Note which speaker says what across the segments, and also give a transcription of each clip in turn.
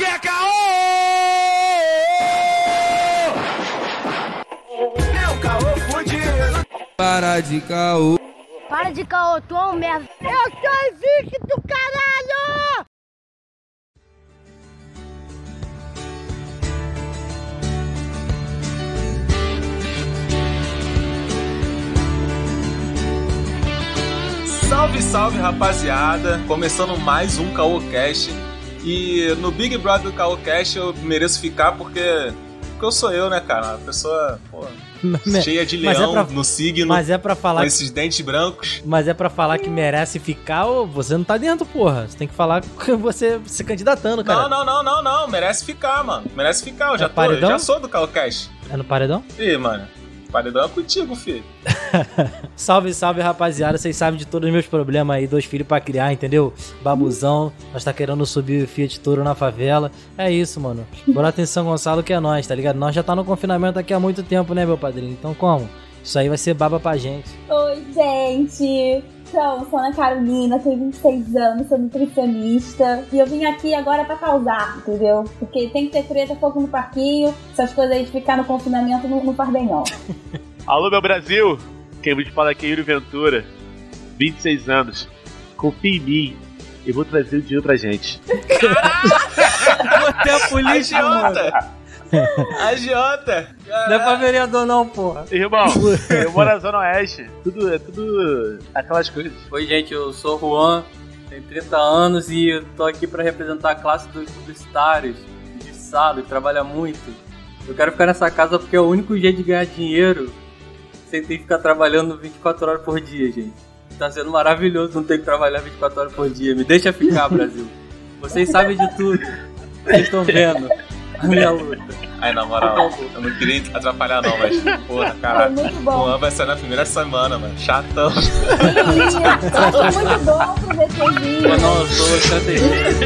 Speaker 1: é caô! Meu caô fudido.
Speaker 2: Para de caô.
Speaker 3: Para de caô, tu é um merda. Eu sou invicto, caralho!
Speaker 1: Salve, salve, rapaziada! Começando mais um CaôCast. E no Big Brother do CaôCast eu mereço ficar porque, porque eu sou eu, né, cara? Uma pessoa pô,
Speaker 4: Mas-
Speaker 1: cheia de
Speaker 4: mas é
Speaker 1: leão
Speaker 4: pra-
Speaker 1: no signo,
Speaker 4: Mas é pra
Speaker 1: com
Speaker 4: falar que,
Speaker 1: esses dentes brancos.
Speaker 4: mas é para falar que merece ficar ou você não tá dentro, porra. Você tem que falar que você se candidatando, cara.
Speaker 1: Não, não, não, não, não. Merece ficar, mano. Merece ficar. Eu já,
Speaker 4: É
Speaker 1: tô, eu
Speaker 4: paredão?
Speaker 1: já sou do CaôCast.
Speaker 4: É no paredão?
Speaker 1: Ih, mano. Paredão é contigo, filho.
Speaker 4: Salve, salve, rapaziada. Vocês sabem de todos os meus problemas aí, dois filhos pra criar, entendeu? Babuzão, nós tá querendo subir o Fiat Toro na favela. É isso, mano. Bora em São Gonçalo que é nós, tá ligado? Nós já tá no confinamento aqui há muito tempo, né, meu padrinho? Então como? Isso aí vai ser baba pra gente.
Speaker 5: Oi, gente! Então, sou Ana Carolina, tenho 26 anos, sou nutricionista. E eu vim aqui agora pra causar, entendeu? Porque tem que ter treta, fogo no parquinho, essas coisas aí de ficar no confinamento não, não faz bem, não.
Speaker 6: Alô, meu Brasil! Quem vos fala aqui é Yuri Ventura, 26 anos. Confia em mim, eu vou trazer o dinheiro pra gente.
Speaker 4: Até a polícia,
Speaker 1: Agiota! Agiota!
Speaker 4: Não é pra vereador não, porra.
Speaker 6: Irmão, eu moro na Zona Oeste, tudo é tudo aquelas coisas.
Speaker 7: Oi, gente, eu sou o Juan, tenho 30 anos e eu tô aqui pra representar a classe dos publicitários, endiçados, que trabalha muito. Eu quero ficar nessa casa porque é o único jeito de ganhar dinheiro sem ter que ficar trabalhando 24 horas por dia, gente. Tá sendo maravilhoso não ter que trabalhar 24 horas por dia. Me deixa ficar, Brasil. Vocês sabem de tudo. Vocês estão vendo a minha luta.
Speaker 1: Aí, na moral, eu não queria atrapalhar, não, mas. Porra,
Speaker 5: Foi
Speaker 1: caralho.
Speaker 5: muito
Speaker 1: O
Speaker 5: bom.
Speaker 1: Juan vai sair na primeira semana, mano. Chatão.
Speaker 5: Foi muito bom pra vocês
Speaker 7: Eu
Speaker 5: virem.
Speaker 7: não eu sou estrategista.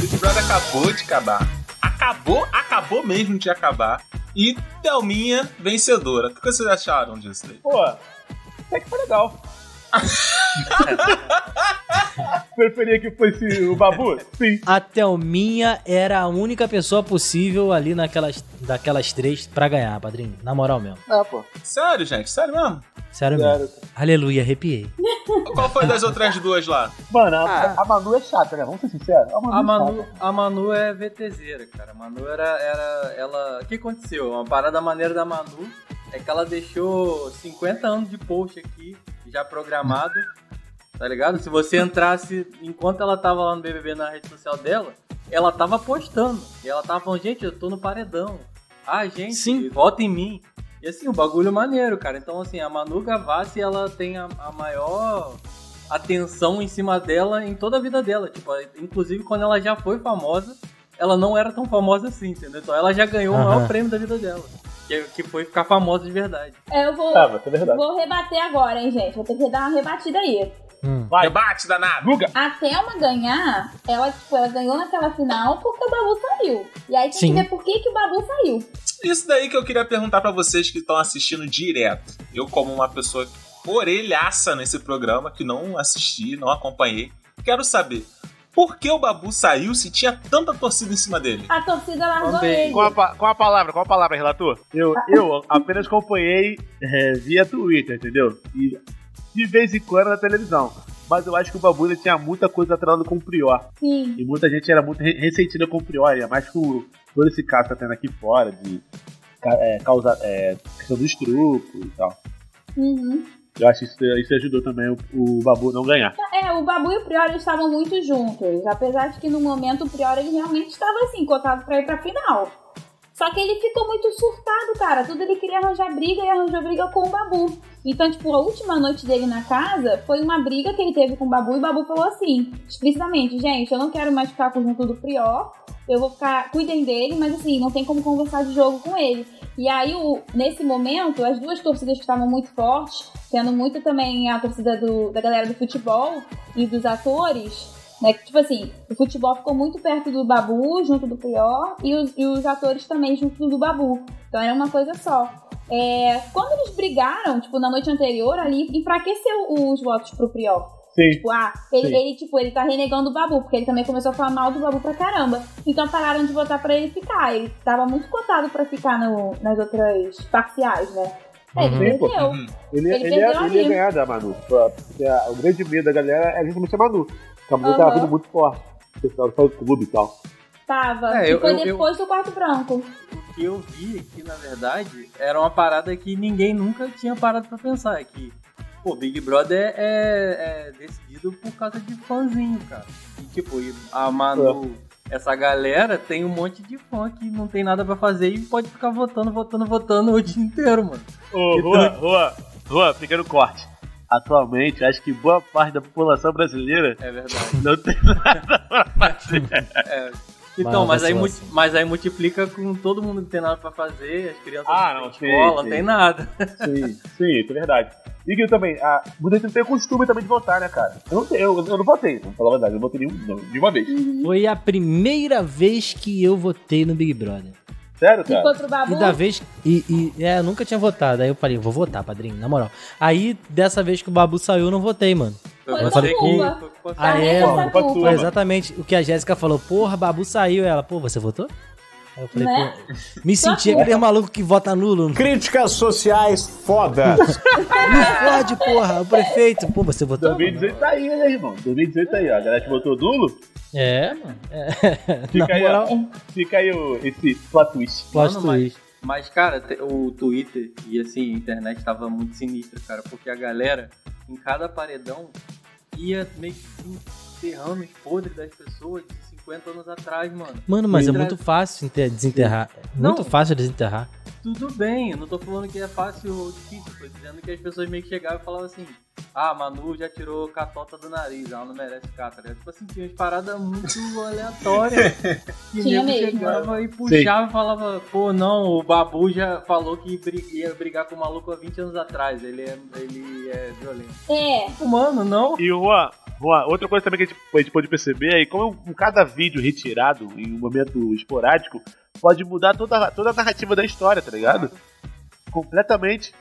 Speaker 1: Big Brother acabou de acabar. Acabou, acabou mesmo de acabar. E Thelminha vencedora. O que vocês acharam disso daí?
Speaker 6: Pô, até que foi legal. Preferia que fosse o Babu? Sim.
Speaker 4: A Thelminha era a única pessoa possível ali naquelas, daquelas três pra ganhar, padrinho. Na moral mesmo.
Speaker 6: Ah, pô.
Speaker 1: Sério, gente? Sério mesmo?
Speaker 4: Sério mesmo.
Speaker 6: Sério.
Speaker 4: Aleluia, arrepiei.
Speaker 1: Qual foi das outras duas lá?
Speaker 6: Mano, a, a Manu é chata, né? Vamos ser sinceros. A Manu,
Speaker 7: A
Speaker 6: é chata.
Speaker 7: Manu, a Manu é VTZera, cara. A Manu era, era. Ela. O que aconteceu? Uma parada maneira da Manu é que ela deixou 50 anos de post aqui, já programado. Tá ligado? Se você entrasse enquanto ela tava lá no BBB na rede social dela, ela tava postando. E ela tava falando, gente, eu tô no paredão. Ah, gente,
Speaker 4: Sim.
Speaker 7: vota em mim. E assim, o bagulho maneiro, cara. Então, assim, a Manu Gavassi, ela tem a, a maior atenção em cima dela em toda a vida dela. Tipo, inclusive quando ela já foi famosa, ela não era tão famosa assim, entendeu? Então ela já ganhou o
Speaker 4: Aham.
Speaker 7: maior prêmio da vida dela. Que, que foi ficar famosa de verdade.
Speaker 5: É, Eu vou,
Speaker 6: Tava, é verdade.
Speaker 5: vou rebater agora, hein, gente. Vou ter que dar uma rebatida aí.
Speaker 4: Hum.
Speaker 6: Vai.
Speaker 1: Debate danado!
Speaker 6: Guga!
Speaker 5: A Thelma ganhar, ela, tipo, ela ganhou naquela final porque o Babu saiu. E aí tem
Speaker 4: Sim.
Speaker 5: que ver por que, que o Babu saiu.
Speaker 1: Isso daí que eu queria perguntar pra vocês que estão assistindo direto. Eu, como uma pessoa orelhaça nesse programa, que não assisti, não acompanhei, quero saber por que o Babu saiu se tinha tanta torcida em cima dele?
Speaker 5: A torcida largou
Speaker 7: Também.
Speaker 5: ele.
Speaker 6: Qual a, pa- qual a palavra? Qual a palavra, relator? Eu, eu apenas acompanhei é, via Twitter, entendeu? E de vez em quando na televisão. Mas eu acho que o Babu ele tinha muita coisa atrelada com o Prior.
Speaker 5: Sim.
Speaker 6: E muita gente era muito re- ressentida com o Prior, ainda mais com todo esse caso que tá tendo aqui fora, de ca- é, causa, é, questão dos trucos e tal.
Speaker 5: Uhum.
Speaker 6: Eu acho que isso, isso ajudou também o, o Babu não ganhar.
Speaker 5: É, o Babu e o Prior eles estavam muito juntos. Apesar de que no momento o Prior ele realmente estava assim, cotado pra ir pra final.
Speaker 8: Só que ele ficou muito surtado, cara. Tudo ele queria arranjar briga e arranjou briga com o Babu. Então, tipo, a última noite dele na casa foi uma briga que ele teve com o Babu e o Babu falou assim, explicitamente, gente, eu não quero mais ficar com junto do Prior, eu vou ficar, cuidem dele, mas assim, não tem como conversar de jogo com ele. E aí, o- nesse momento, as duas torcidas que estavam muito fortes, tendo muito também a torcida do- da galera do futebol e dos atores, né? Que, tipo assim, o futebol ficou muito perto do Babu, junto do Prior, e os, e os atores também junto do Babu. Então era uma coisa só. É, quando eles brigaram, tipo, na noite anterior ali, enfraqueceu os votos pro Prior.
Speaker 6: Sim.
Speaker 8: Tipo, ah, ele,
Speaker 6: Sim.
Speaker 8: ele, tipo, ele tá renegando o Babu, porque ele também começou a falar mal do Babu pra caramba. Então pararam de votar pra ele ficar. Ele tava muito cotado pra ficar no- nas outras parciais, né? Aí Ele
Speaker 6: Sim, pô.
Speaker 8: perdeu.
Speaker 1: Uhum.
Speaker 8: Ele
Speaker 6: Ele, ele,
Speaker 8: perdeu
Speaker 6: ia, ele ia
Speaker 8: ali.
Speaker 6: ganhar da Manu. pra- Porque a- o grande medo da galera é justamente a Manu. Porque a Manu tava
Speaker 8: Aham.
Speaker 6: vindo muito forte. O pessoal do clube e tal.
Speaker 8: Tava.
Speaker 7: É,
Speaker 8: e
Speaker 7: eu-
Speaker 8: foi
Speaker 7: eu- eu-
Speaker 8: depois do quarto branco.
Speaker 7: O que eu vi aqui, na verdade, era uma parada que ninguém nunca tinha parado pra pensar. Que, pô, Big Brother é, é decidido por causa de fãzinho, cara. E, tipo, e a Manu, essa galera tem um monte de fã que não tem nada pra fazer e pode ficar votando, votando, votando o dia inteiro, mano.
Speaker 6: Ô, Juan, Juan, Juan, pequeno corte. Atualmente, acho que boa parte da população brasileira
Speaker 7: É verdade.
Speaker 6: não tem.
Speaker 7: É. Então, mas,
Speaker 4: vai
Speaker 7: aí,
Speaker 4: ser
Speaker 7: mu-
Speaker 4: assim.
Speaker 7: mas aí multiplica com todo mundo que tem nada pra fazer, as crianças
Speaker 6: Ah,
Speaker 7: não
Speaker 6: não,
Speaker 7: têm
Speaker 6: sei,
Speaker 7: escola, não
Speaker 6: sei.
Speaker 7: tem nada.
Speaker 6: Sim, sim, isso é verdade. E que também, a, muita gente não tem o costume também de votar, né, cara? Eu não, sei, eu, eu não votei, vou falar a verdade, eu não votei nenhum, não, de uma vez.
Speaker 4: Foi a primeira vez que eu votei no Big Brother.
Speaker 6: Sério,
Speaker 8: E
Speaker 6: cara?
Speaker 8: foi pro Babu.
Speaker 4: E da vez. E, e- é, eu nunca tinha votado. Aí eu falei, vou votar, padrinho, na moral. Aí, dessa vez que o Babu saiu, eu não votei, mano.
Speaker 8: Foi
Speaker 4: Eu falei
Speaker 8: culpa.
Speaker 7: Foi culpa
Speaker 4: Ah, é,
Speaker 8: Carrega
Speaker 4: mano.
Speaker 8: essa culpa.
Speaker 4: Foi exatamente o que a Jéssica falou. Porra, Babu saiu. Ela, pô, você votou? Aí eu falei,
Speaker 8: Né?
Speaker 4: pô. Me senti
Speaker 8: Sua
Speaker 4: aquele maluco que vota nulo. Não
Speaker 9: Críticas sociais foda.
Speaker 4: pode, porra. O prefeito. Pô, você votou? mano?
Speaker 6: 2018 tá aí, né, irmão? 2018 tá aí, ó. A galera que votou duro,
Speaker 4: É, mano. É.
Speaker 6: fica
Speaker 4: Na
Speaker 6: aí,
Speaker 4: moral,
Speaker 6: ó. Fica aí o, esse plot twist.
Speaker 4: plot
Speaker 7: Mano, mas-
Speaker 4: twist.
Speaker 7: Mas, cara, te- o Twitter e assim, a internet tava muito sinistra, cara, porque a galera, em cada paredão, ia meio que assim, enterrando os podres das pessoas de 50 anos atrás, mano.
Speaker 4: Mano, mas é
Speaker 7: Entra-
Speaker 4: muito fácil inte- desenterrar. É
Speaker 7: Não.
Speaker 4: Muito fácil desenterrar.
Speaker 7: Tudo bem, eu não tô falando que é fácil ou difícil, tô dizendo que as pessoas meio que chegavam e falavam assim, ah, a Manu já tirou catota do nariz, ela não merece ficar, tá ligado? Tipo assim, tinha umas paradas muito aleatórias. Que
Speaker 8: Tinha
Speaker 7: nego
Speaker 8: mesmo.
Speaker 7: chegava e puxava e falava, pô, não, o Babu já falou que bri- ia brigar com o maluco há 20 anos atrás, ele é, ele é violento. Tipo,
Speaker 8: É,
Speaker 7: Mano, não.
Speaker 6: E Juan, Juan, outra coisa também que a gente, a gente pode perceber é como um- cada vídeo retirado em um momento esporádico pode mudar toda, a- toda a narrativa da história, tá ligado? Completamente.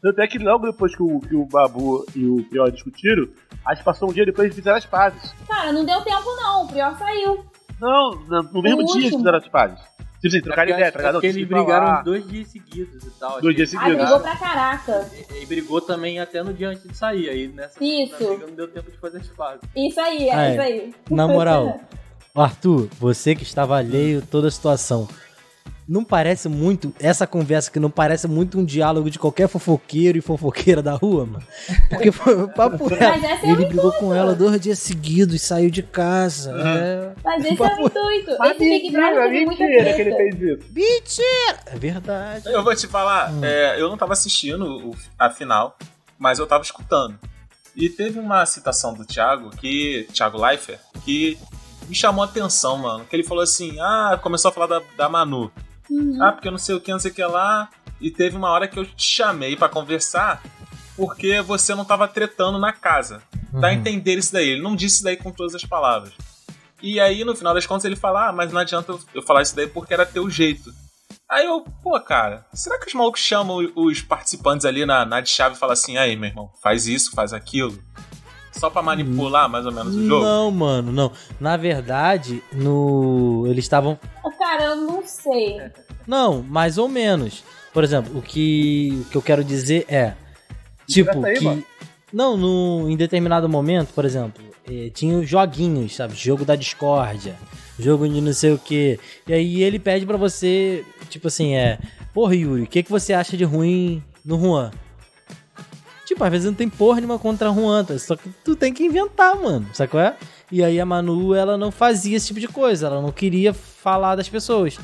Speaker 6: Tanto é que logo depois que o, que o Babu e o Prior discutiram, acho que passou um dia depois eles fizeram as pazes.
Speaker 8: cara, não deu tempo não. O Prior saiu.
Speaker 6: Não, no, no mesmo dia eles
Speaker 8: último.
Speaker 6: fizeram as pazes. Tipo assim, trocaram
Speaker 7: É porque
Speaker 6: ideia,
Speaker 7: acho-
Speaker 6: tá ligado?
Speaker 7: acho que
Speaker 6: Não,
Speaker 7: eles
Speaker 6: deixa eu
Speaker 7: brigaram
Speaker 6: falar.
Speaker 7: uns dois dias seguidos e tal. acho
Speaker 6: Dois
Speaker 7: que-
Speaker 6: dias
Speaker 8: Ah,
Speaker 6: seguidos.
Speaker 8: brigou pra caraca.
Speaker 7: E, e brigou também até no dia antes de sair, aí nessa
Speaker 8: Isso.
Speaker 7: na briga não deu tempo de fazer as pazes.
Speaker 8: Isso aí, é,
Speaker 4: Ah, é.
Speaker 8: isso aí.
Speaker 4: Na moral, Arthur, você que estava alheio a toda a situação, não parece muito essa conversa que não parece muito um diálogo de qualquer fofoqueiro e fofoqueira da rua, mano? Porque foi papo reto.
Speaker 8: Mas esse é o
Speaker 4: Ele brigou
Speaker 8: intuito.
Speaker 4: com ela dois dias seguidos, saiu de casa. É...
Speaker 8: Mas esse é o intuito.
Speaker 6: Mas
Speaker 8: Esse Big Brother
Speaker 6: mentira,
Speaker 8: teve muita
Speaker 6: mentira que ele
Speaker 8: treta.
Speaker 6: fez isso.
Speaker 4: é verdade.
Speaker 1: Eu vou te falar, é, eu não tava assistindo o- a final, mas eu tava escutando. E teve uma citação do Thiago, que. Thiago Leifert, que me chamou a atenção, mano. Que ele falou assim: ah, começou a falar da, da Manu.
Speaker 8: Uhum.
Speaker 1: Ah, porque não sei o que, não sei o que lá. E teve uma hora que eu te chamei pra conversar porque você não tava tretando na Tá casa.
Speaker 4: Uhum.
Speaker 1: Dá a entender isso daí. Ele não disse isso daí com todas as palavras. E aí, no final das contas, ele fala: Ah, mas não adianta eu- eu falar isso daí porque era teu jeito. Aí eu, pô, cara, será que os malucos chamam os participantes ali na, na de chave e falam assim: aí, meu irmão, faz isso, faz aquilo? Só pra manipular mais ou menos o jogo?
Speaker 4: Não, mano, não. Na verdade, no eles estavam
Speaker 8: Cara, eu não sei.
Speaker 4: Não, mais ou menos. Por exemplo, o que, o que eu quero dizer é. Tipo,
Speaker 6: Interessa aí,
Speaker 4: que.
Speaker 6: mano.
Speaker 4: Não, num- em determinado momento, por exemplo, eh, tinha os joguinhos, sabe? Jogo da discórdia, jogo de não sei o quê. E aí ele pede pra você, tipo assim, é. Porra, Yuri, o que, que você acha de ruim no Juan? Tipo, às vezes não tem porra nenhuma contra Juan, tá? só que tu tem que inventar, mano, sabe qual é? E aí a Manu, ela não fazia esse tipo de coisa, ela não queria falar das pessoas.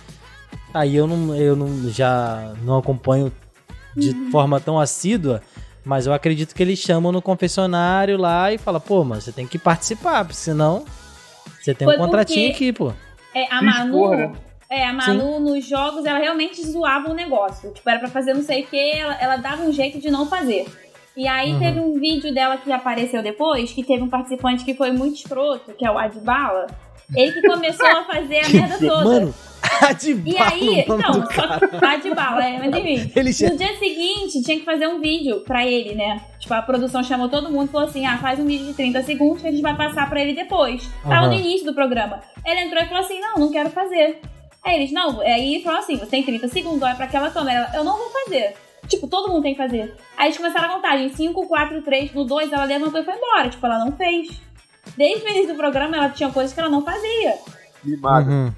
Speaker 4: Aí eu não, eu não já não acompanho de
Speaker 8: Uhum.
Speaker 4: forma tão assídua, mas eu acredito que eles chamam no confessionário lá e fala, pô, mano, você tem que participar, porque senão você tem um
Speaker 8: Foi
Speaker 4: contratinho
Speaker 8: porque-
Speaker 4: aqui, pô.
Speaker 8: É, a
Speaker 6: Se
Speaker 8: Manu.
Speaker 6: expor, né?
Speaker 8: É, a Manu nos jogos, ela realmente zoava o negócio. Tipo, era pra fazer não sei o que, ela, ela dava um jeito de não fazer. E aí
Speaker 4: Uhum.
Speaker 8: teve um vídeo dela que apareceu depois, que teve um participante que foi muito escroto, que é o Adbala. Ele que começou a fazer a merda toda.
Speaker 4: Mano, a de
Speaker 8: e
Speaker 4: bala,
Speaker 8: aí, então?
Speaker 4: mano,
Speaker 8: não,
Speaker 4: do
Speaker 8: só
Speaker 4: cara.
Speaker 8: Adbala, é, mas enfim.
Speaker 4: Ele já...
Speaker 8: No dia seguinte, tinha que fazer um vídeo pra ele, né? Tipo, a produção chamou todo mundo e falou assim: ah, faz um vídeo de 30 segundos que a gente vai passar pra ele depois.
Speaker 4: Aham.
Speaker 8: Tava no início do programa. Ele entrou e falou assim: não, não quero fazer. Aí eles, não, aí ele falou assim: você tem 30 segundos, olha pra aquela câmera. Ela, Eu não vou fazer. Tipo, todo mundo tem que fazer. Aí eles começaram a contagem: 5, 4, 3, no 2, ela levantou e foi embora. Tipo, ela não fez. Desde o início do programa, ela tinha coisas que ela não fazia.
Speaker 6: Mimado.
Speaker 4: Uhum.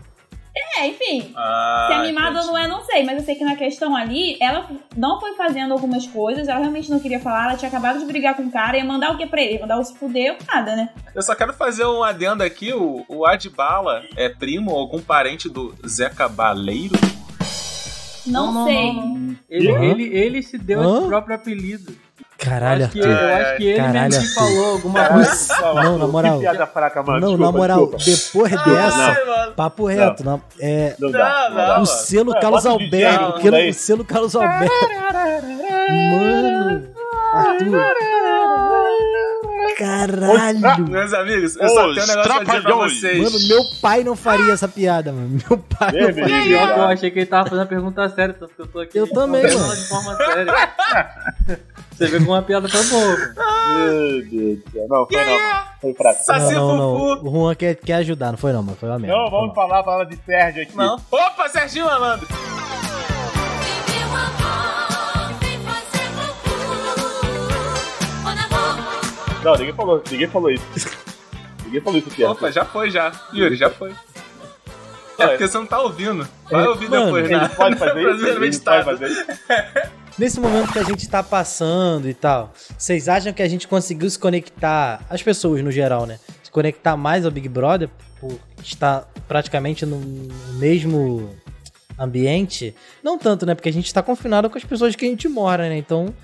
Speaker 8: É, enfim.
Speaker 1: Ah,
Speaker 8: Se é mimada ou
Speaker 1: entendi.
Speaker 8: não é, não sei, mas eu sei que na questão ali, ela não foi fazendo algumas coisas, ela realmente não queria falar, ela tinha acabado de brigar com o cara, ia mandar o que pra ele? Ia mandar o se fuder ou nada, né?
Speaker 1: Eu só quero fazer um adendo aqui. O, o Adbala é primo ou algum parente do Zeca Baleiro?
Speaker 8: Não,
Speaker 7: Não, não,
Speaker 8: sei.
Speaker 7: não, Ele,
Speaker 4: Hã?
Speaker 7: ele, ele se deu esse
Speaker 4: Hã?
Speaker 7: próprio apelido.
Speaker 4: Caralho,
Speaker 7: acho que,
Speaker 4: Arthur.
Speaker 7: eu acho que ele
Speaker 4: Caralho,
Speaker 7: mesmo que
Speaker 4: Arthur.
Speaker 7: falou alguma coisa.
Speaker 4: Nossa,
Speaker 6: Fala,
Speaker 4: não,
Speaker 6: Arthur,
Speaker 4: na moral.
Speaker 6: Que piada fraca, mano.
Speaker 4: não,
Speaker 6: Desculpa,
Speaker 4: na moral,
Speaker 6: desculpa.
Speaker 4: depois dessa,
Speaker 1: Ai, mano.
Speaker 4: papo reto, na- é,
Speaker 6: Não,
Speaker 1: Não,
Speaker 6: dá, não, dá.
Speaker 1: não.
Speaker 4: o selo
Speaker 6: Ué,
Speaker 4: Carlos
Speaker 6: bota o DJ
Speaker 4: Alberto,
Speaker 1: aí,
Speaker 4: porque
Speaker 6: daí.
Speaker 4: o selo Carlos Alberto. Mano, Arthur. Caralho.
Speaker 1: Meus amigos, eu só
Speaker 10: Os
Speaker 1: tenho um negócio a dizer pra
Speaker 10: trapalhões.
Speaker 1: vocês.
Speaker 4: Mano, meu pai não faria essa piada, mano. Meu pai
Speaker 6: Meu
Speaker 4: não faria.
Speaker 6: amigo.
Speaker 7: Pior que eu
Speaker 1: é?
Speaker 7: achei que ele tava fazendo a pergunta séria, tanto que eu tô aqui.
Speaker 4: Eu também,
Speaker 7: falando
Speaker 4: mano.
Speaker 7: de forma séria. Você vê como uma piada foi boa. mano.
Speaker 6: Meu Deus do céu. Não, foi
Speaker 1: é?
Speaker 6: não. Foi fraca.
Speaker 1: Saci
Speaker 4: Não, não,
Speaker 1: Fufu.
Speaker 4: não. O Juan quer, quer ajudar, não foi não, mano. Foi uma merda.
Speaker 6: Não,
Speaker 4: foi
Speaker 6: vamos
Speaker 4: mal.
Speaker 6: falar a palavra de Sérgio aqui.
Speaker 1: Não. Opa, Serginho Malandro.
Speaker 6: Não, ninguém falou, ninguém falou isso. ninguém falou isso, Piada.
Speaker 1: Opa, já foi já. Yuri, já foi. É porque você não tá ouvindo. Vai
Speaker 4: É,
Speaker 1: ouvir
Speaker 4: mano,
Speaker 1: depois, né?
Speaker 6: Ele pode fazer isso?
Speaker 1: Brasileiro
Speaker 6: Ele pode
Speaker 1: editado.
Speaker 6: fazer isso?
Speaker 4: Nesse momento que a gente tá passando e tal, vocês acham que a gente conseguiu se conectar, as pessoas no geral, né? Se conectar mais ao Big Brother, por estar praticamente no mesmo ambiente? Não tanto, né? Porque a gente tá confinado com as pessoas que a gente mora, né? Então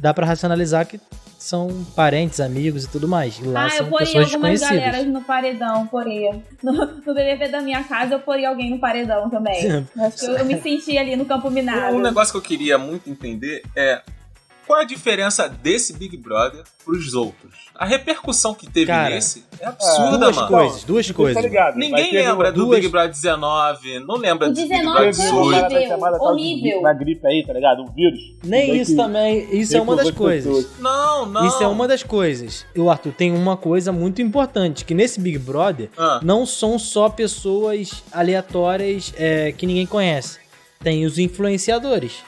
Speaker 4: dá pra racionalizar que são parentes, amigos e tudo mais. E lá
Speaker 8: Ah,
Speaker 4: são
Speaker 8: eu poria
Speaker 4: pessoas
Speaker 8: algumas galeras
Speaker 4: desconhecidas.
Speaker 8: no paredão, poria. No, no BBB da minha casa, eu poria alguém no paredão também. Acho que eu, eu me senti ali no campo minado.
Speaker 1: Um negócio que eu queria muito entender é qual a diferença desse Big Brother pros outros? A repercussão que teve
Speaker 4: Cara,
Speaker 1: nesse é absurda,
Speaker 4: duas
Speaker 1: mano.
Speaker 4: coisas, duas coisas.
Speaker 6: Tá ligado? Mas
Speaker 1: Ninguém
Speaker 6: teve
Speaker 1: lembra
Speaker 6: uma-
Speaker 1: do
Speaker 4: duas-
Speaker 1: Big Brother 19, não lembra
Speaker 8: O
Speaker 1: do Big
Speaker 8: 19
Speaker 1: Brother
Speaker 6: Teve uma
Speaker 1: 18.
Speaker 8: horrível,
Speaker 6: parada chamada tal de
Speaker 8: horrível.
Speaker 6: gripe- Uma gripe aí, tá ligado? Um vírus.
Speaker 4: Nem
Speaker 6: Daí
Speaker 4: isso
Speaker 6: que-
Speaker 4: também, isso é uma das
Speaker 6: recusou as
Speaker 4: coisas.
Speaker 6: pessoas.
Speaker 1: Não, não.
Speaker 4: Isso é uma das coisas. E o Arthur tem uma coisa muito importante, que nesse Big Brother
Speaker 1: Ah,
Speaker 4: não são só pessoas aleatórias é, que ninguém conhece. Tem os influenciadores,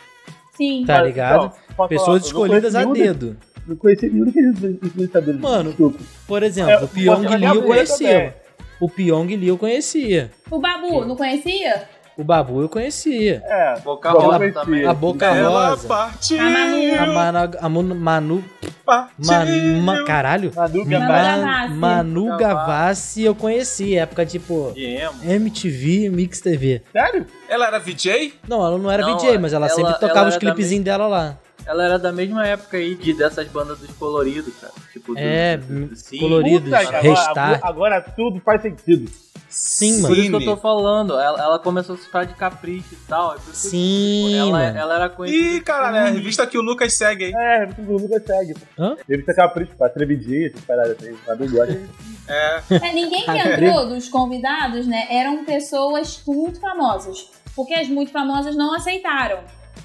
Speaker 8: Sim.
Speaker 4: tá
Speaker 6: Cara,
Speaker 4: ligado?
Speaker 6: não, posso falar, eu
Speaker 4: Pessoas
Speaker 6: não
Speaker 4: escolhidas a
Speaker 6: conheço nenhum
Speaker 4: dedo.
Speaker 6: de- Não conheci nenhum daqueles influenciadores.
Speaker 4: Mano,
Speaker 6: desculpa.
Speaker 4: Por
Speaker 6: É,
Speaker 4: exemplo, o Pyong
Speaker 6: pode
Speaker 4: Lee
Speaker 6: olhar
Speaker 4: eu
Speaker 6: bem
Speaker 4: conhecia.
Speaker 6: também.
Speaker 4: O Pyong Lee eu conhecia.
Speaker 8: O Babu, não conhecia?
Speaker 4: O Babu eu conhecia.
Speaker 6: É,
Speaker 7: Boca
Speaker 6: Bom,
Speaker 7: rola
Speaker 6: mas
Speaker 7: também.
Speaker 4: A Boca
Speaker 1: ela
Speaker 4: Rosa.
Speaker 1: partiu,
Speaker 8: A Manu.
Speaker 4: A Manu. A Manu. Manu,
Speaker 1: partiu.
Speaker 4: Manu ma- caralho.
Speaker 6: Manu Gavassi.
Speaker 4: Ma-
Speaker 8: Gavassi.
Speaker 4: Manu Gavassi eu conheci. Época tipo
Speaker 7: Viemos.
Speaker 4: MTV, Mix TV.
Speaker 6: Sério?
Speaker 1: Ela era VJ?
Speaker 4: Não, ela não era
Speaker 7: Não,
Speaker 4: DJ, mas ela,
Speaker 7: ela-
Speaker 4: sempre
Speaker 7: ela
Speaker 4: tocava os
Speaker 7: era
Speaker 4: clipezinhos dela lá.
Speaker 7: Ela era da mesma época aí de, dessas bandas dos coloridos, cara. Tipo, do,
Speaker 4: É,
Speaker 7: do, do Sim.
Speaker 4: colorido. Queridos,
Speaker 6: Puta, agora-
Speaker 4: restart.
Speaker 6: Agora, agora tudo faz sentido.
Speaker 4: Sim,
Speaker 7: Por
Speaker 4: mano.
Speaker 7: isso que eu tô
Speaker 1: Cine.
Speaker 7: falando, ela, ela começou a se ficar de capricho e tal. é por isso que,
Speaker 4: Sim,
Speaker 7: tipo, ela,
Speaker 4: mano.
Speaker 7: ela era conhecida.
Speaker 1: Ih, caralho, é a revista que o Lucas segue aí.
Speaker 6: É, tudo nunca segue.
Speaker 4: Hã?
Speaker 6: Deve ser capricho pra trevidinha, essas paradas assim. Manu gosta.
Speaker 1: É.
Speaker 8: É, ninguém que
Speaker 4: Abriu.
Speaker 8: entrou dos convidados, né, eram pessoas muito famosas. Porque as muito famosas não aceitaram.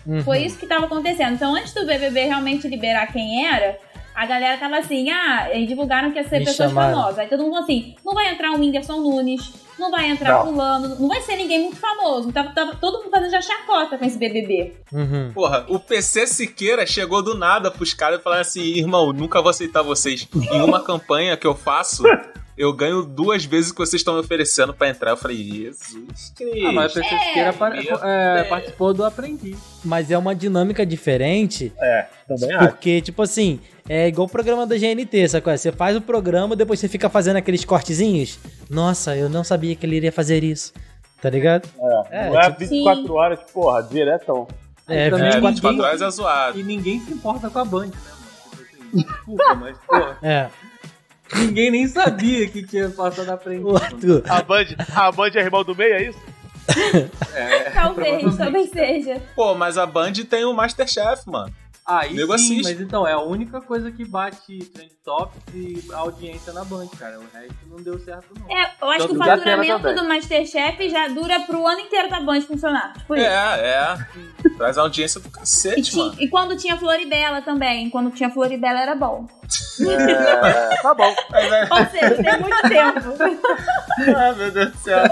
Speaker 4: Uhum.
Speaker 8: Foi isso que estava acontecendo. Então, antes do BBB realmente liberar quem era, a galera tava assim, ah, e divulgaram que ia ser
Speaker 4: Me
Speaker 8: pessoas
Speaker 4: chamaram.
Speaker 8: famosas. Aí todo mundo falou assim, não vai entrar o Whindersson Nunes, não vai entrar
Speaker 6: Não.
Speaker 8: fulano, não vai ser ninguém muito famoso. Tava, tava todo mundo fazendo já chacota com esse BBB.
Speaker 4: Uhum.
Speaker 1: Porra, o PC Siqueira chegou do nada pros caras e falaram assim: irmão, nunca vou aceitar vocês. Em uma campanha que eu faço, eu ganho duas vezes o que vocês estão me oferecendo pra entrar. Eu falei: Jesus Cristo.
Speaker 7: Ah, mas a pessoa Siqueira par-
Speaker 1: Meu
Speaker 7: é,
Speaker 1: Deus.
Speaker 7: participou do Aprendi.
Speaker 4: Mas é uma dinâmica diferente,
Speaker 6: É, também acho.
Speaker 4: porque, tipo assim, é igual o programa da GNT, sabe? qual é? Você faz o programa, depois você fica fazendo aqueles cortezinhos. Nossa, eu não sabia que ele iria fazer isso. tá ligado?
Speaker 6: É,
Speaker 4: É,
Speaker 6: não é
Speaker 4: tipo-
Speaker 6: 24
Speaker 5: Sim.
Speaker 6: horas, porra, diretão.
Speaker 4: É,
Speaker 7: também-
Speaker 1: É,
Speaker 4: 24
Speaker 1: 24 horas é zoado.
Speaker 7: E ninguém se importa com a Band, né, mano? Tipo assim, desculpa, mas, porra,
Speaker 4: É.
Speaker 7: ninguém nem sabia que tinha passado a frente.
Speaker 4: O Arthur,
Speaker 6: A Band, a Band é irmão do meio, é isso?
Speaker 7: É,
Speaker 5: Talvez,
Speaker 7: provavelmente.
Speaker 5: talvez seja.
Speaker 1: Pô, mas a Band tem o Masterchef, mano.
Speaker 7: Aí
Speaker 1: Nego
Speaker 7: sim,
Speaker 1: assiste.
Speaker 7: mas então, é a única coisa que bate trend tops e a audiência na Band, cara. O resto não deu certo, não.
Speaker 5: É, eu acho
Speaker 7: Tanto
Speaker 5: que o
Speaker 7: da tela
Speaker 5: faturamento
Speaker 7: também.
Speaker 5: do Masterchef já dura pro ano inteiro
Speaker 8: tá
Speaker 5: da Band funcionar. Tipo isso.
Speaker 1: É, é. Traz a audiência do
Speaker 5: E,
Speaker 1: cacete,
Speaker 5: ti-
Speaker 1: mano.
Speaker 5: e quando tinha Floribela também. Quando tinha Floribela era bom.
Speaker 6: É, tá bom.
Speaker 1: Aí vai-
Speaker 5: Ou seja, tem muito tempo.
Speaker 1: Ah, meu Deus do céu.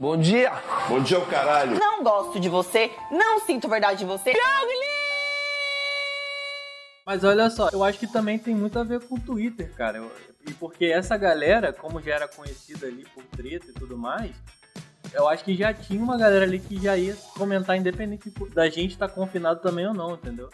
Speaker 2: Bom dia!
Speaker 11: Bom dia, o caralho.
Speaker 12: Não gosto de você, não sinto verdade de você.
Speaker 7: Mas olha só, eu acho que também tem muito a ver com o Twitter, cara. Eu- E porque essa galera, como já era conhecida ali por treta e tudo mais, eu acho que já tinha uma galera ali que já ia comentar, independente da gente estar confinado também ou não, entendeu?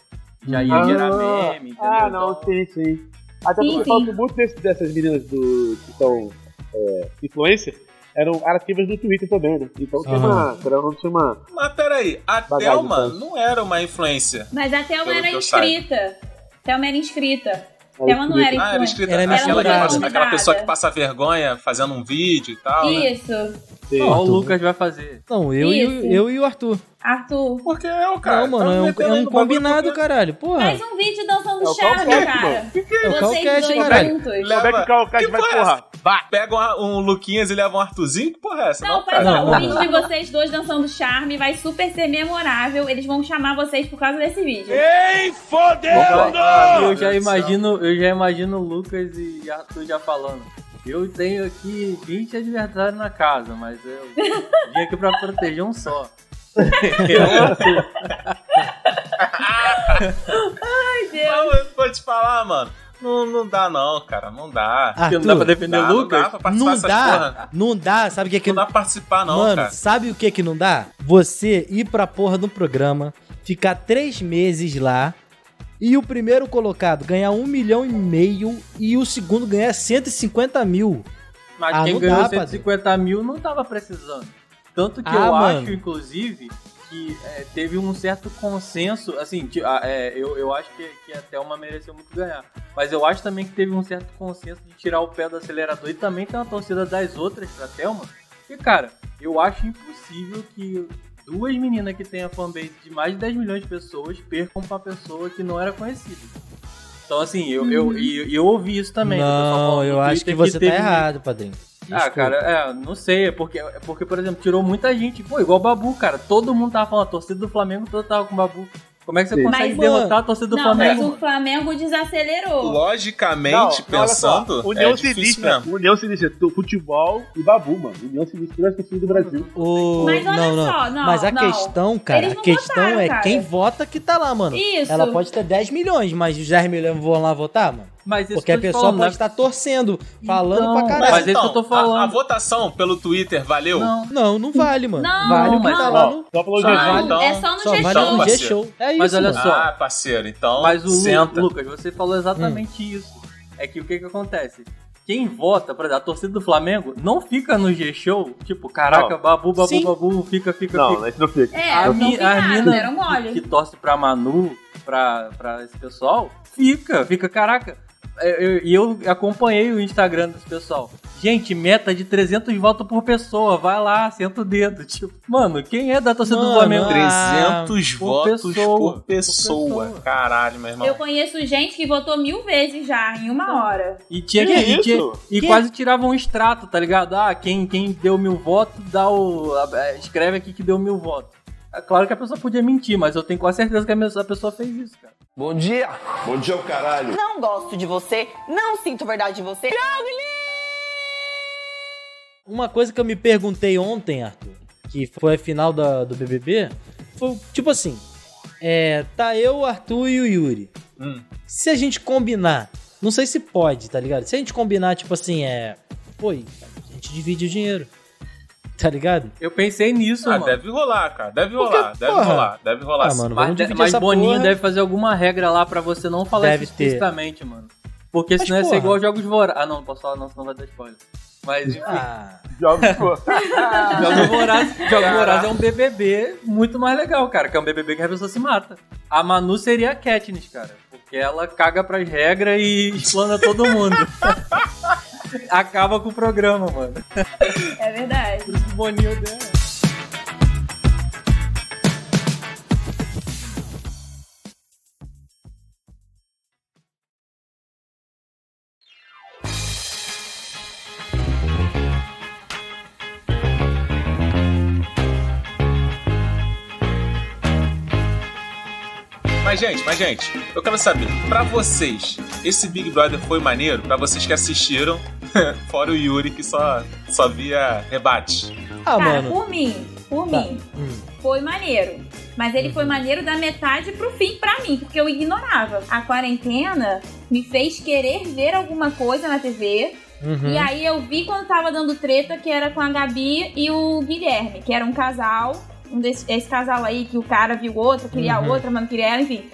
Speaker 7: Já ia gerar meme, entendeu?
Speaker 6: Ah, não,
Speaker 7: Então,
Speaker 6: sim, sim. Até
Speaker 5: Sim,
Speaker 6: porque
Speaker 5: sim.
Speaker 6: eu falo que muito desse- dessas meninas do, que são é, influencer eram ativas no Twitter também, né? Então tinha
Speaker 4: Aham.
Speaker 6: uma. Era, não tinha uma.
Speaker 1: Mas peraí, a
Speaker 6: Bagagem,
Speaker 1: Thelma
Speaker 6: bagagem.
Speaker 1: não era uma influência.
Speaker 5: Mas a Thelma
Speaker 1: Pelo
Speaker 5: era
Speaker 1: que eu saiba.
Speaker 5: inscrita. Thelma era inscrita. Thelma não era
Speaker 1: Ah, era
Speaker 5: influencer.
Speaker 1: escrita
Speaker 4: Era
Speaker 1: aquela, que
Speaker 4: misturada.
Speaker 1: passa- aquela pessoa
Speaker 5: Misturada.
Speaker 1: que passa vergonha fazendo um vídeo e tal, né?
Speaker 5: Isso.
Speaker 6: Sim.
Speaker 7: ó, o
Speaker 4: Arthur.
Speaker 7: Lucas vai fazer.
Speaker 4: não, eu, e o-
Speaker 5: Isso.
Speaker 4: eu e o Arthur.
Speaker 5: Arthur.
Speaker 1: Porque eu, cara.
Speaker 4: não, mano,
Speaker 1: tava
Speaker 4: é um,
Speaker 1: metendo
Speaker 4: é um
Speaker 1: no bagulho
Speaker 4: combinado,
Speaker 1: porque-
Speaker 4: caralho. Porra.
Speaker 5: Faz um vídeo dançando
Speaker 6: É o
Speaker 5: chave,
Speaker 6: Calcast,
Speaker 5: cara.
Speaker 6: mano.
Speaker 4: É o Calcast,
Speaker 5: Vocês dois
Speaker 4: caralho.
Speaker 5: juntos.
Speaker 1: Leva-
Speaker 6: Como é que o Calcate
Speaker 1: Que
Speaker 6: vai,
Speaker 1: porra é essa?
Speaker 6: porra? Vai!
Speaker 1: Pega um, um Luquinhas e leva um Arthurzinho? Que porra é essa?
Speaker 5: Não,
Speaker 1: cara.
Speaker 5: faz
Speaker 4: Não,
Speaker 5: não,
Speaker 4: não.
Speaker 5: o vídeo de vocês dois dançando charme vai super ser memorável. Eles vão chamar vocês por causa desse vídeo.
Speaker 7: E eu
Speaker 1: Meu
Speaker 7: já
Speaker 1: Deus do céu.
Speaker 7: imagino, eu já imagino o Lucas e Arthur já falando. Eu tenho aqui 20 adversários na casa, mas eu vim aqui pra proteger um só.
Speaker 5: Meu Deus.
Speaker 1: Mas eu vou te falar, mano. Não, não dá, não, cara. Não dá.
Speaker 7: Porque
Speaker 4: Arthur,
Speaker 7: não dá pra Ah, defender
Speaker 1: Dá,
Speaker 7: o
Speaker 1: não dá
Speaker 7: Lucas.
Speaker 1: pra participar
Speaker 4: não
Speaker 1: dessas porra.
Speaker 4: dá, não dá, sabe o que é que
Speaker 1: Não dá pra participar, não,
Speaker 4: Mano,
Speaker 1: cara.
Speaker 4: sabe o que que não dá? Você ir pra porra do programa, ficar três meses lá e o primeiro colocado ganhar um milhão e meio e o segundo ganhar 150 mil.
Speaker 7: Mas
Speaker 4: Ah,
Speaker 7: quem
Speaker 4: não
Speaker 7: ganhou
Speaker 4: dá,
Speaker 7: 150 mil não tava precisando. Tanto que
Speaker 4: Ah,
Speaker 7: eu
Speaker 4: mano.
Speaker 7: acho, inclusive, que é, teve um certo consenso. Assim, que, ah, é, eu, eu acho que, que a Thelma mereceu muito ganhar. Mas eu acho também que teve um certo consenso de tirar o pé do acelerador. E também tem uma torcida das outras pra Thelma. Porque, cara, eu acho impossível que duas meninas que têm a fanbase de mais de 10 milhões de pessoas percam pra pessoa que não era conhecida. Então, assim, eu, eu, e- e eu ouvi isso também. né, do pessoal
Speaker 4: Uhum. não,
Speaker 7: falando
Speaker 4: eu
Speaker 7: no
Speaker 4: acho
Speaker 7: Twitter
Speaker 4: que você tá
Speaker 7: teve-
Speaker 4: errado, padrinho.
Speaker 7: ah,
Speaker 4: Desculpa.
Speaker 7: cara, é, não sei, é porque, é porque, por exemplo, tirou muita gente. Pô, igual o Babu, cara. Todo mundo tava falando, a torcida do Flamengo toda tava com o Babu. Como é que você
Speaker 6: Sim.
Speaker 7: consegue
Speaker 4: Mas,
Speaker 7: derrotar
Speaker 4: mano,
Speaker 7: a torcida do
Speaker 5: Não, mas
Speaker 7: Flamengo?
Speaker 5: o Flamengo desacelerou.
Speaker 1: Logicamente,
Speaker 6: Não, olha só,
Speaker 1: pensando,
Speaker 6: União
Speaker 1: é difícil
Speaker 6: Sinistra.
Speaker 1: mesmo.
Speaker 6: União Sinistra. tu- Futebol e babu, mano. União Sinistra, melhor torcida do Brasil.
Speaker 4: O-
Speaker 5: Mas olha
Speaker 4: não, não.
Speaker 5: só, não,
Speaker 4: Mas a
Speaker 5: não.
Speaker 4: questão, cara, a
Speaker 5: Eles não
Speaker 4: questão
Speaker 5: votaram,
Speaker 4: é
Speaker 5: cara.
Speaker 4: quem vota que tá lá, mano.
Speaker 5: Isso.
Speaker 4: Ela pode ter 10 milhões, mas os 10 milhões vão lá votar, mano.
Speaker 7: Mas isso
Speaker 4: Porque
Speaker 7: que
Speaker 4: a
Speaker 7: eu tô
Speaker 4: pessoa
Speaker 7: falando,
Speaker 4: pode
Speaker 7: né?
Speaker 4: estar torcendo, falando
Speaker 7: Então,
Speaker 4: pra caralho.
Speaker 7: mas é isso que eu tô falando.
Speaker 1: A, a votação pelo Twitter valeu?
Speaker 7: Não,
Speaker 4: Não, não vale, mano.
Speaker 5: Não,
Speaker 4: vale o que
Speaker 5: não.
Speaker 4: tá lá
Speaker 6: Ó,
Speaker 4: no,
Speaker 6: só pelo
Speaker 1: Só
Speaker 5: não,
Speaker 1: então-
Speaker 5: é só no
Speaker 4: Só vai
Speaker 1: Então,
Speaker 5: gestão.
Speaker 4: no
Speaker 1: parceiro.
Speaker 4: G-Show. É isso.
Speaker 7: Mas olha
Speaker 4: mano.
Speaker 7: só.
Speaker 1: Ah, parceiro, então
Speaker 7: mas o Lu-
Speaker 1: senta.
Speaker 7: Lucas, você falou exatamente isso. É que o que que acontece? Quem vota, por exemplo, a torcida do Flamengo não fica no G-Show, tipo, caraca,
Speaker 6: Não.
Speaker 7: Babu, Babu,
Speaker 4: Sim.
Speaker 7: Babu, fica, fica, fica.
Speaker 6: Não, esse não fica.
Speaker 5: É,
Speaker 7: a,
Speaker 5: não
Speaker 7: mi- a
Speaker 5: ficaram,
Speaker 7: mina
Speaker 5: deram um mole.
Speaker 7: que, que torce pra Manu, pra, pra esse pessoal, fica, fica, caraca. É, eu- E eu, acompanhei o Instagram desse pessoal. Gente, meta de 300 votos por pessoa, vai lá, senta o dedo. Tipo, mano, quem é da torcida do
Speaker 4: Mano,
Speaker 7: Flamengo?
Speaker 4: ah,
Speaker 1: 300
Speaker 7: por
Speaker 1: votos
Speaker 7: pessoa,
Speaker 1: por,
Speaker 7: por
Speaker 1: pessoa.
Speaker 7: pessoa.
Speaker 1: Caralho, meu irmão.
Speaker 5: Eu conheço gente que votou mil vezes já, em uma hora.
Speaker 7: E tinha
Speaker 6: Que
Speaker 7: que. e
Speaker 6: isso?
Speaker 7: tinha- e
Speaker 4: Que-
Speaker 7: quase tirava um extrato, tá ligado? Ah, quem, quem deu mil votos, dá o. a- a- escreve aqui que deu mil votos. É claro que a pessoa podia mentir, mas eu tenho quase certeza que a mes- a pessoa fez isso, cara.
Speaker 2: Bom dia!
Speaker 11: Bom dia, o caralho.
Speaker 12: Não gosto de você, não sinto verdade de você.
Speaker 4: Uma coisa que eu me perguntei ontem, Arthur, que foi a final da- do BBB, foi tipo assim: é, tá eu, Arthur e o Yuri.
Speaker 1: Hum.
Speaker 4: Se a gente combinar, não sei se pode, tá ligado? Se a gente combinar, tipo assim, é. Pô, a gente divide o dinheiro. Tá ligado?
Speaker 7: Eu pensei nisso,
Speaker 1: Ah,
Speaker 7: mano.
Speaker 1: deve rolar, cara. Deve rolar, deve
Speaker 4: porra.
Speaker 1: rolar, deve rolar.
Speaker 4: Ah,
Speaker 1: sim.
Speaker 4: mano,
Speaker 7: Mas,
Speaker 4: vamos dividir
Speaker 7: mas
Speaker 4: essa
Speaker 7: Boninho
Speaker 4: porra.
Speaker 7: deve fazer alguma regra lá pra você não falar
Speaker 4: Deve
Speaker 7: isso explicitamente, mano. Porque
Speaker 4: Mas,
Speaker 7: senão ia ser
Speaker 4: porra.
Speaker 7: igual aos Jogos Vorazes. Ah, não, posso falar, não, senão vai dar spoiler. Mas enfim.
Speaker 6: Jogos ficou.
Speaker 7: Jogos Vorazes, Jogos Vorazes é um BBB muito mais legal, cara. Que é um BBB que a pessoa se mata. A Manu seria a Katniss, cara. Porque ela caga pras regras e explana todo mundo. Acaba com o programa, mano.
Speaker 8: É verdade.
Speaker 7: Por isso que o Boninho dela.
Speaker 1: Mas, gente, mas, gente, eu quero saber, pra vocês, esse Big Brother foi maneiro? Pra vocês que assistiram, fora o Yuri que só, só via rebate.
Speaker 4: Ah,
Speaker 8: Cara,
Speaker 4: mano.
Speaker 8: por mim, por
Speaker 4: Tá. Uhum.
Speaker 8: mim, foi maneiro. Mas ele foi maneiro da metade pro fim pra mim, porque eu ignorava. A quarentena me fez querer ver alguma coisa na TV.
Speaker 4: Uhum.
Speaker 8: E aí eu vi quando tava dando treta que era com a Gabi e o Guilherme, que era um casal. Um desse, esse casal aí que o cara viu o outro, queria a
Speaker 4: Uhum.
Speaker 8: outra, mas não queria ela, enfim.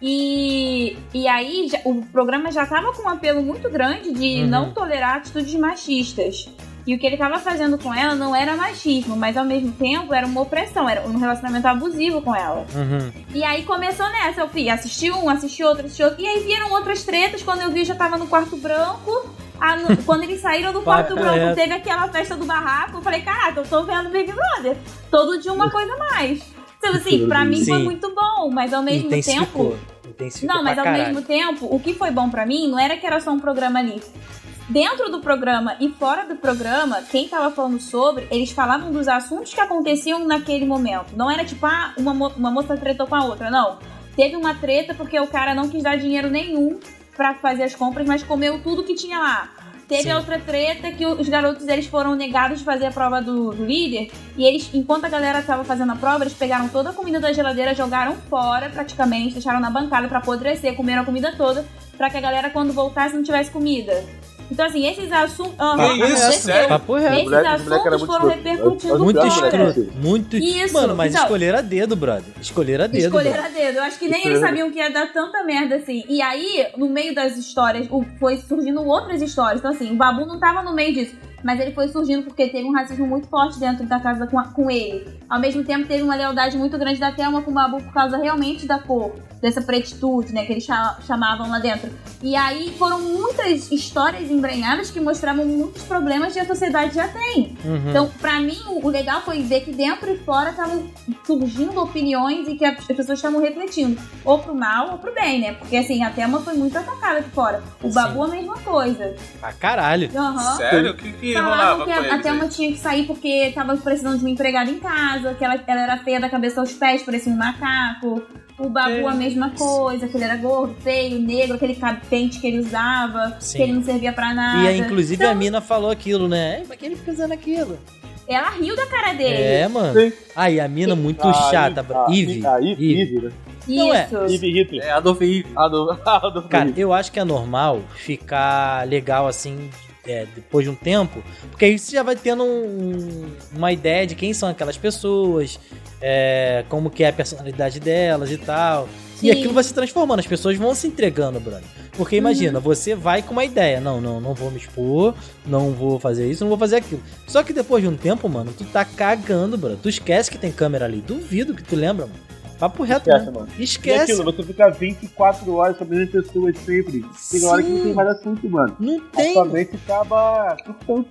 Speaker 8: E, e aí já- o programa já tava com um apelo muito grande de
Speaker 4: Uhum.
Speaker 8: não tolerar atitudes machistas. E o que ele tava fazendo com ela não era machismo, mas ao mesmo tempo era uma opressão, era um relacionamento abusivo com ela.
Speaker 4: Uhum.
Speaker 8: E aí começou nessa, eu fui, assisti um, assisti outro, assisti outro. E aí vieram outras tretas, quando eu vi eu já tava no quarto branco. Ah, no- quando eles saíram do quarto
Speaker 4: Papo
Speaker 8: branco,
Speaker 4: reto.
Speaker 8: teve aquela festa do barraco. Eu falei, caraca, eu tô vendo Big Brother. Todo dia uma coisa a mais. Então, assim, pra mim foi
Speaker 4: Sim.
Speaker 8: muito bom, mas ao mesmo tempo.
Speaker 4: Intensificou. Intensificou
Speaker 8: Não, mas
Speaker 4: pra
Speaker 8: ao
Speaker 4: caralho.
Speaker 8: mesmo tempo, o que foi bom pra mim não era que era só um programa ali. Dentro do programa e fora do programa, quem tava falando sobre, eles falavam dos assuntos que aconteciam naquele momento. Não era tipo, ah, uma, mo- uma moça tretou com a outra, não. Teve uma treta porque o cara não quis dar dinheiro nenhum pra fazer as compras, mas comeu tudo que tinha lá. Teve
Speaker 4: Sim.
Speaker 8: a outra treta que os garotos eles foram negados de fazer a prova do, do líder e eles, enquanto a galera tava fazendo a prova, eles pegaram toda a comida da geladeira, jogaram fora praticamente, deixaram na bancada pra apodrecer, comeram a comida toda, pra que a galera quando voltasse não tivesse comida. Então assim, esses assuntos, Aham,
Speaker 1: Que isso,
Speaker 8: aconteceu.
Speaker 1: sério?
Speaker 4: Papo reto.
Speaker 8: esses
Speaker 6: moleque- esse moleque era
Speaker 8: assuntos
Speaker 6: muito
Speaker 8: foram
Speaker 6: escroto.
Speaker 8: repercutindo
Speaker 4: Muito
Speaker 6: Não,
Speaker 8: fora.
Speaker 6: cara.
Speaker 4: escroto. Muito
Speaker 8: Isso,
Speaker 4: Mano, mas
Speaker 8: então-
Speaker 4: escolher a dedo, brother. Escolher a dedo. então.
Speaker 8: Escolher
Speaker 4: brother.
Speaker 8: a dedo. Eu acho que nem eles sabiam que ia dar tanta merda assim. E aí, no meio das histórias, o- foi surgindo outras histórias. Então, assim, o Babu não tava no meio disso. Mas ele foi surgindo porque teve um racismo muito forte dentro da casa com, a- com ele. Ao mesmo tempo, teve uma lealdade muito grande da Thelma com o Babu por causa realmente da cor, dessa pretitude, né, que eles cha- chamavam lá dentro. E aí foram muitas histórias embrenhadas que mostravam muitos problemas que a sociedade já tem.
Speaker 4: Uhum.
Speaker 8: Então, pra mim, o o legal foi ver que dentro e fora estavam surgindo opiniões e que as pessoas estavam refletindo. Ou pro mal ou pro bem, né? Porque assim, a Thelma foi muito atacada aqui fora. O
Speaker 4: Sim.
Speaker 8: Babu a mesma coisa.
Speaker 4: Pra caralho.
Speaker 8: Aham.
Speaker 1: Sério? O que, que rolava
Speaker 8: Falaram que
Speaker 1: com
Speaker 8: a, a
Speaker 1: eles?
Speaker 8: Thelma
Speaker 1: aí?
Speaker 8: tinha que sair porque tava precisando de uma empregada em casa, que ela, ela era feia da cabeça aos pés, parecia um macaco. O Babu a mesma coisa, que ele era gordo, feio, negro, aquele cab- pente que ele usava,
Speaker 4: Sim.
Speaker 8: que ele não servia pra
Speaker 4: E
Speaker 8: nada. Então-
Speaker 4: aí, inclusive a mina falou aquilo, né? É, pra que ele fica usando aquilo?
Speaker 8: Ela riu da cara dele.
Speaker 4: É, mano.
Speaker 6: Sim.
Speaker 4: Aí a mina muito
Speaker 6: Ah,
Speaker 4: chata,
Speaker 6: Eve-
Speaker 4: bro.
Speaker 6: ah,
Speaker 4: Eve.
Speaker 6: Ah, Eve,
Speaker 4: Eve.
Speaker 6: Eve, né?
Speaker 4: Não é.
Speaker 8: Isso.
Speaker 6: Eve Hitler.
Speaker 7: É Adolf Hitler.
Speaker 6: Adolfo, Adolfo
Speaker 4: Cara,
Speaker 6: Hitler.
Speaker 4: eu acho que é normal ficar legal assim é, depois de um tempo, porque aí você já vai tendo um- uma ideia de quem são aquelas pessoas, é, como que é a personalidade delas e tal. E
Speaker 8: Sim.
Speaker 4: aquilo vai se transformando, as pessoas vão se entregando, Bruno. Porque imagina,
Speaker 6: Uhum.
Speaker 4: você vai com uma ideia, não, não, não vou me expor, não vou fazer isso, não vou fazer aquilo. Só que depois de um tempo, mano, tu tá cagando, Bruno. Tu esquece que tem câmera ali. Duvido que tu lembra, mano. Papo reto,
Speaker 6: Esquece,
Speaker 4: né?
Speaker 6: mano. E
Speaker 4: Esquece.
Speaker 6: aquilo, você fica 24 horas com as mesmas pessoas sempre. Tem hora que não tem
Speaker 4: Sim.
Speaker 6: mais assunto, mano.
Speaker 4: Não
Speaker 6: A
Speaker 4: tem.
Speaker 6: sua mente acaba surtando.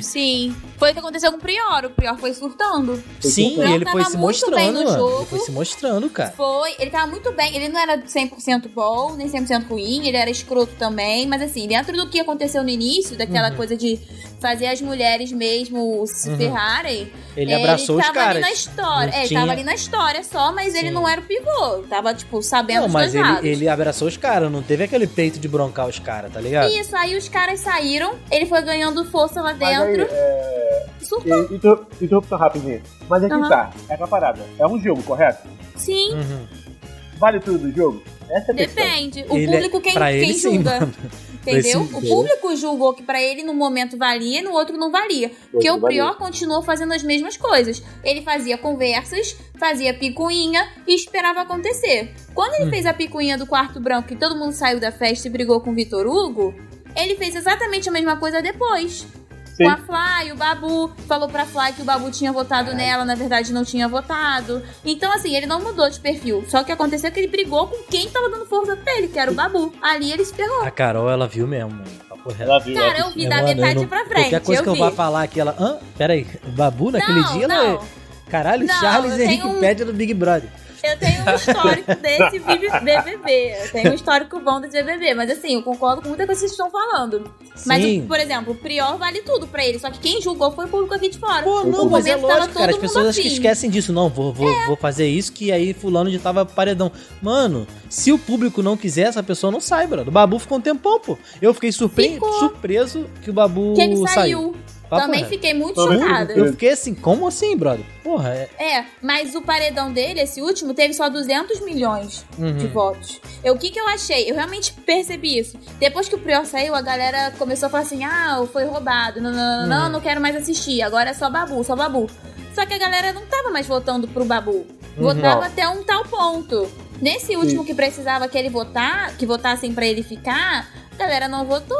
Speaker 8: Sim. Foi o que aconteceu com o Prior. O Prior foi surtando.
Speaker 4: Sim,
Speaker 8: Ela
Speaker 4: e ele
Speaker 8: tava
Speaker 4: foi se
Speaker 8: muito
Speaker 4: mostrando,
Speaker 8: bem no
Speaker 4: mano.
Speaker 8: jogo.
Speaker 4: Ele foi se mostrando, cara.
Speaker 8: Foi. Ele tava muito bem. Ele não era 100% bom, nem 100% ruim. Ele era escroto também. Mas assim, dentro do que aconteceu no início, daquela
Speaker 4: Uhum.
Speaker 8: coisa de fazer as mulheres mesmo se
Speaker 4: Uhum.
Speaker 8: ferrarem.
Speaker 4: Ele abraçou os
Speaker 8: tava
Speaker 4: caras.
Speaker 8: ali na história.
Speaker 4: Não
Speaker 8: É, ele
Speaker 4: tinha-
Speaker 8: tava ali na história só, mas ele
Speaker 4: Sim.
Speaker 8: não era o pivô. Tava, tipo, sabendo
Speaker 4: Não,
Speaker 8: os
Speaker 4: mas
Speaker 8: dois lados.
Speaker 4: ele, ele abraçou os caras, não teve aquele peito de broncar os caras, tá ligado?
Speaker 8: Isso, aí os caras saíram, ele foi ganhando força lá
Speaker 6: Mas aí,
Speaker 8: dentro. Surtou,
Speaker 6: é, inter- interrupção rapidinha. Mas é que
Speaker 8: Aham.
Speaker 6: tá, é a parada. É um jogo, correto?
Speaker 8: sim,
Speaker 4: Uhum.
Speaker 6: Vale tudo do jogo? Essa é a questão.
Speaker 8: depende. O
Speaker 4: Ele- é-
Speaker 8: público quem,
Speaker 4: pra ele
Speaker 8: quem
Speaker 4: sim,
Speaker 8: julga.
Speaker 4: mano.
Speaker 8: Entendeu?
Speaker 4: Esse
Speaker 8: O
Speaker 4: jogo.
Speaker 8: público julgou que pra ele num momento valia e no outro não valia. Porque o
Speaker 6: Vale.
Speaker 8: Prior continuou fazendo as mesmas coisas. Ele fazia conversas, fazia picuinha e esperava acontecer. Quando ele
Speaker 4: Hum.
Speaker 8: fez a picuinha do quarto branco e todo mundo saiu da festa e brigou com o Vitor Hugo, ele fez exatamente a mesma coisa depois.
Speaker 6: Sim.
Speaker 8: com a Fly, o Babu. Falou pra Fly que o Babu tinha votado nela, na verdade não tinha votado. Então, assim, ele não mudou de perfil. Só que aconteceu que ele brigou com quem tava dando força pra ele, que era o Babu. Ali ele se ferrou.
Speaker 4: A Carol, ela viu mesmo. mano. Papo reto. É,
Speaker 6: Ela viu.
Speaker 8: Cara, eu vi da metade pra frente.
Speaker 4: Qualquer coisa
Speaker 8: eu
Speaker 4: que eu
Speaker 8: vi.
Speaker 4: vá falar aqui, ela. Hã? Peraí, Babu naquele
Speaker 8: Não,
Speaker 4: dia? é
Speaker 8: não.
Speaker 4: Ela... Caralho,
Speaker 8: Não,
Speaker 4: Charles
Speaker 8: eu tenho
Speaker 4: Henrique
Speaker 8: um-
Speaker 4: Pede do Big Brother.
Speaker 8: Eu tenho um histórico desse vídeo BBB. Eu tenho um histórico bom desse BBB. Mas assim, eu concordo com muita coisa que vocês estão falando. Mas,
Speaker 4: Sim.
Speaker 8: por exemplo, o Prior vale tudo pra ele. Só que quem julgou foi o público aqui de fora.
Speaker 4: Pô, não,
Speaker 8: No
Speaker 4: mas é
Speaker 8: começo tava
Speaker 4: lógico,
Speaker 8: todo
Speaker 4: cara. As
Speaker 8: mundo
Speaker 4: pessoas acho que
Speaker 8: afim. É.
Speaker 4: esquecem disso. Não, vou, vou, vou fazer isso, que aí fulano já tava paredão. Mano, se o público não quiser, essa pessoa não sai, brother. O Babu ficou um tempão, pô. Eu fiquei surpre-
Speaker 8: Ficou.
Speaker 4: surpreso que o Babu
Speaker 8: é Que ele
Speaker 4: saiu.
Speaker 8: saiu.
Speaker 4: Papo
Speaker 8: Também
Speaker 4: reto.
Speaker 8: fiquei muito
Speaker 6: Também
Speaker 8: chocada.
Speaker 4: Eu fiquei assim, como assim, brother? Porra, é...
Speaker 8: É, mas o paredão dele, esse último, teve só 200 milhões de
Speaker 4: Uhum.
Speaker 8: votos. Eu, o que, que eu achei? Eu realmente percebi isso. Depois que o Prior saiu, a galera começou a falar assim: ah, foi roubado, não, não, não, não,
Speaker 4: Hum.
Speaker 8: não quero mais assistir, agora é só babu, só babu. Só que a galera não tava mais votando pro babu.
Speaker 4: Uhum.
Speaker 8: Votava até um tal ponto. Nesse último que precisava que ele votar, que votassem pra ele ficar, a galera não votou.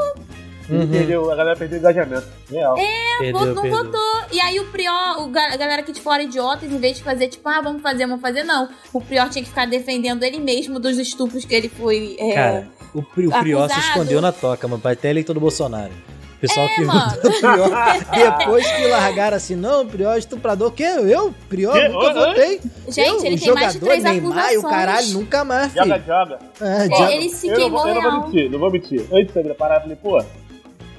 Speaker 4: Uhum.
Speaker 6: Entendeu? A galera perdeu o engajamento. Real.
Speaker 4: Perdeu,
Speaker 8: É, não
Speaker 4: perdeu.
Speaker 8: votou. E aí o Prior, o ga- a galera aqui de fora idiota, em vez de fazer tipo, ah, vamos fazer, vamos fazer, não. O Prior tinha que ficar defendendo ele mesmo dos estupros que ele foi. é,
Speaker 4: Cara, o, pri- o
Speaker 8: Acusado. É,
Speaker 4: Prió se escondeu na toca, mano. Pra até eleitor do Bolsonaro. O pessoal que
Speaker 8: mano.
Speaker 4: votou no Prió. Depois que largaram assim, não, o Prió é estuprador. O quê? Eu? Prió?
Speaker 6: Que?
Speaker 4: Nunca
Speaker 6: Oi,
Speaker 4: votei.
Speaker 8: Gente,
Speaker 4: eu,
Speaker 8: ele tem mais de três
Speaker 4: Neymar e o
Speaker 8: acusações.
Speaker 4: caralho, nunca mais, filho.
Speaker 6: Joga, joga.
Speaker 4: É,
Speaker 8: É,
Speaker 4: já-
Speaker 8: ele se
Speaker 6: eu não
Speaker 8: queimou
Speaker 6: vou, eu não vou
Speaker 8: real.
Speaker 6: mentir, não vou mentir. Antes de eu parar, eu falei, pô,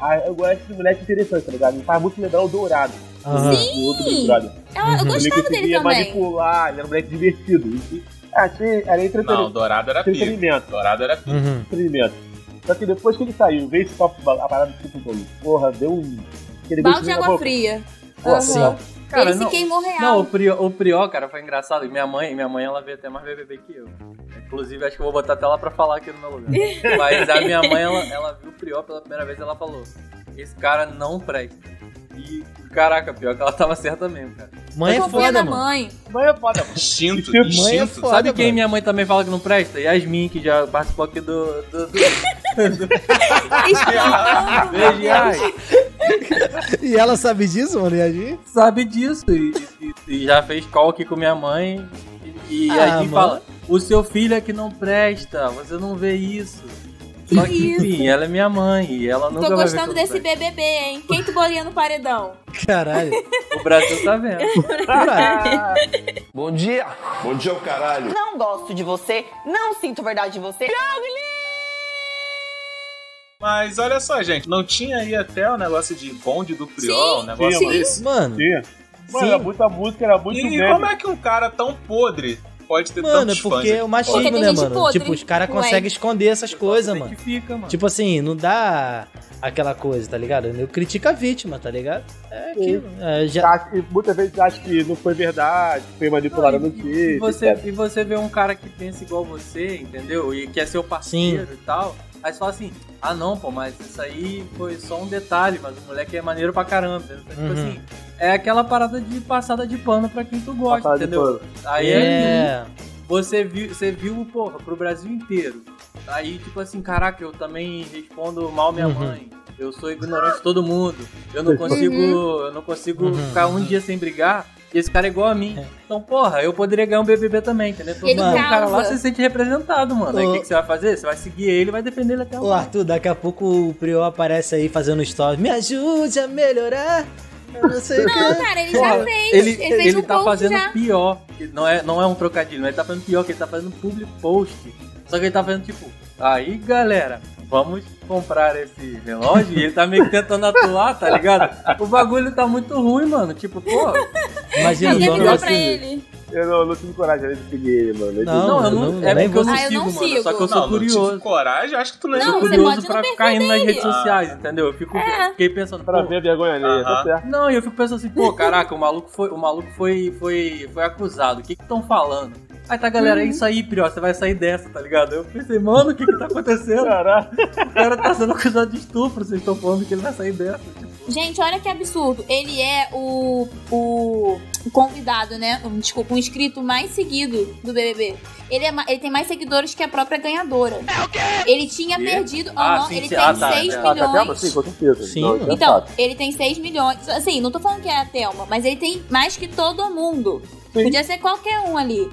Speaker 6: ah, eu gosto de moleque interessante, tá ligado? Ele faz muito legal o Dourado.
Speaker 4: Aham.
Speaker 6: O outro Big Brother.
Speaker 8: Eu, eu
Speaker 6: Ele é
Speaker 8: gostava dele
Speaker 6: conseguia
Speaker 8: também.
Speaker 6: manipular, ele era um moleque divertido. E- e- Achei, era
Speaker 1: Não,
Speaker 6: entretenimento.
Speaker 1: Dourado era pico.
Speaker 6: entretenimento,
Speaker 1: Dourado era pico.
Speaker 4: Uhum.
Speaker 6: entretenimento. Só que depois que ele saiu, veio esse papo, a parada do tipo, porra, deu um... aquele
Speaker 8: Balde
Speaker 6: gosto
Speaker 8: de
Speaker 6: na
Speaker 8: água
Speaker 6: boca.
Speaker 8: fria.
Speaker 6: Pô,
Speaker 8: Aham.
Speaker 4: sim.
Speaker 7: Cara,
Speaker 8: ele
Speaker 7: não-
Speaker 8: se queimou real.
Speaker 7: Não, o Prió, o Prió, cara, foi engraçado. E minha mãe, minha mãe, ela vê até mais BBB que eu. Inclusive, acho que eu vou botar até ela pra falar aqui no meu lugar. Mas a minha mãe, ela, ela viu o Prió pela primeira vez e ela falou: Esse cara não presta. E, caraca, pior que ela tava certa mesmo, cara.
Speaker 4: Mãe é
Speaker 8: Eu confio
Speaker 4: foda,
Speaker 8: na
Speaker 4: mano.
Speaker 8: mãe.
Speaker 6: Mas é foda, mano.
Speaker 1: Instinto,
Speaker 6: Mãe é
Speaker 1: instinto.
Speaker 4: foda.
Speaker 7: Sabe quem
Speaker 4: brother.
Speaker 7: minha mãe também fala que não presta? Yasmin, que já participou aqui do. do, do...
Speaker 8: Explicando, meu
Speaker 7: Beijo,
Speaker 8: Deus.
Speaker 7: Yas.
Speaker 4: E ela sabe disso, mano? E a gente?
Speaker 7: sabe disso e, e- e já fez call aqui com minha mãe e, e
Speaker 4: Ah,
Speaker 7: aí
Speaker 4: mano.
Speaker 7: fala o seu filho é que não presta você não vê isso só que enfim ela é minha mãe e ela nunca
Speaker 8: Tô
Speaker 7: vai ver
Speaker 8: gostando
Speaker 7: que eu não
Speaker 8: desse BBB, hein? Quem tu bolinha no paredão?
Speaker 4: Caralho.
Speaker 7: presto. o Brasil tá vendo
Speaker 13: Bom dia.
Speaker 14: Bom dia, o caralho.
Speaker 12: Não gosto de você, não sinto verdade de você.
Speaker 1: Mas olha só, gente, não tinha aí até o negócio de bonde do Priol, um negócio
Speaker 6: sim.
Speaker 1: desse?
Speaker 4: mano, é
Speaker 6: Tinha. Mano,
Speaker 4: Sim.
Speaker 6: era muita música, era muito
Speaker 1: e
Speaker 6: meme.
Speaker 1: como é que um cara tão podre pode ter
Speaker 4: mano, é
Speaker 1: tantos fãs?
Speaker 4: porque é o
Speaker 8: Porque
Speaker 4: machismo,
Speaker 8: tem
Speaker 4: né,
Speaker 8: gente
Speaker 4: mano?
Speaker 8: podre,
Speaker 4: Tipo, os caras
Speaker 8: ué.
Speaker 4: conseguem esconder essas coisas, mano.
Speaker 7: identifica mano
Speaker 4: Tipo assim, não dá aquela coisa, tá ligado? Eu critico a vítima, tá ligado? É aquilo. É, já...
Speaker 6: Acho que muitas vezes acho que não foi verdade, foi manipulada no
Speaker 7: e, e
Speaker 6: dia.
Speaker 7: você e você vê um cara que pensa igual você entendeu e que é seu parceiro e tal aí você fala assim ah não pô mas isso aí foi só um detalhe mas o moleque é maneiro pra caramba entendeu? Então, tipo
Speaker 4: Uhum.
Speaker 7: assim é aquela parada de passada de pano pra quem tu gosta
Speaker 6: Passada de
Speaker 7: entendeu
Speaker 6: pano.
Speaker 7: aí é
Speaker 4: é.
Speaker 7: você viu, você viu, porra, pro Brasil inteiro. Aí, tipo assim, caraca, eu também respondo mal minha
Speaker 4: Uhum.
Speaker 7: mãe. Eu sou ignorante de todo mundo. Eu não consigo, eu não consigo
Speaker 4: Uhum.
Speaker 7: ficar um dia sem brigar. E esse cara é igual a mim. Então, porra, eu poderia ganhar um BBB também, entendeu? Então,
Speaker 8: Ele
Speaker 7: mano, o cara lá
Speaker 8: causa.
Speaker 7: você se sente representado, mano. Aí o
Speaker 4: Ô.
Speaker 7: que, que você vai fazer? Você vai seguir ele e vai defender ele até o
Speaker 4: Ô Arthur, daqui a pouco o Priol aparece aí fazendo stories. Me ajude a melhorar. Eu não sei o
Speaker 8: Não,
Speaker 4: que.
Speaker 8: cara, ele
Speaker 7: Porra,
Speaker 8: já fez. Ele, fez um
Speaker 7: tá
Speaker 8: ponto
Speaker 7: fazendo
Speaker 8: já.
Speaker 7: pior. Não é, não é um trocadilho, mas ele tá fazendo pior, que ele tá fazendo public post. Só que ele tá fazendo tipo, aí galera, vamos comprar esse relógio. E ele tá meio que tentando atuar, tá ligado? O bagulho tá muito ruim, mano. Tipo, pô,
Speaker 4: Imagina o
Speaker 8: Alguém
Speaker 4: dono
Speaker 8: avisou pra
Speaker 4: desse.
Speaker 8: ele.
Speaker 6: Eu não, não tive coragem de seguir ele,
Speaker 4: Não,
Speaker 6: mano.
Speaker 7: não, eu
Speaker 4: eu
Speaker 7: não.
Speaker 4: não-
Speaker 7: é
Speaker 4: nem
Speaker 7: porque eu
Speaker 8: vou-
Speaker 7: não
Speaker 8: Ah, eu
Speaker 7: sigo,
Speaker 8: não
Speaker 7: mano. Só que
Speaker 8: sigo.
Speaker 7: eu sou
Speaker 1: Não, não tive
Speaker 7: curioso.
Speaker 1: coragem, acho que tu não é
Speaker 7: Eu
Speaker 8: Não,
Speaker 7: sou
Speaker 8: você
Speaker 7: curioso
Speaker 8: pode não
Speaker 7: pra
Speaker 8: defender
Speaker 7: ficar indo nas redes
Speaker 1: ele.
Speaker 7: sociais, entendeu? Eu fico,
Speaker 8: É.
Speaker 7: fiquei pensando,
Speaker 6: Pra
Speaker 7: pô,
Speaker 6: ver a vergonha alheia, tá
Speaker 1: Aham.
Speaker 6: certo.
Speaker 7: Não, e eu fico pensando assim, pô, caraca, o maluco foi, o maluco foi, foi, foi acusado. O que que estão falando? Aí tá, galera, é
Speaker 8: Uhum.
Speaker 7: isso aí, Prió, você vai sair dessa, tá ligado? Eu pensei, mano, o que que tá acontecendo?
Speaker 6: Caralho.
Speaker 7: O cara tá sendo acusado de estupro, vocês estão falando que ele vai sair dessa. Tipo,
Speaker 8: Gente, olha que absurdo. Ele é o, o o convidado, né? Um, Desculpa, um inscrito mais seguido do BBB. Ele, é ma- ele tem mais seguidores que a própria ganhadora. É o quê? Ele tinha
Speaker 6: Quê?
Speaker 8: perdido.
Speaker 6: Ah,
Speaker 8: aham,
Speaker 6: sim,
Speaker 8: ele
Speaker 6: sim.
Speaker 8: tem
Speaker 6: Ah,
Speaker 8: 6
Speaker 6: tá,
Speaker 8: milhões.
Speaker 6: né? Ah, tá, Thelma? Sim, com certeza. Sim. Não, isso é
Speaker 8: então,
Speaker 6: fato.
Speaker 8: ele tem 6 milhões. Assim, não tô falando que é a Thelma, mas ele tem mais que todo mundo. Podia ser qualquer um ali.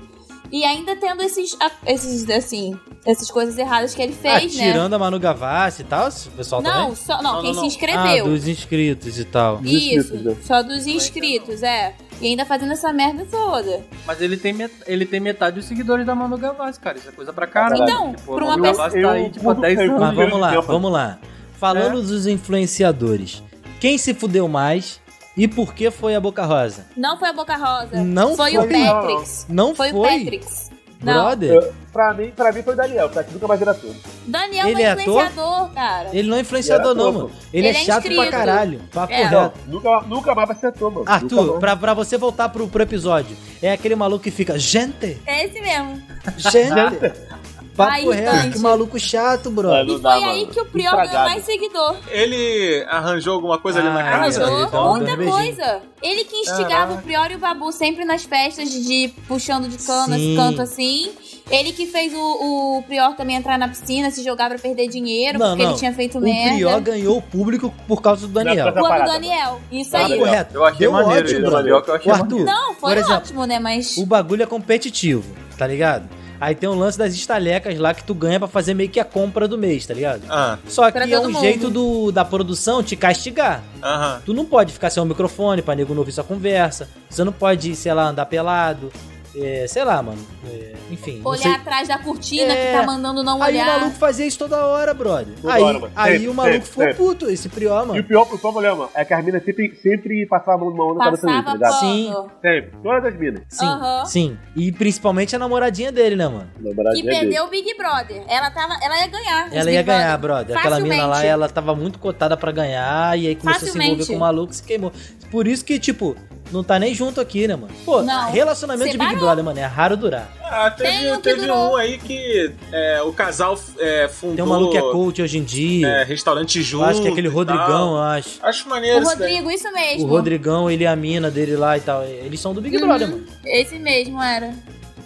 Speaker 8: E ainda tendo esses, a- esses assim, essas coisas erradas que ele fez,
Speaker 4: ah,
Speaker 8: né?
Speaker 4: tirando a Manu Gavassi e tal, o pessoal
Speaker 8: Não,
Speaker 4: também?
Speaker 8: só, não, quem se
Speaker 4: Ah,
Speaker 8: inscreveu.
Speaker 4: dos inscritos e tal.
Speaker 8: Isso, só dos inscritos, é. E ainda fazendo essa merda toda.
Speaker 7: Mas ele tem, met- ele tem metade dos seguidores da Manu Gavassi, cara. Isso é coisa pra caralho.
Speaker 8: Então,
Speaker 7: tipo, a
Speaker 8: pra uma
Speaker 7: Manu
Speaker 8: pessoa-
Speaker 7: Gavassi tá aí, tipo, há 10 anos.
Speaker 4: Mas vamos lá, vamos lá. Falando dos influenciadores, quem se fudeu mais e por que foi a Boca Rosa?
Speaker 8: Não foi a Boca Rosa.
Speaker 4: Não
Speaker 8: É. foi.
Speaker 4: foi.
Speaker 8: o Patrix.
Speaker 4: Não
Speaker 8: foi.
Speaker 4: foi?
Speaker 8: o Patrix. Não.
Speaker 4: Brother?
Speaker 6: Eu- pra, mim, pra mim foi o Daniel, cara, que nunca mais era tudo.
Speaker 8: Daniel
Speaker 4: Ele
Speaker 8: é
Speaker 4: é
Speaker 8: um
Speaker 4: ator?
Speaker 8: influenciador, cara.
Speaker 4: Ele não é influenciador,
Speaker 6: Ele
Speaker 4: não,
Speaker 6: era
Speaker 4: mano.
Speaker 6: fofo.
Speaker 4: Ele,
Speaker 8: Ele
Speaker 4: é
Speaker 8: é
Speaker 4: chato pra
Speaker 8: inscrito.
Speaker 4: caralho. Papo
Speaker 8: É.
Speaker 4: reto.
Speaker 6: Nunca, nunca mais vai ser ator, mano.
Speaker 4: Arthur,
Speaker 6: Nunca mais.
Speaker 4: pra, pra você voltar pro, pro episódio, é aquele maluco que fica, gente,
Speaker 8: É esse mesmo.
Speaker 4: gente.
Speaker 8: Aí, então,
Speaker 4: Papo reto,
Speaker 8: Dante.
Speaker 4: que maluco chato, brother.
Speaker 8: E foi aí que o Priol ganhou
Speaker 1: Estragado.
Speaker 8: mais seguidor.
Speaker 1: Ele arranjou alguma coisa ali na
Speaker 4: Ah,
Speaker 1: casa?
Speaker 4: ele tá dando
Speaker 8: Muita
Speaker 4: beijinho.
Speaker 8: coisa. Ele que instigava o Prior e o Babu sempre nas festas de puxando de cana,
Speaker 4: Sim.
Speaker 8: canto assim. Ele que fez o, o Prior também entrar na piscina, se jogar pra perder dinheiro,
Speaker 4: Não,
Speaker 8: porque
Speaker 4: não.
Speaker 8: ele tinha feito
Speaker 4: O
Speaker 8: merda.
Speaker 4: Prió ganhou o público por causa do Daniel.
Speaker 8: O ano do
Speaker 6: Parada.
Speaker 8: Daniel. Isso
Speaker 4: Papo
Speaker 8: aí.
Speaker 4: reto.
Speaker 7: Eu achei
Speaker 4: Deu
Speaker 7: maneiro
Speaker 4: Tá ótimo,
Speaker 7: isso,
Speaker 4: brother.
Speaker 7: Daniel, que eu achei
Speaker 4: O Arthur,
Speaker 8: Não, foi
Speaker 4: por exemplo,
Speaker 8: ótimo, né? Mas.
Speaker 4: o bagulho é competitivo, tá ligado? Aí tem um lance das estalecas lá que tu ganha pra fazer meio que a compra do mês, tá ligado?
Speaker 1: Ah,
Speaker 4: Só que
Speaker 8: Pra
Speaker 4: é
Speaker 8: todo
Speaker 4: um
Speaker 8: mundo.
Speaker 4: jeito do, da produção te castigar.
Speaker 1: aham.
Speaker 4: Tu não pode ficar sem o microfone pra nego não ouvir sua conversa. Você não pode, sei lá, andar pelado. É, sei lá, mano. É, enfim. não
Speaker 8: Olhar
Speaker 4: sei.
Speaker 8: atrás da cortina
Speaker 4: É.
Speaker 8: que tá mandando não
Speaker 4: Aí o
Speaker 8: olhar.
Speaker 4: maluco fazia isso toda hora, brother.
Speaker 6: Toda
Speaker 4: aí
Speaker 6: hora, mano.
Speaker 4: aí
Speaker 6: Sempre,
Speaker 4: o maluco
Speaker 6: sempre,
Speaker 4: ficou
Speaker 6: sempre.
Speaker 4: puto, esse prió,
Speaker 6: E o
Speaker 4: mano.
Speaker 6: pior, o pior problema é que as minas sempre, sempre passavam a mão numa onda cabeça dele, tá
Speaker 8: Passava
Speaker 6: ligado?
Speaker 8: pano.
Speaker 6: Sempre. Todas as minas.
Speaker 4: Sim,
Speaker 8: Aham.
Speaker 4: sim. E principalmente a namoradinha dele, né, mano?
Speaker 8: Que perdeu o Big Brother. Ela, tava, ela ia ganhar. os
Speaker 4: Ela
Speaker 8: Big
Speaker 4: ia ganhar,
Speaker 8: Brother.
Speaker 4: brother. Aquela mina lá,
Speaker 8: Facilmente.
Speaker 4: ela tava muito cotada pra ganhar e aí começou a se envolver
Speaker 8: Facilmente.
Speaker 4: com o maluco e se queimou. Por isso que, tipo, não tá nem junto aqui, né, mano? Pô,
Speaker 8: Não.
Speaker 4: relacionamento de Big
Speaker 8: Separou.
Speaker 4: Brother, mano, é raro durar.
Speaker 1: Ah, teve,
Speaker 8: Tem um que
Speaker 1: teve
Speaker 8: durou.
Speaker 1: um aí que é, o casal é, fundou.
Speaker 4: Tem um maluco que é coach hoje em dia.
Speaker 1: é, restaurante
Speaker 4: Eu
Speaker 1: junto.
Speaker 4: acho que é aquele
Speaker 1: e
Speaker 6: tá.
Speaker 4: Rodrigão,
Speaker 1: tal.
Speaker 4: eu acho.
Speaker 1: Acho maneiro
Speaker 8: O
Speaker 1: isso daí.
Speaker 8: Rodrigo, isso mesmo.
Speaker 4: O Rodrigão, ele e a mina dele lá e tal. Eles são do Big
Speaker 8: Uhum.
Speaker 4: Brother, mano.
Speaker 8: Esse mesmo era.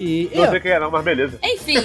Speaker 4: E, e,
Speaker 6: Não
Speaker 4: ó,
Speaker 6: sei quem é não, mas beleza.
Speaker 8: Enfim.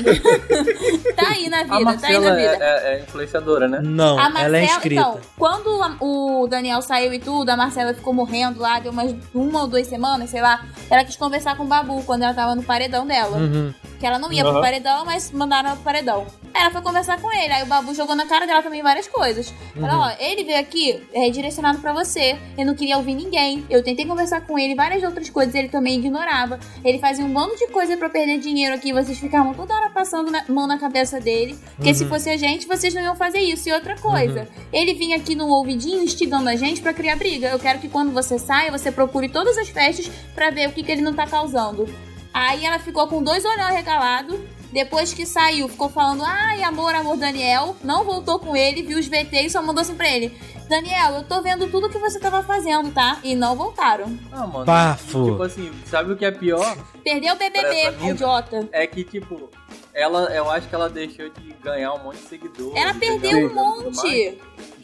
Speaker 8: tá aí na
Speaker 7: A
Speaker 8: vida, tá aí
Speaker 7: Marcela
Speaker 8: na vida.
Speaker 7: é, é- é influenciadora, né?
Speaker 4: não,
Speaker 8: A Marcela,
Speaker 4: ela é inscrita.
Speaker 8: então, quando a- o Daniel saiu e tudo, a Marcela ficou morrendo lá, deu umas uma ou duas semanas, sei lá. Ela quis conversar com o Babu quando ela tava no paredão dela.
Speaker 4: Uhum.
Speaker 8: Que ela não ia pro
Speaker 6: Aham.
Speaker 8: paredão, mas mandaram ela pro paredão. Aí Ela foi conversar com ele, aí o Babu jogou na cara dela também várias coisas. Ela, ó, ele veio aqui é, direcionado pra você, eu não queria ouvir ninguém. Eu tentei conversar com ele, várias outras coisas ele também ignorava. Ele fazia um bando de coisa pra perder dinheiro aqui, vocês ficavam toda hora passando na- mão na cabeça dele. Porque se fosse a gente, vocês não iam fazer isso. E outra coisa, ele vinha aqui no ouvidinho instigando a gente pra criar briga. Eu quero que quando você saia, você procure todas as festas pra ver o que, que ele não tá causando. Aí ela ficou com dois olhão regalado. Depois que saiu, ficou falando: ai, amor, amor, Daniel. Não voltou com ele, viu os VT e só mandou assim pra ele: Daniel, eu tô vendo tudo que você tava fazendo, tá? E não voltaram.
Speaker 7: Ah, mano.
Speaker 4: Bafo.
Speaker 7: Tipo assim, sabe o que é pior?
Speaker 8: Perdeu o
Speaker 7: Parece a
Speaker 8: BBB,
Speaker 7: mina.
Speaker 8: idiota.
Speaker 7: É que, tipo, ela, eu acho que ela deixou de ganhar um monte de seguidores.
Speaker 8: Ela
Speaker 7: de
Speaker 8: perdeu um
Speaker 7: ganhar tudo mais,
Speaker 8: monte.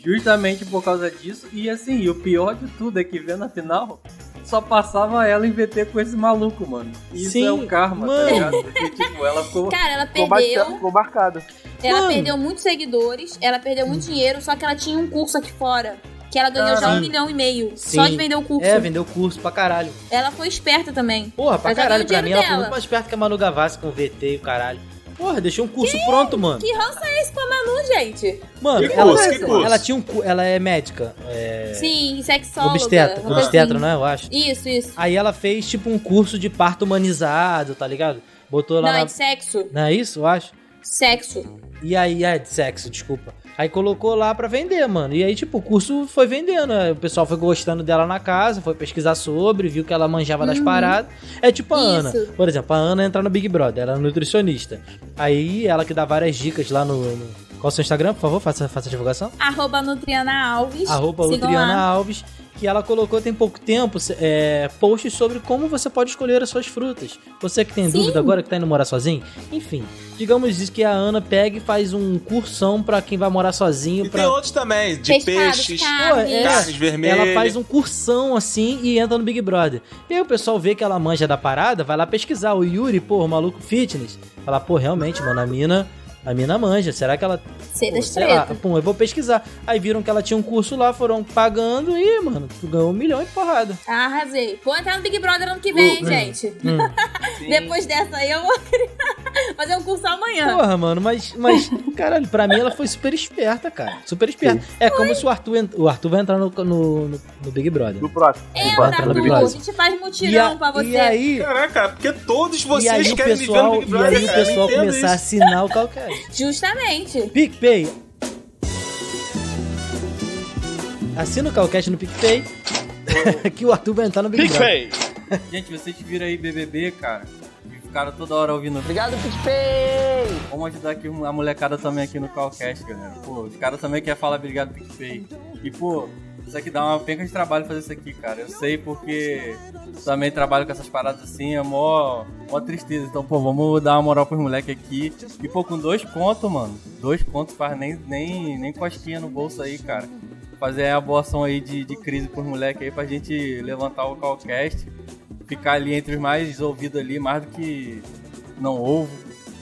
Speaker 7: Justamente por causa disso. E assim, e o pior de tudo é que vendo a final, só passava ela em VT com esse maluco, mano. E Isso
Speaker 4: Sim,
Speaker 7: é o karma,
Speaker 4: mano.
Speaker 7: tá ligado? Porque, tipo, ela ficou.
Speaker 8: Cara, ela
Speaker 6: Ficou mais-
Speaker 8: perdeu.
Speaker 6: Ficou marcada.
Speaker 8: Ela
Speaker 4: Mano.
Speaker 8: perdeu muitos seguidores, ela perdeu muito dinheiro, só que ela tinha um curso aqui fora. Que ela ganhou já
Speaker 4: Caralho.
Speaker 8: um milhão e meio.
Speaker 4: Sim.
Speaker 8: Só de vender o curso.
Speaker 4: É, vendeu curso pra caralho.
Speaker 8: Ela foi esperta também.
Speaker 4: Porra, pra
Speaker 8: Mas ela
Speaker 4: caralho.
Speaker 8: ganhou
Speaker 4: Pra
Speaker 8: dinheiro
Speaker 4: mim, ela foi
Speaker 8: dela.
Speaker 4: muito mais perto que a Manu Gavassi com o VT e o caralho. Porra, deixou um curso pronto, mano.
Speaker 8: Que ranço é esse com a Manu, gente?
Speaker 4: Mano,
Speaker 1: Que
Speaker 4: ela,
Speaker 1: curso, que curso?
Speaker 4: ela tinha um cu- Ela é médica. É...
Speaker 8: Sim, sexóloga.
Speaker 4: Obstetra.
Speaker 8: uma coisa
Speaker 4: Obstetra,
Speaker 8: assim.
Speaker 4: né? Eu acho.
Speaker 8: Isso, isso.
Speaker 4: Aí ela fez tipo um curso de parto humanizado, tá ligado? Botou lá
Speaker 8: Não, é
Speaker 4: na.
Speaker 8: de sexo.
Speaker 4: Não é isso, eu acho?
Speaker 8: Sexo.
Speaker 4: E aí, é de sexo, desculpa. Aí colocou lá pra vender, mano. E aí, tipo, o curso foi vendendo. né? O pessoal foi gostando dela na casa, foi pesquisar sobre, viu que ela manjava das paradas. É tipo a
Speaker 8: Isso.
Speaker 4: Ana. Por exemplo, a Ana entrar no Big Brother, ela é nutricionista. Aí ela que dá várias dicas lá no. no... Qual é o seu Instagram, por favor? Faça, faça a divulgação.
Speaker 8: Arroba Nutriana Alves.
Speaker 4: Arroba
Speaker 8: Sigam
Speaker 4: Lutriana
Speaker 8: lá.
Speaker 4: Alves. que ela colocou tem pouco tempo é, posts sobre como você pode escolher as suas frutas. Você que tem dúvida agora, que tá indo morar sozinho? Enfim, digamos isso que a Ana pega e faz um cursão pra quem vai morar sozinho.
Speaker 1: E
Speaker 4: pra...
Speaker 1: tem outros também, de
Speaker 8: Pescados,
Speaker 1: peixes,
Speaker 8: carnes.
Speaker 1: é. carnes vermelhas.
Speaker 4: Ela faz um cursão assim e entra no Big Brother. E aí o pessoal vê que ela manja da parada, vai lá pesquisar. O Yuri, pô, o maluco fitness. Fala, pô, realmente, mano, a mina. A mina manja. Será que ela.
Speaker 8: Sei
Speaker 4: Pô,
Speaker 8: das
Speaker 4: sei lá,
Speaker 8: tretas.
Speaker 4: pum, eu vou pesquisar. Aí viram que ela tinha um curso lá, foram pagando e, mano, tu ganhou um milhão de porrada.
Speaker 8: Ah, arrasei. Vou entrar no Big Brother ano que vem,
Speaker 4: Hum,
Speaker 8: gente.
Speaker 4: hum.
Speaker 8: Depois dessa aí eu vou fazer um curso
Speaker 1: É.
Speaker 8: amanhã.
Speaker 4: Porra, mano, mas, mas caralho, pra mim ela foi super esperta, cara. Super esperta. É como se o Arthur. ent- O Arthur vai entrar no, no, no- no Big Brother. No
Speaker 6: próximo.
Speaker 4: É,
Speaker 8: Tá, Arthur, a gente faz mutirão
Speaker 4: E a-
Speaker 8: pra você.
Speaker 4: e aí-
Speaker 1: Caraca, porque todos vocês
Speaker 4: e aí o
Speaker 1: querem me ver no
Speaker 4: pessoal,
Speaker 1: Big
Speaker 4: e
Speaker 1: Brother.
Speaker 4: aí o
Speaker 1: cara, eu
Speaker 4: pessoal
Speaker 1: entendo
Speaker 4: começar a
Speaker 1: isso.
Speaker 4: assinar o calcanhar.
Speaker 8: Justamente.
Speaker 4: PicPay. Assina o Calcast no PicPay. que o Arthur vai entrar no Big Brother.
Speaker 7: Gente, vocês viram aí BBB, cara. E Ficaram toda hora ouvindo.
Speaker 2: Obrigado, PicPay!
Speaker 7: Vamos ajudar aqui a molecada também aqui no Calcast, galera. Pô, os caras também querem falar obrigado, PicPay. E, pô, isso aqui dá uma penca de trabalho fazer isso aqui, cara. Eu sei porque eu também trabalho com essas paradas assim, é mó, mó tristeza. Então, pô, vamos dar uma moral pros moleques aqui. E, pô, com dois contos, mano. Dois contos faz nem, nem, nem cosquinha no bolso aí, cara. Fazer a boa ação aí de, de crise pros moleques aí pra gente levantar o Calcast. Ficar ali entre os mais ouvidos ali, mais do que não ovo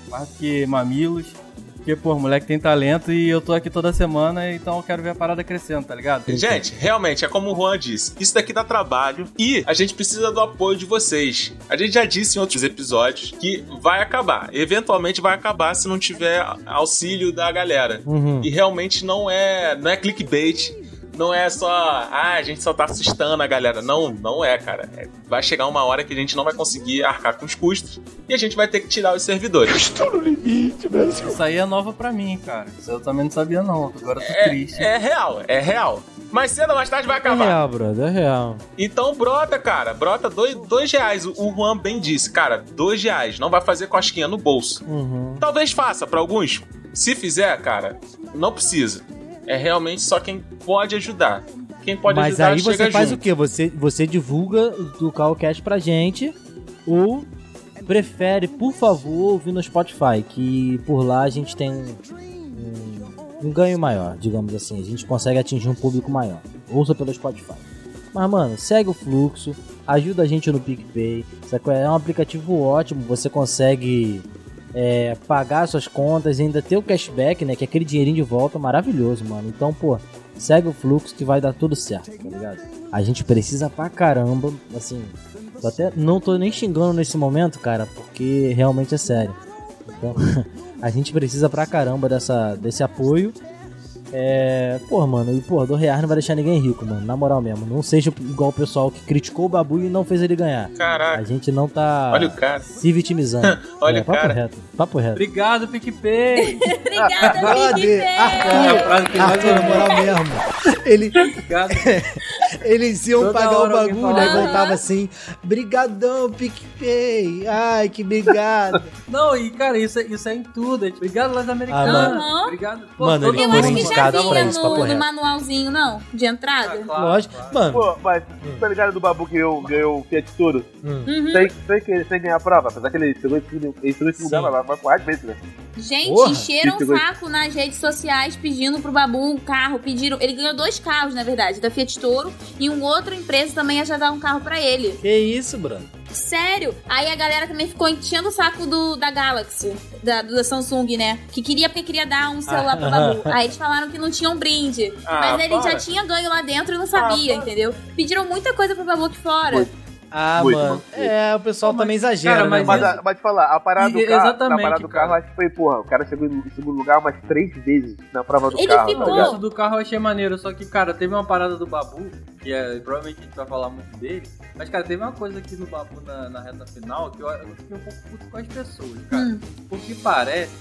Speaker 7: mais do que mamilos. Porque, pô, o moleque tem talento e eu tô aqui toda semana, então eu quero ver a parada crescendo, tá ligado?
Speaker 1: Gente, realmente, é como o Juan disse, isso daqui dá trabalho e a gente precisa do apoio de vocês. A gente já disse em outros episódios que vai acabar, eventualmente vai acabar se não tiver auxílio da galera.
Speaker 4: Uhum.
Speaker 1: E realmente não é, não é clickbait, não é só, ah, a gente só tá assustando a galera. Não, não é, cara. É, vai chegar uma hora que a gente não vai conseguir arcar com os custos e a gente vai ter que tirar os servidores.
Speaker 7: Isso aí é nova pra mim, cara. Isso eu também não sabia, não. Agora eu tô triste.
Speaker 1: É real, é real. Mais cedo ou mais tarde vai
Speaker 4: É
Speaker 1: acabar.
Speaker 4: real, brother, é real.
Speaker 1: Então brota, cara. Brota dois, dois reais. O- O Juan bem disse, cara, dois reais. Não vai fazer cosquinha no bolso.
Speaker 4: Uhum.
Speaker 1: Talvez faça pra alguns. Se fizer, cara, não precisa. É realmente só quem pode ajudar. Quem pode
Speaker 4: Mas
Speaker 1: ajudar
Speaker 4: aí
Speaker 1: chega
Speaker 4: você faz
Speaker 1: junto.
Speaker 4: o quê? Você, você divulga o Calcast pra gente ou prefere, por favor, ouvir no Spotify, que por lá a gente tem um, um- um ganho maior, digamos assim. A gente consegue atingir um público maior. Ouça pelo Spotify. Mas, mano, segue o fluxo, ajuda a gente no PicPay. sabe qual é? É um aplicativo ótimo, você consegue é, pagar suas contas e ainda ter o cashback, né? Que é aquele dinheirinho de volta maravilhoso, mano. Então, pô, segue o fluxo que vai dar tudo certo, tá ligado? A gente precisa pra caramba, assim. Tô até, não tô nem xingando nesse momento, cara, porque realmente é sério. Então, a gente precisa pra caramba dessa, desse apoio. É. Pô, mano, e pô, do real não vai deixar ninguém rico, mano. Na moral mesmo. Não seja igual o pessoal que criticou o Babu e não fez ele ganhar.
Speaker 1: Caraca.
Speaker 4: A gente não tá
Speaker 1: Olha o cara.
Speaker 4: se vitimizando.
Speaker 1: Olha
Speaker 4: É,
Speaker 1: o
Speaker 4: papo
Speaker 1: cara.
Speaker 4: reto. Papo reto.
Speaker 7: Obrigado, PicPay!
Speaker 8: Obrigada, Big
Speaker 4: Ah,
Speaker 7: É a
Speaker 8: Bang.
Speaker 7: frase que mais
Speaker 2: Arthur, Ah, na
Speaker 7: eu
Speaker 2: moral mesmo. Ele,
Speaker 7: Obrigado.
Speaker 2: eles iam
Speaker 7: Toda
Speaker 2: pagar o
Speaker 7: hora alguém
Speaker 2: bagulho, aí
Speaker 8: falava.
Speaker 2: voltava assim. Brigadão, PicPay. Ai, que obrigado.
Speaker 7: Não, e cara, isso, é- isso é em tudo. é tipo, Obrigado, Las
Speaker 4: Ah,
Speaker 7: Americanas.
Speaker 4: mano.
Speaker 8: Aham.
Speaker 7: Obrigado.
Speaker 4: Mano,
Speaker 7: todo
Speaker 4: ele
Speaker 8: Eu
Speaker 7: mundo.
Speaker 8: acho que já
Speaker 4: Indicado pra
Speaker 8: vinha
Speaker 4: isso, papo
Speaker 8: no, no
Speaker 4: reto.
Speaker 8: manualzinho, não? De entrada?
Speaker 7: Ah, Claro,
Speaker 4: Lógico.
Speaker 7: claro.
Speaker 4: Mano.
Speaker 6: Pô, mas tá ligado do babu que eu ganhou o Fiat Toro?
Speaker 4: hum.
Speaker 8: Uhum.
Speaker 6: Sem, sem, que- sem ganhar a prova, apesar que ele chegou em segundo em segundo
Speaker 4: Sim.
Speaker 6: lugar, mas vai- vai quatro vezes, né?
Speaker 8: Gente,
Speaker 4: Porra,
Speaker 8: encheram
Speaker 6: que
Speaker 8: o
Speaker 6: coisa.
Speaker 8: saco nas redes sociais pedindo pro Babu um carro. Pediram. Ele ganhou dois carros, na verdade, da Fiat Toro e um outra empresa também ia já dar um carro pra ele.
Speaker 4: Que isso, Bruno?
Speaker 8: Sério? Aí a galera também ficou enchendo o saco do, da Galaxy, da, da Samsung, né? Que queria porque queria dar um celular pro Babu. Aí eles falaram que não tinha um brinde.
Speaker 1: Ah,
Speaker 8: mas ele
Speaker 1: para. Ah,
Speaker 8: já tinha ganho lá dentro e não sabia, entendeu? Pediram muita coisa pro Babu aqui fora.
Speaker 4: Ah,
Speaker 6: Muito,
Speaker 4: mano. É, o pessoal
Speaker 7: Mas-
Speaker 4: também exagera,
Speaker 7: cara,
Speaker 4: né,
Speaker 7: mas
Speaker 6: Mas,
Speaker 4: mano?
Speaker 6: a, mas te falar, a parada do
Speaker 7: E-
Speaker 6: carro, na
Speaker 7: exatamente,
Speaker 6: parada do carro,
Speaker 7: cara.
Speaker 6: acho que foi, porra, o cara chegou em segundo lugar umas três vezes na prova do
Speaker 8: Ele
Speaker 6: carro.
Speaker 8: ficou.
Speaker 6: tá
Speaker 7: O
Speaker 6: ligado?
Speaker 7: gosto do carro eu achei maneiro, só que, cara, teve uma parada do Babu, que é, provavelmente a gente vai falar muito dele, mas, cara, teve uma coisa aqui no Babu na, na reta final que eu, eu fiquei um pouco puto com as pessoas, cara.
Speaker 8: Hum.
Speaker 7: Porque parece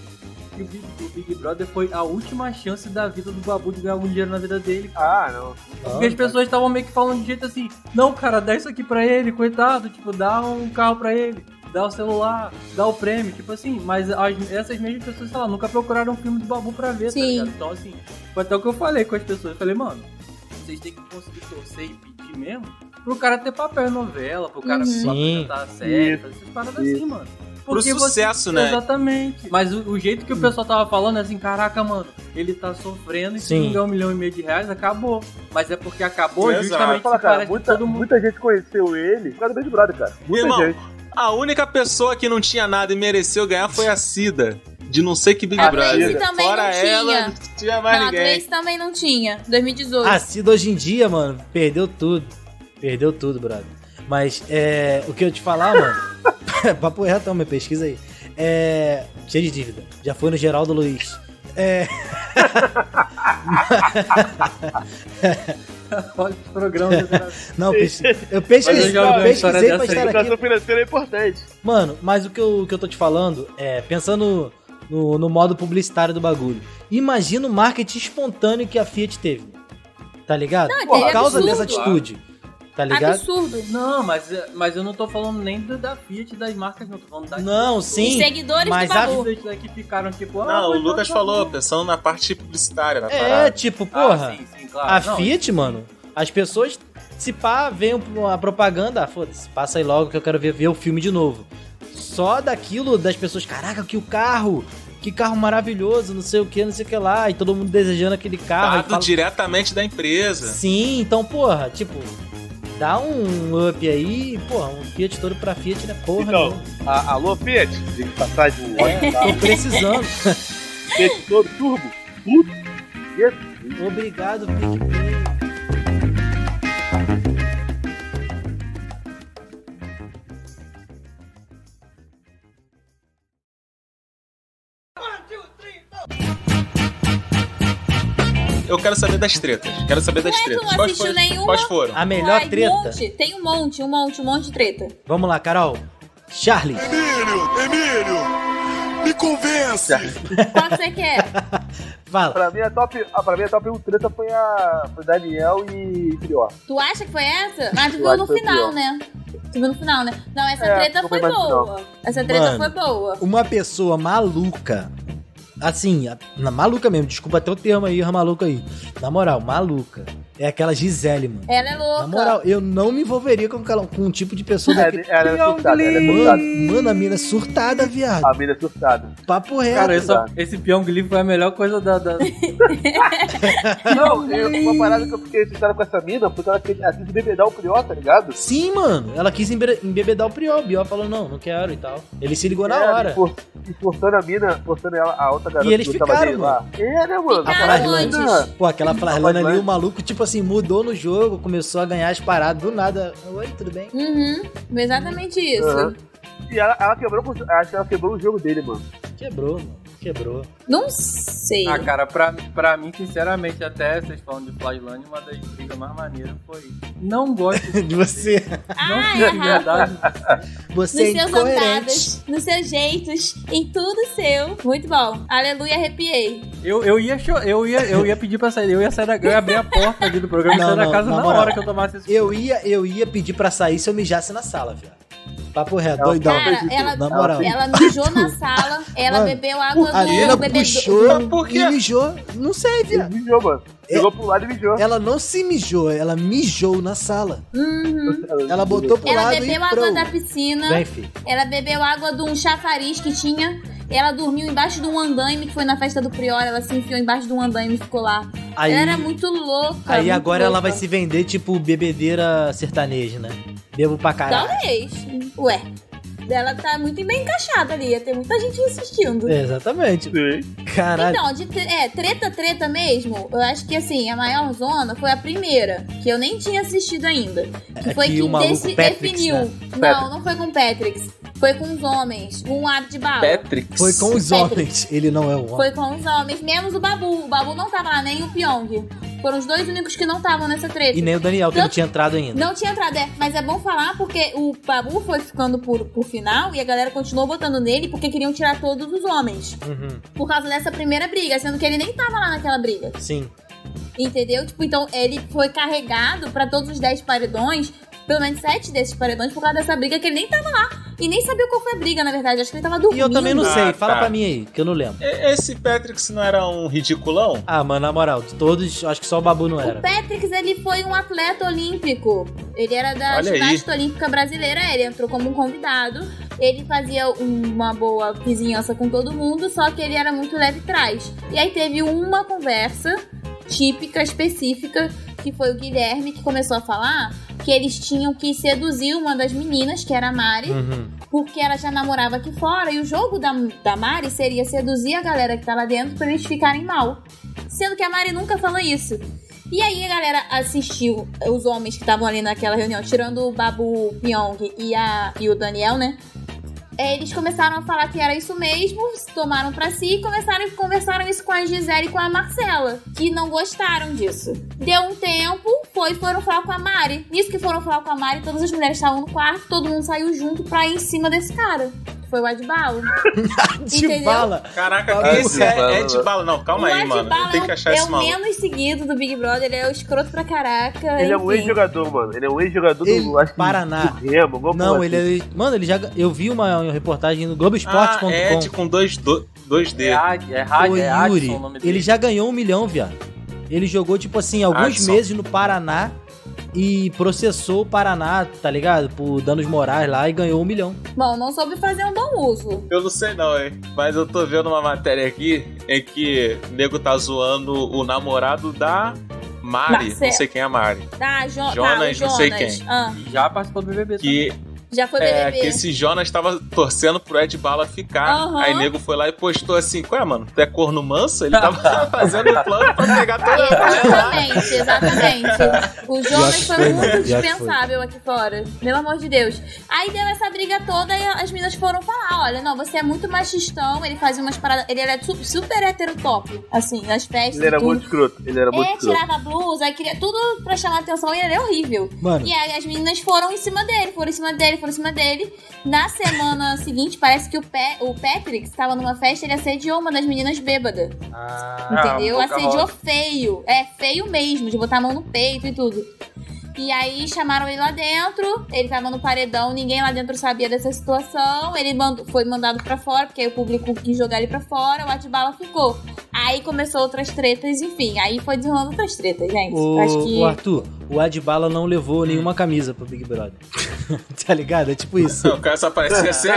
Speaker 7: que o Big, o Big Brother foi a última chance da vida do Babu de ganhar algum dinheiro na vida dele, cara.
Speaker 6: Ah, não.
Speaker 7: Porque as
Speaker 1: tá.
Speaker 7: pessoas estavam meio que falando de jeito assim, não, cara, dá isso aqui pra ele, coitado, tipo, dá um carro pra ele, dá o celular, dá o prêmio, tipo assim, mas as- essas mesmas pessoas, sei lá, nunca procuraram um filme do Babu pra ver, tá
Speaker 8: Sim.
Speaker 7: ligado? Então, assim, foi até o que eu falei com as pessoas, eu falei, mano, vocês têm que conseguir torcer e pedir dirigir mesmo, pro cara ter papel em novela, pro cara
Speaker 1: Uhum.
Speaker 7: uhum.
Speaker 1: Sim.
Speaker 7: apresentar a série,
Speaker 1: Isso.
Speaker 7: fazer essas paradas
Speaker 1: Isso.
Speaker 7: assim, mano.
Speaker 1: Pro
Speaker 7: você-
Speaker 1: sucesso, né?
Speaker 7: Exatamente. Mas o, o jeito que o pessoal tava falando é assim, caraca, mano, ele tá sofrendo e se
Speaker 6: Sim.
Speaker 7: não ganhar um milhão e meio de reais, acabou. Mas é porque acabou
Speaker 6: Exato.
Speaker 7: justamente
Speaker 6: Fala,
Speaker 7: se
Speaker 6: cara,
Speaker 7: parece
Speaker 6: muita, muita gente conheceu ele por causa do Big Brother, cara. Muita
Speaker 1: Irmão,
Speaker 6: gente.
Speaker 1: a única pessoa que não tinha nada e mereceu ganhar foi a Cida. De não sei que Big
Speaker 8: A Macy
Speaker 1: Brother.
Speaker 8: também
Speaker 1: Fora
Speaker 8: não
Speaker 1: ela,
Speaker 8: tinha.
Speaker 1: tinha mais
Speaker 8: não, a
Speaker 1: ninguém.
Speaker 8: Macy também não tinha. 2018.
Speaker 4: A Cida hoje em dia, mano, perdeu tudo. Perdeu tudo, brother. Mas é, o que eu te falar, mano. papo reto, me pesquisa aí. É, cheio de dívida. Já foi no Geraldo Luiz. É.
Speaker 7: Olha o programa.
Speaker 4: Não, pes- eu pesquisei, eu pesquisei pra estar aqui.
Speaker 6: educação financeira é importante.
Speaker 4: Mano, mas o que eu, o que eu tô te falando é, pensando no, no modo publicitário do bagulho, imagina o marketing espontâneo que a Fiat teve. Tá ligado?
Speaker 7: Não,
Speaker 4: Por
Speaker 7: teve
Speaker 4: causa
Speaker 7: absurdo.
Speaker 4: dessa atitude. Tá ligado?
Speaker 8: Absurdo.
Speaker 7: Não, mas, mas eu não tô falando nem do, da Fiat e das marcas, não. Tô falando das
Speaker 4: Não,
Speaker 7: pessoas.
Speaker 4: sim, Os seguidores mas do a- Babu.
Speaker 7: As pessoas que ficaram tipo, ah,
Speaker 1: Não, o
Speaker 7: mas
Speaker 1: Lucas
Speaker 7: tá
Speaker 1: falou,
Speaker 7: bom. Ah,
Speaker 1: pensando na parte publicitária da parada.
Speaker 4: É, tipo, porra.
Speaker 1: sim, sim, claro.
Speaker 4: A
Speaker 1: Não,
Speaker 4: Fiat, mano, as pessoas, se pá, vem a propaganda, ah, foda-se, passa aí logo que eu quero ver, ver o filme de novo. Só daquilo das pessoas, caraca, que o carro, que carro maravilhoso, não sei o que, não sei o que lá, e todo mundo desejando aquele carro. e
Speaker 1: Dado
Speaker 4: fala-
Speaker 1: diretamente da empresa.
Speaker 4: Sim, então, porra, tipo, dá um up aí, porra, um Fiat todo pra Fiat, né? Porra,
Speaker 6: Então,
Speaker 4: não.
Speaker 6: a, alô, Fiat, tem que passar de um
Speaker 4: É, tô precisando.
Speaker 6: Fiat todo turbo, tudo.
Speaker 4: Obrigado, Fiat.
Speaker 1: Eu quero saber das tretas. Quero saber das
Speaker 8: Tu
Speaker 1: tretas.
Speaker 8: não
Speaker 1: Quais
Speaker 8: assistiu
Speaker 1: foram?
Speaker 8: nenhuma?
Speaker 1: Quais foram?
Speaker 4: A melhor
Speaker 8: Ai,
Speaker 4: treta.
Speaker 8: monte. Tem um monte, um monte, um monte de treta.
Speaker 4: Vamos lá, Carol. Charlie.
Speaker 11: Emílio, Emílio, me convence.
Speaker 8: Qual que é? você quer?
Speaker 4: Fala.
Speaker 6: Pra mim, a top, ah, pra mim, a top 1 treta foi a foi Daniel e Prior.
Speaker 8: Tu acha que foi essa? Mas tu
Speaker 6: Eu
Speaker 8: viu
Speaker 6: acho
Speaker 8: no
Speaker 6: que foi
Speaker 8: final,
Speaker 6: pior.
Speaker 8: né? Tu viu no final, né? Não, essa
Speaker 6: É,
Speaker 8: treta
Speaker 6: não
Speaker 8: foi
Speaker 6: foi mais no
Speaker 8: boa.
Speaker 6: final.
Speaker 8: Essa
Speaker 4: Mano,
Speaker 8: treta foi boa.
Speaker 4: Uma pessoa maluca. Assim, a- na- maluca mesmo, desculpa até o termo aí, maluca aí. Na moral, maluca. É aquela Gisele, mano.
Speaker 8: Ela é louca.
Speaker 4: Na moral, eu não me envolveria com, aquela- com um tipo de pessoa daquele.
Speaker 6: Ela é surtada, ela é surtada.
Speaker 4: Mano, a mina é surtada, viado.
Speaker 6: A mina é surtada.
Speaker 4: Papo reto.
Speaker 7: Cara, essa- esse peão Glee foi a melhor coisa da. da-
Speaker 6: Não, eu, uma parada que eu fiquei irritado com essa mina, porque ela quis assim, bebedar o Prior, tá ligado?
Speaker 4: Sim, mano. Ela quis embe- embebedar o Priol. O Priol falou, não, não quero e tal. Ele se ligou na
Speaker 6: É,
Speaker 4: hora.
Speaker 6: for- E forçando a mina, forçando ela, a outra garota
Speaker 4: E eles
Speaker 6: que gostava
Speaker 4: ficaram,
Speaker 6: dele
Speaker 4: mano.
Speaker 6: lá. É, né, mano?
Speaker 4: A Flarlane, pô, aquela Flarlane ali, o maluco, tipo assim, mudou no jogo, começou a ganhar as paradas, do nada. Oi, tudo bem?
Speaker 8: Uhum, foi exatamente isso.
Speaker 6: Aham. E ela, ela quebrou, com- acho que ela quebrou o jogo dele, mano.
Speaker 4: Quebrou, mano. Quebrou.
Speaker 8: Não sei.
Speaker 7: Ah, cara, pra, pra mim, sinceramente, até vocês falando de Flyland, uma das brigas mais maneiras foi. Não gosto
Speaker 4: de você. é
Speaker 7: Não
Speaker 8: Ai,
Speaker 7: tenho
Speaker 8: Rafa.
Speaker 7: liberdade.
Speaker 8: Ah, é Nos seus andados, nos seus jeitos, em tudo seu. Muito bom. Aleluia, arrepiei.
Speaker 7: Eu, eu, ia, cho- eu, ia, eu ia pedir pra sair, eu ia sair da. Eu ia abrir a porta ali do programa e sair da casa na,
Speaker 4: moral.
Speaker 7: hora que eu tomasse esse.
Speaker 4: Eu ia, eu ia pedir pra sair se eu mijasse na sala, viado. Papo reto, doidão.
Speaker 8: Cara, ela,
Speaker 4: na moral.
Speaker 8: ela mijou na sala, ela
Speaker 4: Mano,
Speaker 8: bebeu água
Speaker 4: a
Speaker 8: do
Speaker 4: Nina
Speaker 8: bebedouro.
Speaker 4: puxou e mijou. Não sei, viado.
Speaker 6: Mijou, mano.
Speaker 4: É.
Speaker 6: Pegou pro lado e mijou.
Speaker 4: Ela não se mijou, ela mijou na sala.
Speaker 8: Uhum.
Speaker 4: É. Ela botou pro
Speaker 8: Ela
Speaker 4: lado
Speaker 8: bebeu
Speaker 4: e
Speaker 8: água
Speaker 4: prou.
Speaker 8: da piscina.
Speaker 4: Vem, filho.
Speaker 8: Ela bebeu água de um chafariz que tinha. Ela dormiu embaixo de um andaime que foi na festa do Prior. Ela se enfiou embaixo de um andaime e ficou lá.
Speaker 4: Aí-
Speaker 8: ela era muito louca.
Speaker 4: Aí
Speaker 8: Tá muito
Speaker 4: agora ela
Speaker 8: louca.
Speaker 4: vai se vender tipo bebedeira sertaneja, né? Bebo pra caralho.
Speaker 8: Talvez. Ué. Ela tá muito bem encaixada ali. Ia ter muita gente assistindo.
Speaker 4: É, exatamente. Caralho.
Speaker 8: Então, de tre- é, treta, treta mesmo, eu acho que assim, a maior zona foi a primeira, que eu nem tinha assistido ainda. Que
Speaker 4: É
Speaker 8: foi
Speaker 4: que o
Speaker 8: quem
Speaker 4: maluco
Speaker 8: desse-
Speaker 4: Patrick,
Speaker 8: definiu.
Speaker 4: né?
Speaker 8: Não,
Speaker 4: Patrick.
Speaker 8: não foi com o Patrick. Foi com os homens, com um ar de bala.
Speaker 4: Foi com os
Speaker 8: Patrick.
Speaker 4: homens. Ele não é um homem.
Speaker 8: Foi com os homens, menos o Babu. O Babu não tava lá, nem o Pyong. Foram os dois únicos que não estavam nessa treta.
Speaker 4: E nem o Daniel, que
Speaker 8: Tanto-
Speaker 4: não tinha entrado ainda.
Speaker 8: Não tinha entrado, é. Mas é bom falar porque o Babu foi ficando por, por final e a galera continuou botando nele porque queriam tirar todos os homens.
Speaker 4: Uhum.
Speaker 8: Por causa dessa primeira briga, sendo que ele nem tava lá naquela briga.
Speaker 4: Sim.
Speaker 8: Entendeu? Tipo, então ele foi carregado pra todos os 10 paredões, pelo menos 7 desses paredões, por causa dessa briga que ele nem tava lá. E nem sabia qual foi a briga, na verdade. Acho que ele tava dormindo.
Speaker 4: E eu também não sei,
Speaker 1: Ah,
Speaker 4: fala
Speaker 1: tá.
Speaker 4: pra mim aí, que eu não lembro.
Speaker 1: E- Esse Patrick não era um ridiculão?
Speaker 4: Ah, mano, na moral, de todos, acho que só o Babu não
Speaker 8: O
Speaker 4: era.
Speaker 8: Patrix, ele foi um atleta olímpico. Ele era da
Speaker 4: Olha aí.
Speaker 8: ginástica olímpica brasileira, ele entrou como um convidado. Ele fazia uma boa vizinhança com todo mundo, só que ele era muito leve trás. E aí teve uma conversa típica, específica, que foi o Guilherme que começou a falar que eles tinham que seduzir uma das meninas, que era a Mari,
Speaker 4: Uhum.
Speaker 8: porque ela já namorava aqui fora e o jogo da, da Mari seria seduzir a galera que tá lá dentro pra eles ficarem mal. Sendo que a Mari nunca falou isso. E aí a galera assistiu os homens que estavam ali naquela reunião, tirando o Babu Pyong e, a, e o Daniel, né? É, Eles começaram a falar que era isso mesmo, tomaram pra si e começaram, conversaram isso com a Gisele e com a Marcela, que não gostaram disso. Deu um tempo, foi foram falar com a Mari. Nisso que foram falar com a Mari, todas as mulheres estavam no quarto, todo mundo saiu junto pra ir em cima desse cara. que Foi o Adbala. Entendeu?
Speaker 1: Caraca,
Speaker 2: Babu.
Speaker 1: esse é, é de bala. Não, calma
Speaker 8: o
Speaker 1: aí, mano.
Speaker 8: Adbala
Speaker 1: Eu tenho que achar
Speaker 8: é
Speaker 1: esse
Speaker 8: o
Speaker 1: maluco.
Speaker 8: menos seguido do Big Brother, ele é o escroto pra caraca.
Speaker 6: Ele é um
Speaker 8: enfim.
Speaker 6: ex-jogador, mano. Ele é um ex-jogador do, acho que,
Speaker 4: Paraná.
Speaker 6: do Remo. alguma
Speaker 4: Não,
Speaker 6: porra
Speaker 4: ele
Speaker 6: assim.
Speaker 4: é. Mano, ele já. Eu vi uma reportagem no Globoesporte.com.
Speaker 1: Ah, Ed com Ah, dois, do, dois D.
Speaker 7: É rádio,
Speaker 4: Ô,
Speaker 7: é Adson
Speaker 4: Yuri,
Speaker 7: o nome dele.
Speaker 4: ele já ganhou um milhão, viado. Ele jogou, tipo assim, alguns
Speaker 1: Adson.
Speaker 4: meses no Paraná e processou o Paraná, tá ligado? Por danos morais lá e ganhou um milhão.
Speaker 8: Bom, não soube fazer um bom uso.
Speaker 1: Eu não sei não, hein? Mas eu tô vendo uma matéria aqui em que o nego tá zoando o namorado da Mari.
Speaker 8: Marcelo.
Speaker 1: Não sei quem é a Mari.
Speaker 8: Tá, Jo- tá, o
Speaker 1: Jonas,
Speaker 8: Jonas.
Speaker 1: não sei quem.
Speaker 8: Ah,
Speaker 7: Já participou do BBB.
Speaker 1: Que,
Speaker 8: já foi
Speaker 1: é,
Speaker 8: BBB.
Speaker 1: que esse Jonas tava torcendo pro Ed Bala ficar.
Speaker 8: Aham.
Speaker 1: Aí nego foi lá e postou assim: Qual é, mano? Tu é corno manso? Ele tava fazendo um plano pra pegar toda a galera lá.
Speaker 8: Exatamente, exatamente. O
Speaker 4: Já
Speaker 8: Jonas
Speaker 4: que
Speaker 8: foi,
Speaker 4: foi, né?
Speaker 8: muito
Speaker 4: Já que
Speaker 8: dispensável aqui fora. Pelo amor de Deus. Aí deu essa briga toda e as meninas foram falar: olha, não, você é muito machistão, ele fazia umas paradas. Ele era su- super heterotop, assim, nas festas.
Speaker 6: Ele era
Speaker 8: e tudo.
Speaker 6: muito escroto. Ele era muito
Speaker 8: É,
Speaker 6: escroto.
Speaker 8: tirava a blusa, aí queria tudo pra chamar atenção e ele é horrível.
Speaker 4: Mano.
Speaker 8: E aí as meninas foram em cima dele, foram em cima dele, foram em cima dele. Na semana seguinte, parece que o, Pe o Patrick estava numa festa ele assediou uma das meninas bêbada. Entendeu?
Speaker 7: Ah, um
Speaker 8: Assediou
Speaker 7: Pocahontas.
Speaker 8: feio. É, feio mesmo, de botar a mão no peito e tudo. E aí chamaram ele lá dentro, ele tava no paredão, ninguém lá dentro sabia dessa situação, ele mand- foi mandado pra fora, porque aí o público quis jogar ele pra fora, o Atibala ficou. Aí começou outras tretas, enfim, aí foi desenrolando outras tretas, gente.
Speaker 4: O,
Speaker 8: Acho que...
Speaker 4: o Arthur, o Adbala não levou nenhuma camisa pro Big Brother. tá ligado? É tipo isso.
Speaker 1: O cara só parecia ser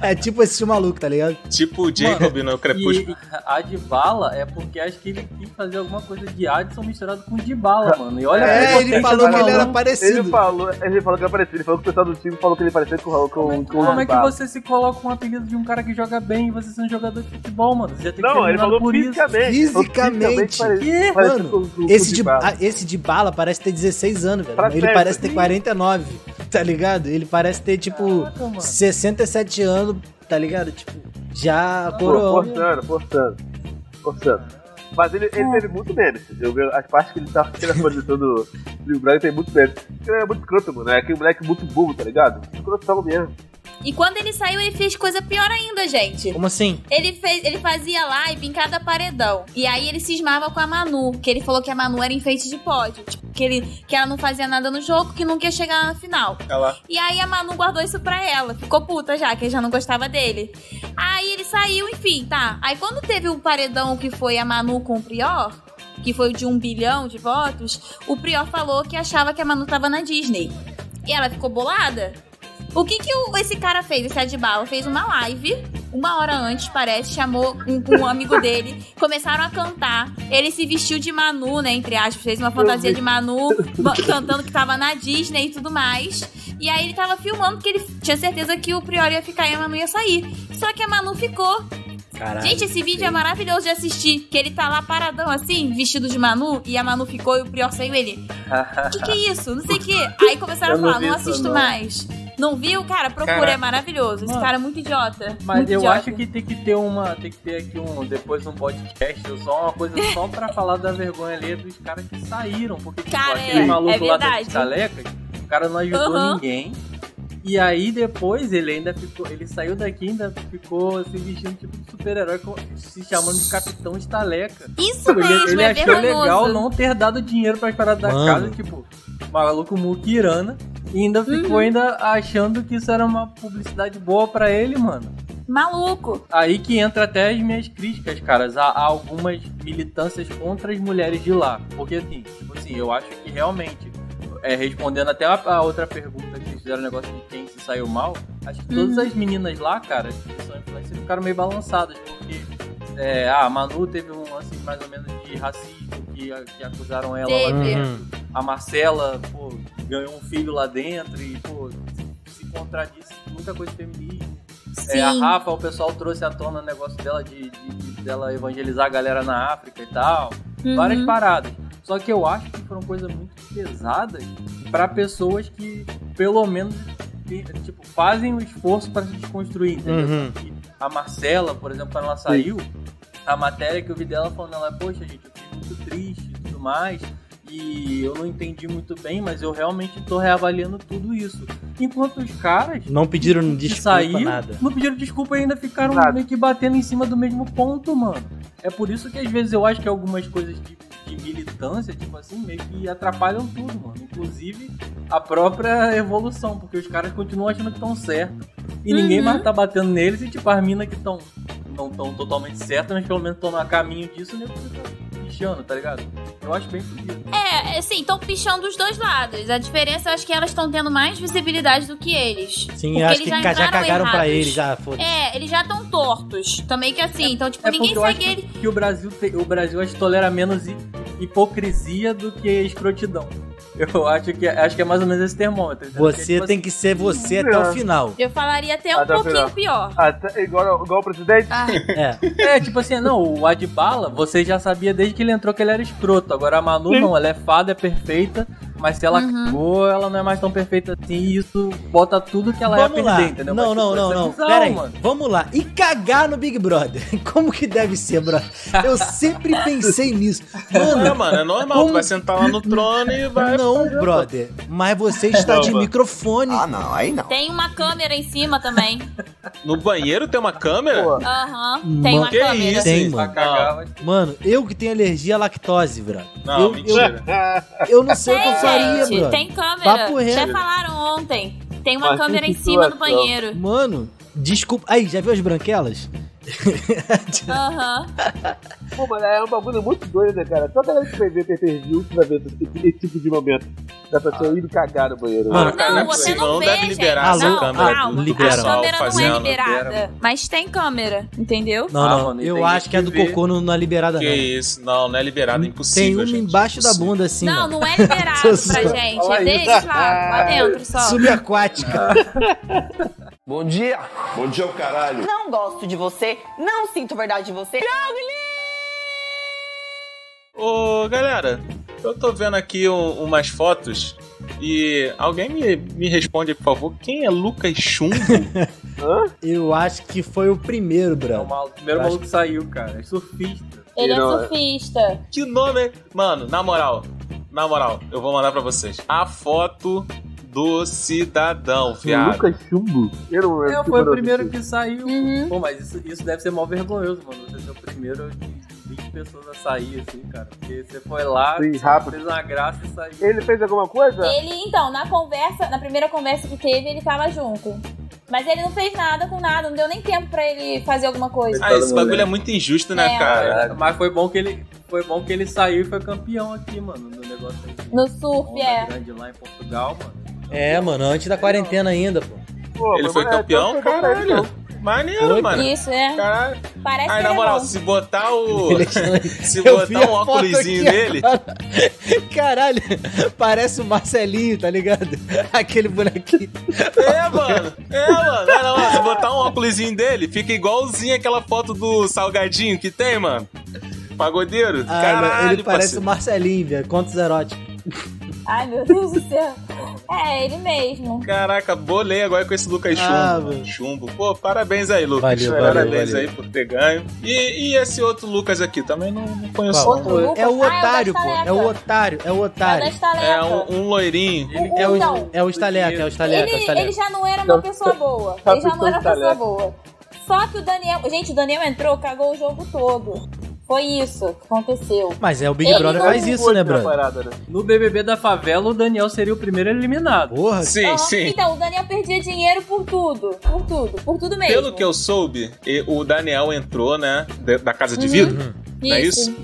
Speaker 4: É tipo esse maluco, tá ligado?
Speaker 1: tipo o Jacob no Crepúsculo.
Speaker 7: E a de bala é porque acho que ele quis fazer alguma coisa de Adson misturado com de bala, mano. E olha
Speaker 4: É,
Speaker 7: a
Speaker 4: ele
Speaker 7: potência
Speaker 4: falou
Speaker 7: do
Speaker 4: que ele era
Speaker 7: maluco.
Speaker 4: parecido.
Speaker 6: Ele falou, ele falou que era parecido. Ele falou que o pessoal do time falou que ele parecia com o Raul. Com, com o
Speaker 7: Como é que
Speaker 6: Dybala.
Speaker 7: você se coloca um apelido de um cara que joga bem e você ser um jogador de futebol, mano? Você já tem que
Speaker 6: Não,
Speaker 7: ser
Speaker 6: ele
Speaker 7: eliminado
Speaker 6: falou
Speaker 7: por isso.
Speaker 6: fisicamente.
Speaker 4: Fisicamente.
Speaker 7: Que?
Speaker 4: Mano, Esse de, ah, esse de bala parece ter 16 anos, velho.
Speaker 6: Pra
Speaker 4: Ele
Speaker 6: sempre.
Speaker 4: parece ter 49, tá ligado? Ele parece ter, tipo,
Speaker 7: Caraca, mano.
Speaker 4: 67 anos, tá ligado? Tipo, já coroou.
Speaker 6: Forçando, forçando. Forçando. Mas ele,
Speaker 7: É.
Speaker 6: ele teve muito mérito. Eu vejo as partes que ele tá tava tirando todo do Big Brother tem muito mérito. Porque ele é muito escroto, mano. É aquele moleque muito burro, tá ligado? Escrotão mesmo.
Speaker 8: E quando ele saiu, ele fez coisa pior ainda, gente.
Speaker 4: Como assim?
Speaker 8: Ele, fez, ele fazia live em cada paredão. E aí ele cismava com a Manu, que ele falou que a Manu era enfeite de pódio. Tipo, que, ele, que ela não fazia nada no jogo, que nunca ia chegar na final.
Speaker 1: Olha lá.
Speaker 8: E aí a Manu guardou isso pra ela. Ficou puta já, que já não gostava dele. Aí ele saiu, enfim, tá. Aí quando teve o paredão que foi a Manu com o Prior, que foi o de um bilhão de votos, o Prior falou que achava que a Manu tava na Disney. E ela ficou bolada. O que que o- esse cara fez, esse Adbala? Fez uma live, uma hora antes, parece, chamou um, um amigo dele, começaram a cantar. Ele se vestiu de Manu, né, entre aspas, fez uma fantasia de Manu, ba- cantando que tava na Disney e tudo mais. E aí ele tava filmando porque ele tinha certeza que o Prior ia ficar e a Manu ia sair. Só que a Manu ficou.
Speaker 4: Caralho.
Speaker 8: Gente, esse vídeo é maravilhoso de assistir, que ele tá lá paradão assim, vestido de Manu, e a Manu ficou e o Prior saiu ele. Que que é isso? Não sei o que. Aí começaram
Speaker 7: Eu
Speaker 8: a
Speaker 7: não
Speaker 8: falar,
Speaker 7: vi
Speaker 8: não
Speaker 7: isso,
Speaker 8: assisto
Speaker 7: não."
Speaker 8: mais. Não viu? Cara, procura,
Speaker 1: Caraca.
Speaker 8: é maravilhoso. Esse
Speaker 7: Mano.
Speaker 8: cara é muito idiota.
Speaker 7: Mas
Speaker 8: muito
Speaker 7: eu
Speaker 8: idiota.
Speaker 7: acho que tem que ter uma. Tem que ter aqui um. Depois um podcast, só uma coisa só pra falar da vergonha ali dos caras que saíram. Porque tipo,
Speaker 8: Cara,
Speaker 7: aquele
Speaker 8: é,
Speaker 7: maluco
Speaker 8: é
Speaker 7: lá das
Speaker 8: verdade.
Speaker 7: estalecas, o cara não ajudou
Speaker 8: Aham.
Speaker 7: ninguém. E aí depois ele ainda ficou. Ele saiu daqui e ainda ficou se vestindo tipo de super-herói, com- se chamando de Capitão Estaleca.
Speaker 8: Isso
Speaker 7: Ele,
Speaker 8: mesmo,
Speaker 7: ele
Speaker 8: é
Speaker 7: achou
Speaker 8: vergonhoso.
Speaker 7: legal não ter dado dinheiro para as paradas da
Speaker 4: Mano.
Speaker 7: casa, tipo, maluco muquirana. E ainda ficou
Speaker 8: Uhum.
Speaker 7: ainda achando que isso era uma publicidade boa pra ele, mano.
Speaker 8: Maluco.
Speaker 7: Aí que entra até as minhas críticas, caras, a, a algumas militâncias contra as mulheres de lá. Porque assim, tipo assim, eu acho que realmente, é, respondendo até a, a outra pergunta que vocês fizeram, o negócio de quem se saiu mal, acho que todas
Speaker 8: Uhum.
Speaker 7: as meninas lá, cara, que são influencers, ficaram meio balançadas, porque é, ah, a Manu teve um lance mais ou menos de racismo que, a- que acusaram ela lá
Speaker 8: Teve.
Speaker 7: dentro.
Speaker 4: Uhum.
Speaker 7: A Marcela, pô, ganhou um filho lá dentro e, pô, se, se contradisse muita coisa feminista. É, a
Speaker 8: Sim.
Speaker 7: Rafa, o pessoal trouxe à tona o negócio dela de, de- de- dela evangelizar a galera na África e tal.
Speaker 8: Uhum.
Speaker 7: Várias paradas. Só que eu acho que foram coisas muito pesadas pra pessoas que, pelo menos, te- tipo, fazem o esforço pra se desconstruir, entendeu?
Speaker 14: Uhum.
Speaker 7: Porque A Marcela, por exemplo, quando ela saiu, a matéria que eu vi dela falando, ela, poxa, gente, eu fiquei muito triste e tudo mais. E eu não entendi muito bem, mas eu realmente tô reavaliando tudo isso. Enquanto os caras
Speaker 4: Não pediram
Speaker 7: que
Speaker 4: desculpa
Speaker 7: saíram,
Speaker 4: nada.
Speaker 7: não pediram desculpa e ainda ficaram
Speaker 4: Nada.
Speaker 7: meio que batendo em cima do mesmo ponto, mano. É por isso que às vezes eu acho que algumas coisas de, de militância, tipo assim, meio que atrapalham tudo, mano. Inclusive a própria evolução, porque os caras continuam achando que estão certos. E ninguém
Speaker 8: Uhum.
Speaker 7: mais tá batendo neles e tipo as minas que estão não tão totalmente certas, mas pelo menos estão a caminho disso, né? Pichando, tá ligado? Eu acho bem fodido.
Speaker 8: É, assim, estão pichando os dois lados. A diferença eu acho que elas estão tendo mais visibilidade do que eles.
Speaker 4: Sim,
Speaker 8: Porque
Speaker 4: eu acho
Speaker 8: eles
Speaker 4: que
Speaker 8: já
Speaker 4: ca- já
Speaker 8: entraram
Speaker 4: cagaram pra
Speaker 8: errados.
Speaker 4: eles, já, foda-se.
Speaker 8: É, eles já estão tortos. Também que assim, então, tipo,
Speaker 7: É
Speaker 8: ninguém
Speaker 7: porque eu
Speaker 8: segue
Speaker 7: acho
Speaker 8: ele.
Speaker 7: que o Brasil, te- o Brasil acho que tolera menos hi- hipocrisia do que escrotidão. Eu acho que, acho que é mais ou menos esse termômetro. entendeu?
Speaker 4: Você
Speaker 7: Porque, tipo,
Speaker 4: tem que ser você até o final.
Speaker 8: Eu falaria até um
Speaker 7: Até o
Speaker 8: pouquinho
Speaker 7: final.
Speaker 8: pior.
Speaker 6: Até- Ah, tá, igual, igual o presidente?
Speaker 7: É. tipo assim, não, o Adbala, você já sabia desde que ele entrou que ele era escroto. Agora a Manu, não, ela é fada, é perfeita, mas se ela
Speaker 4: Uhum.
Speaker 7: cagou, ela não é mais tão perfeita assim. E isso bota tudo que ela ia
Speaker 4: Vamos
Speaker 7: perder,
Speaker 4: lá.
Speaker 7: entendeu?
Speaker 4: Não,
Speaker 7: Mas,
Speaker 4: não,
Speaker 7: tipo,
Speaker 4: não,
Speaker 7: essa
Speaker 4: não.
Speaker 7: visão,
Speaker 4: Pera aí.
Speaker 7: mano.
Speaker 4: Vamos lá. E cagar no Big Brother? Como que deve ser, brother? Eu sempre pensei nisso. Mano, um
Speaker 1: É, mano, é normal. Tu vai sentar lá no trono e vai.
Speaker 4: Não, brother. Mas você está
Speaker 1: Não,
Speaker 4: de
Speaker 1: mano.
Speaker 4: microfone. Ah,
Speaker 1: não, aí não.
Speaker 8: Tem uma câmera em cima também.
Speaker 1: No banheiro tem uma câmera?
Speaker 8: Aham. Tem uma
Speaker 1: que
Speaker 8: câmera.
Speaker 1: isso,
Speaker 4: Tem,
Speaker 1: hein?
Speaker 4: mano.
Speaker 1: Pra cagar, vai-
Speaker 4: Mano, eu que tenho alergia à lactose, brother.
Speaker 1: Não,
Speaker 4: eu,
Speaker 1: mentira.
Speaker 4: Eu, eu não sei o que eu
Speaker 8: Tem,
Speaker 4: faria,
Speaker 8: gente,
Speaker 4: brother.
Speaker 8: tem câmera.
Speaker 4: Papo reto.
Speaker 8: Já falaram ontem. Tem uma
Speaker 4: Mas
Speaker 8: câmera
Speaker 4: que
Speaker 8: em cima do
Speaker 4: situação.
Speaker 8: banheiro.
Speaker 4: Mano, desculpa. Aí, já viu as branquelas?
Speaker 8: Aham.
Speaker 6: Pô, mano, é um bagulho muito doido, né, cara? Toda vez que vai ver pay-per-view, tu vai ver esse, esse tipo de momento. Da
Speaker 4: Ah.
Speaker 6: pessoa indo cagar no banheiro. né?
Speaker 1: Mano, Não, cara, não é você possível, não não vê, deve liberar
Speaker 8: gente. essa Não,
Speaker 1: câmera
Speaker 4: Ah,
Speaker 8: calma.
Speaker 1: do
Speaker 8: A
Speaker 1: pessoal
Speaker 8: câmera não é
Speaker 1: fazendo.
Speaker 8: liberada, mas tem câmera, entendeu?
Speaker 4: Não,
Speaker 1: Ah,
Speaker 4: não. eu acho que a do
Speaker 1: ver.
Speaker 4: cocô não, não é liberada,
Speaker 1: Que
Speaker 4: não.
Speaker 1: isso, não, não é liberado, é
Speaker 4: Tem
Speaker 1: impossível.
Speaker 4: uma embaixo da bunda, assim.
Speaker 8: Não,
Speaker 4: ó.
Speaker 8: não é liberado pra gente. É
Speaker 1: tá?
Speaker 8: deles lá, lá dentro só.
Speaker 4: Subaquática.
Speaker 12: Bom dia. Bom dia, o caralho. Não gosto de você, não sinto verdade de você. Tchau,
Speaker 1: Ô, galera, eu tô vendo aqui um- umas fotos e alguém me, me responde, por favor, quem é Lucas Chumbo?
Speaker 4: Eu acho que foi o primeiro, brother.
Speaker 7: O um primeiro maluco que saiu, cara. É surfista.
Speaker 5: Ele é
Speaker 1: Não,
Speaker 5: surfista.
Speaker 1: Que nome, hein? Mano, na moral, na moral, eu vou mandar pra vocês a foto do cidadão, viado.
Speaker 4: tá
Speaker 6: Lucas é Chumbo? Eu não assim.
Speaker 7: Eu foi o primeiro que saiu.
Speaker 8: Uhum.
Speaker 7: Pô, mas isso, isso deve ser mó vergonhoso, mano. Você ser o primeiro de 20 pessoas a sair, assim, cara. Porque você foi lá,
Speaker 6: Sim, rápido.
Speaker 7: fez uma graça e saiu.
Speaker 6: Ele fez alguma coisa?
Speaker 1: Tá.
Speaker 8: Ele, então, na conversa, na primeira conversa que teve, ele tava junto. Mas ele não fez nada com nada, não deu nem tempo pra ele fazer alguma coisa.
Speaker 1: Ah, esse bagulho é muito injusto, né,
Speaker 8: É.
Speaker 1: cara?
Speaker 7: Mas foi bom que ele foi bom que ele saiu e foi campeão aqui, mano, do negócio aí.
Speaker 8: No surf, é.
Speaker 7: grande lá em Portugal, mano.
Speaker 4: É, mano, antes da quarentena ainda, pô. é,
Speaker 1: Ele
Speaker 6: é,
Speaker 1: foi
Speaker 6: então
Speaker 4: um
Speaker 1: campeão? Caralho. Maneiro,
Speaker 4: Foi,
Speaker 1: mano.
Speaker 8: Isso, é.
Speaker 1: Caralho.
Speaker 8: Parece
Speaker 1: Aí,
Speaker 8: que
Speaker 1: na
Speaker 8: ele
Speaker 1: moral,
Speaker 8: é bom.
Speaker 1: se botar o. se
Speaker 4: é Eu vi
Speaker 1: botar um
Speaker 4: a foto
Speaker 1: óculos
Speaker 4: aqui
Speaker 1: nele.
Speaker 4: agora. Caralho, parece o Marcelinho, tá ligado? Aquele bonequinho.
Speaker 1: É, mano. É, mano. É, não, mano. Se botar um óculos dele, fica igualzinho aquela foto do Salgadinho que tem, mano. Pagodeiro.
Speaker 4: Ah,
Speaker 1: Caralho,
Speaker 4: ele parece o
Speaker 1: parceiro.
Speaker 4: Marcelinho, velho. Contos eróticos.
Speaker 8: Ai, meu Deus do céu. É, ele mesmo.
Speaker 1: Caraca, bolei agora com esse Lucas
Speaker 4: Ah,
Speaker 1: Chumbo. Chumbo. Pô, parabéns aí, Lucas.
Speaker 4: Valeu, valeu,
Speaker 1: parabéns
Speaker 4: valeu.
Speaker 1: aí por ter ganho. E, e esse outro Lucas aqui também não, não conheço.
Speaker 4: Qual?
Speaker 1: não.
Speaker 8: Ah,
Speaker 4: É o otário, pô. É o otário, é o otário.
Speaker 8: É o da estaleca.
Speaker 1: É um, um loirinho.
Speaker 4: É o,
Speaker 8: Então.
Speaker 4: é o estaleca, é o estaleca, é o
Speaker 8: Ele,
Speaker 4: estaleca.
Speaker 8: ele já não era uma pessoa boa. Ele já não era uma pessoa boa. Só que o Daniel. Gente, o Daniel entrou, cagou o jogo todo.
Speaker 5: Foi isso que aconteceu.
Speaker 4: Mas é, o Big
Speaker 5: Ele
Speaker 4: Brother
Speaker 5: não
Speaker 4: faz isso,
Speaker 5: foi
Speaker 4: né,
Speaker 5: pra
Speaker 4: brother?
Speaker 7: No BBB da favela, o Daniel seria o primeiro eliminado.
Speaker 4: Porra,
Speaker 1: Sim, sim.
Speaker 5: Então, o Daniel perdia dinheiro por tudo. Por tudo. Por tudo mesmo.
Speaker 1: Pelo que eu soube, e- o Daniel entrou, né? de- Da casa de
Speaker 4: Uhum.
Speaker 1: vidro. Não é isso?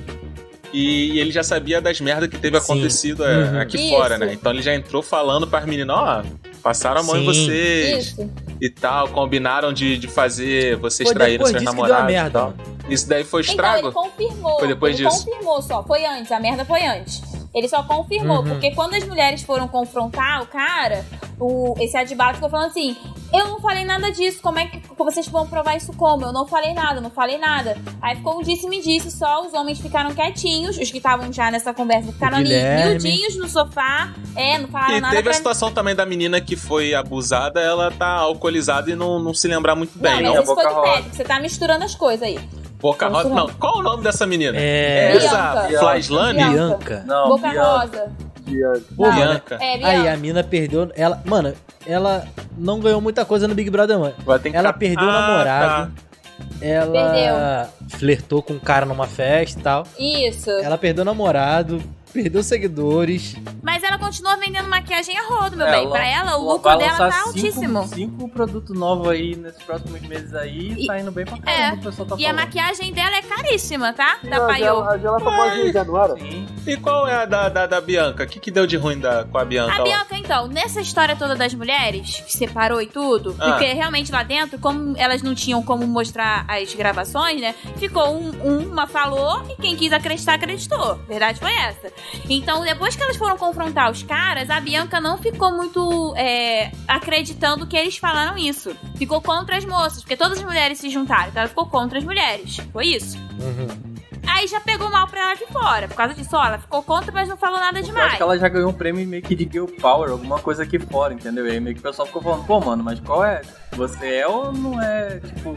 Speaker 1: E ele já sabia das merdas que teve acontecido é,
Speaker 4: Uhum.
Speaker 1: aqui
Speaker 5: Isso.
Speaker 1: fora, né? Então ele já entrou falando pras meninas, ó, passaram a mão em
Speaker 4: Sim.
Speaker 1: vocês
Speaker 5: Isso.
Speaker 1: e tal, combinaram de, de fazer vocês
Speaker 4: Foi
Speaker 1: traírem
Speaker 4: depois
Speaker 1: seus
Speaker 4: disso que
Speaker 1: namorados.
Speaker 4: deu a
Speaker 1: e tal. né? Isso daí foi estrago?
Speaker 5: Então, ele confirmou.
Speaker 1: Foi depois
Speaker 5: ele
Speaker 1: disso?
Speaker 5: confirmou só. Foi antes, a merda foi antes. Ele só confirmou,
Speaker 4: Uhum.
Speaker 5: porque quando as mulheres foram confrontar o cara, o, esse advogado ficou falando assim: Eu não falei nada disso, como é que vocês vão provar isso como? Eu não falei nada, eu não falei nada. Aí ficou um disse-me disse, só os homens ficaram quietinhos, os que estavam já nessa conversa ficaram ali
Speaker 4: Guilherme.
Speaker 5: miudinhos no sofá, é, não falaram
Speaker 1: E
Speaker 5: nada
Speaker 1: teve a
Speaker 5: pra
Speaker 1: situação também da menina que foi abusada, ela tá alcoolizada e não, não se lembrar muito bem,
Speaker 5: Não,
Speaker 1: né?
Speaker 5: mas isso foi do Pedro, você tá misturando as coisas aí.
Speaker 1: Boca Rosa. Não, qual o nome dessa menina?
Speaker 4: É.
Speaker 1: essa
Speaker 7: Bianca.
Speaker 1: Flaslane?
Speaker 4: Bianca.
Speaker 7: Não,
Speaker 5: Boca
Speaker 7: Bianca.
Speaker 5: rosa.
Speaker 4: Pô,
Speaker 5: Não.
Speaker 4: mano,
Speaker 1: Bianca.
Speaker 5: É, Bianca.
Speaker 4: aí a mina perdeu. Ela, mano, ela não ganhou muita coisa no Big Brother, mano.
Speaker 1: Vai ter que
Speaker 4: Ela
Speaker 1: cap-
Speaker 4: perdeu o
Speaker 1: Ah,
Speaker 4: namorado.
Speaker 1: tá.
Speaker 4: Ela flertou com um cara numa festa e tal.
Speaker 5: Isso.
Speaker 4: Ela perdeu o namorado, perdeu seguidores.
Speaker 8: Mas ela continua vendendo maquiagem a rodo, meu
Speaker 7: É,
Speaker 8: bem.
Speaker 7: ela-
Speaker 8: Pra ela, o lucro
Speaker 7: vai
Speaker 8: dela
Speaker 7: lançar
Speaker 8: tá
Speaker 7: cinco-
Speaker 8: altíssimo.
Speaker 7: Cinco produtos novos aí nesses próximos meses aí,
Speaker 8: E- é.
Speaker 7: tá indo bem pra caramba, o pessoal tá
Speaker 8: E a
Speaker 7: falando.
Speaker 8: maquiagem dela é caríssima, tá? Da
Speaker 6: A
Speaker 8: Paiô.
Speaker 6: Gela- a Gela tá mais de Januário.
Speaker 7: Sim.
Speaker 1: E qual é a da, da, da Bianca? O que, que deu de ruim da, com a Bianca
Speaker 8: A
Speaker 1: lá?
Speaker 8: Bianca, então, nessa história toda das mulheres, que separou e tudo,
Speaker 1: Ah.
Speaker 8: porque realmente lá dentro, como elas não tinham como mostrar as gravações, né? Ficou um, um- uma falou e quem quis acreditar, acreditou. Verdade foi essa. Então, depois que elas foram confrontar os caras, a Bianca não ficou muito é, acreditando que eles falaram isso. Ficou contra as moças, porque todas as mulheres se juntaram, então ela ficou contra as mulheres. Foi isso. Aí já pegou mal pra ela aqui fora. Por causa disso, ó, ela ficou contra, mas não falou nada
Speaker 7: Eu acho
Speaker 8: demais.
Speaker 7: que ela já ganhou um prêmio meio que de Girl Power, alguma coisa aqui fora, entendeu? E aí meio que o pessoal ficou falando, pô, mano, mas qual é? Você é ou não é, tipo,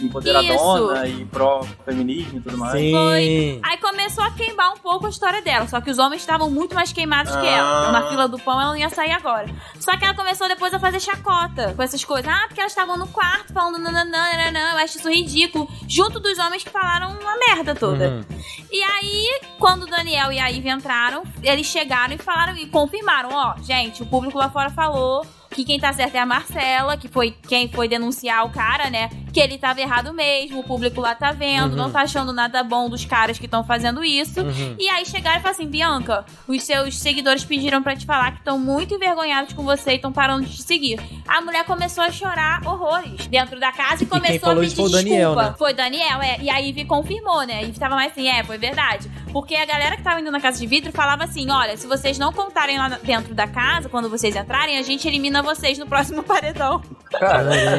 Speaker 7: empoderadona e pró-feminismo e tudo mais?
Speaker 4: Sim.
Speaker 8: Aí começou a queimar um pouco a história dela. Só que os homens estavam muito mais queimados que
Speaker 1: Ah.
Speaker 8: ela. Então, na fila do pão, ela não ia sair agora. Só que ela começou depois a fazer chacota com essas coisas. Ah, porque elas estavam no quarto falando nananã, nananã, eu acho isso ridículo. Junto dos homens que falaram uma merda toda.
Speaker 4: Uhum.
Speaker 8: E aí, quando o Daniel e a Ivy entraram, eles chegaram e falaram e confirmaram, ó, gente, o público lá fora falou que quem tá certo é a Marcela, que foi quem foi denunciar o cara, né? Que ele tava errado mesmo, o público lá tá vendo,
Speaker 4: Uhum.
Speaker 8: não tá achando nada bom dos caras que estão fazendo isso.
Speaker 4: Uhum.
Speaker 8: E aí chegaram e falaram assim, Bianca, os seus seguidores pediram pra te falar que estão muito envergonhados com você e estão parando de te seguir. A mulher começou a chorar horrores dentro da casa
Speaker 4: quem
Speaker 8: e começou a
Speaker 4: falou
Speaker 8: pedir
Speaker 4: isso foi o
Speaker 8: desculpa.
Speaker 4: Daniel, né?
Speaker 8: Foi o Daniel, é. E a Ivy confirmou, né? A Ivy tava mais assim, é, foi verdade. Porque a galera que tava indo na casa de vidro falava assim, olha, se vocês não contarem lá na- dentro da casa, quando vocês entrarem, a gente elimina vocês no próximo paredão.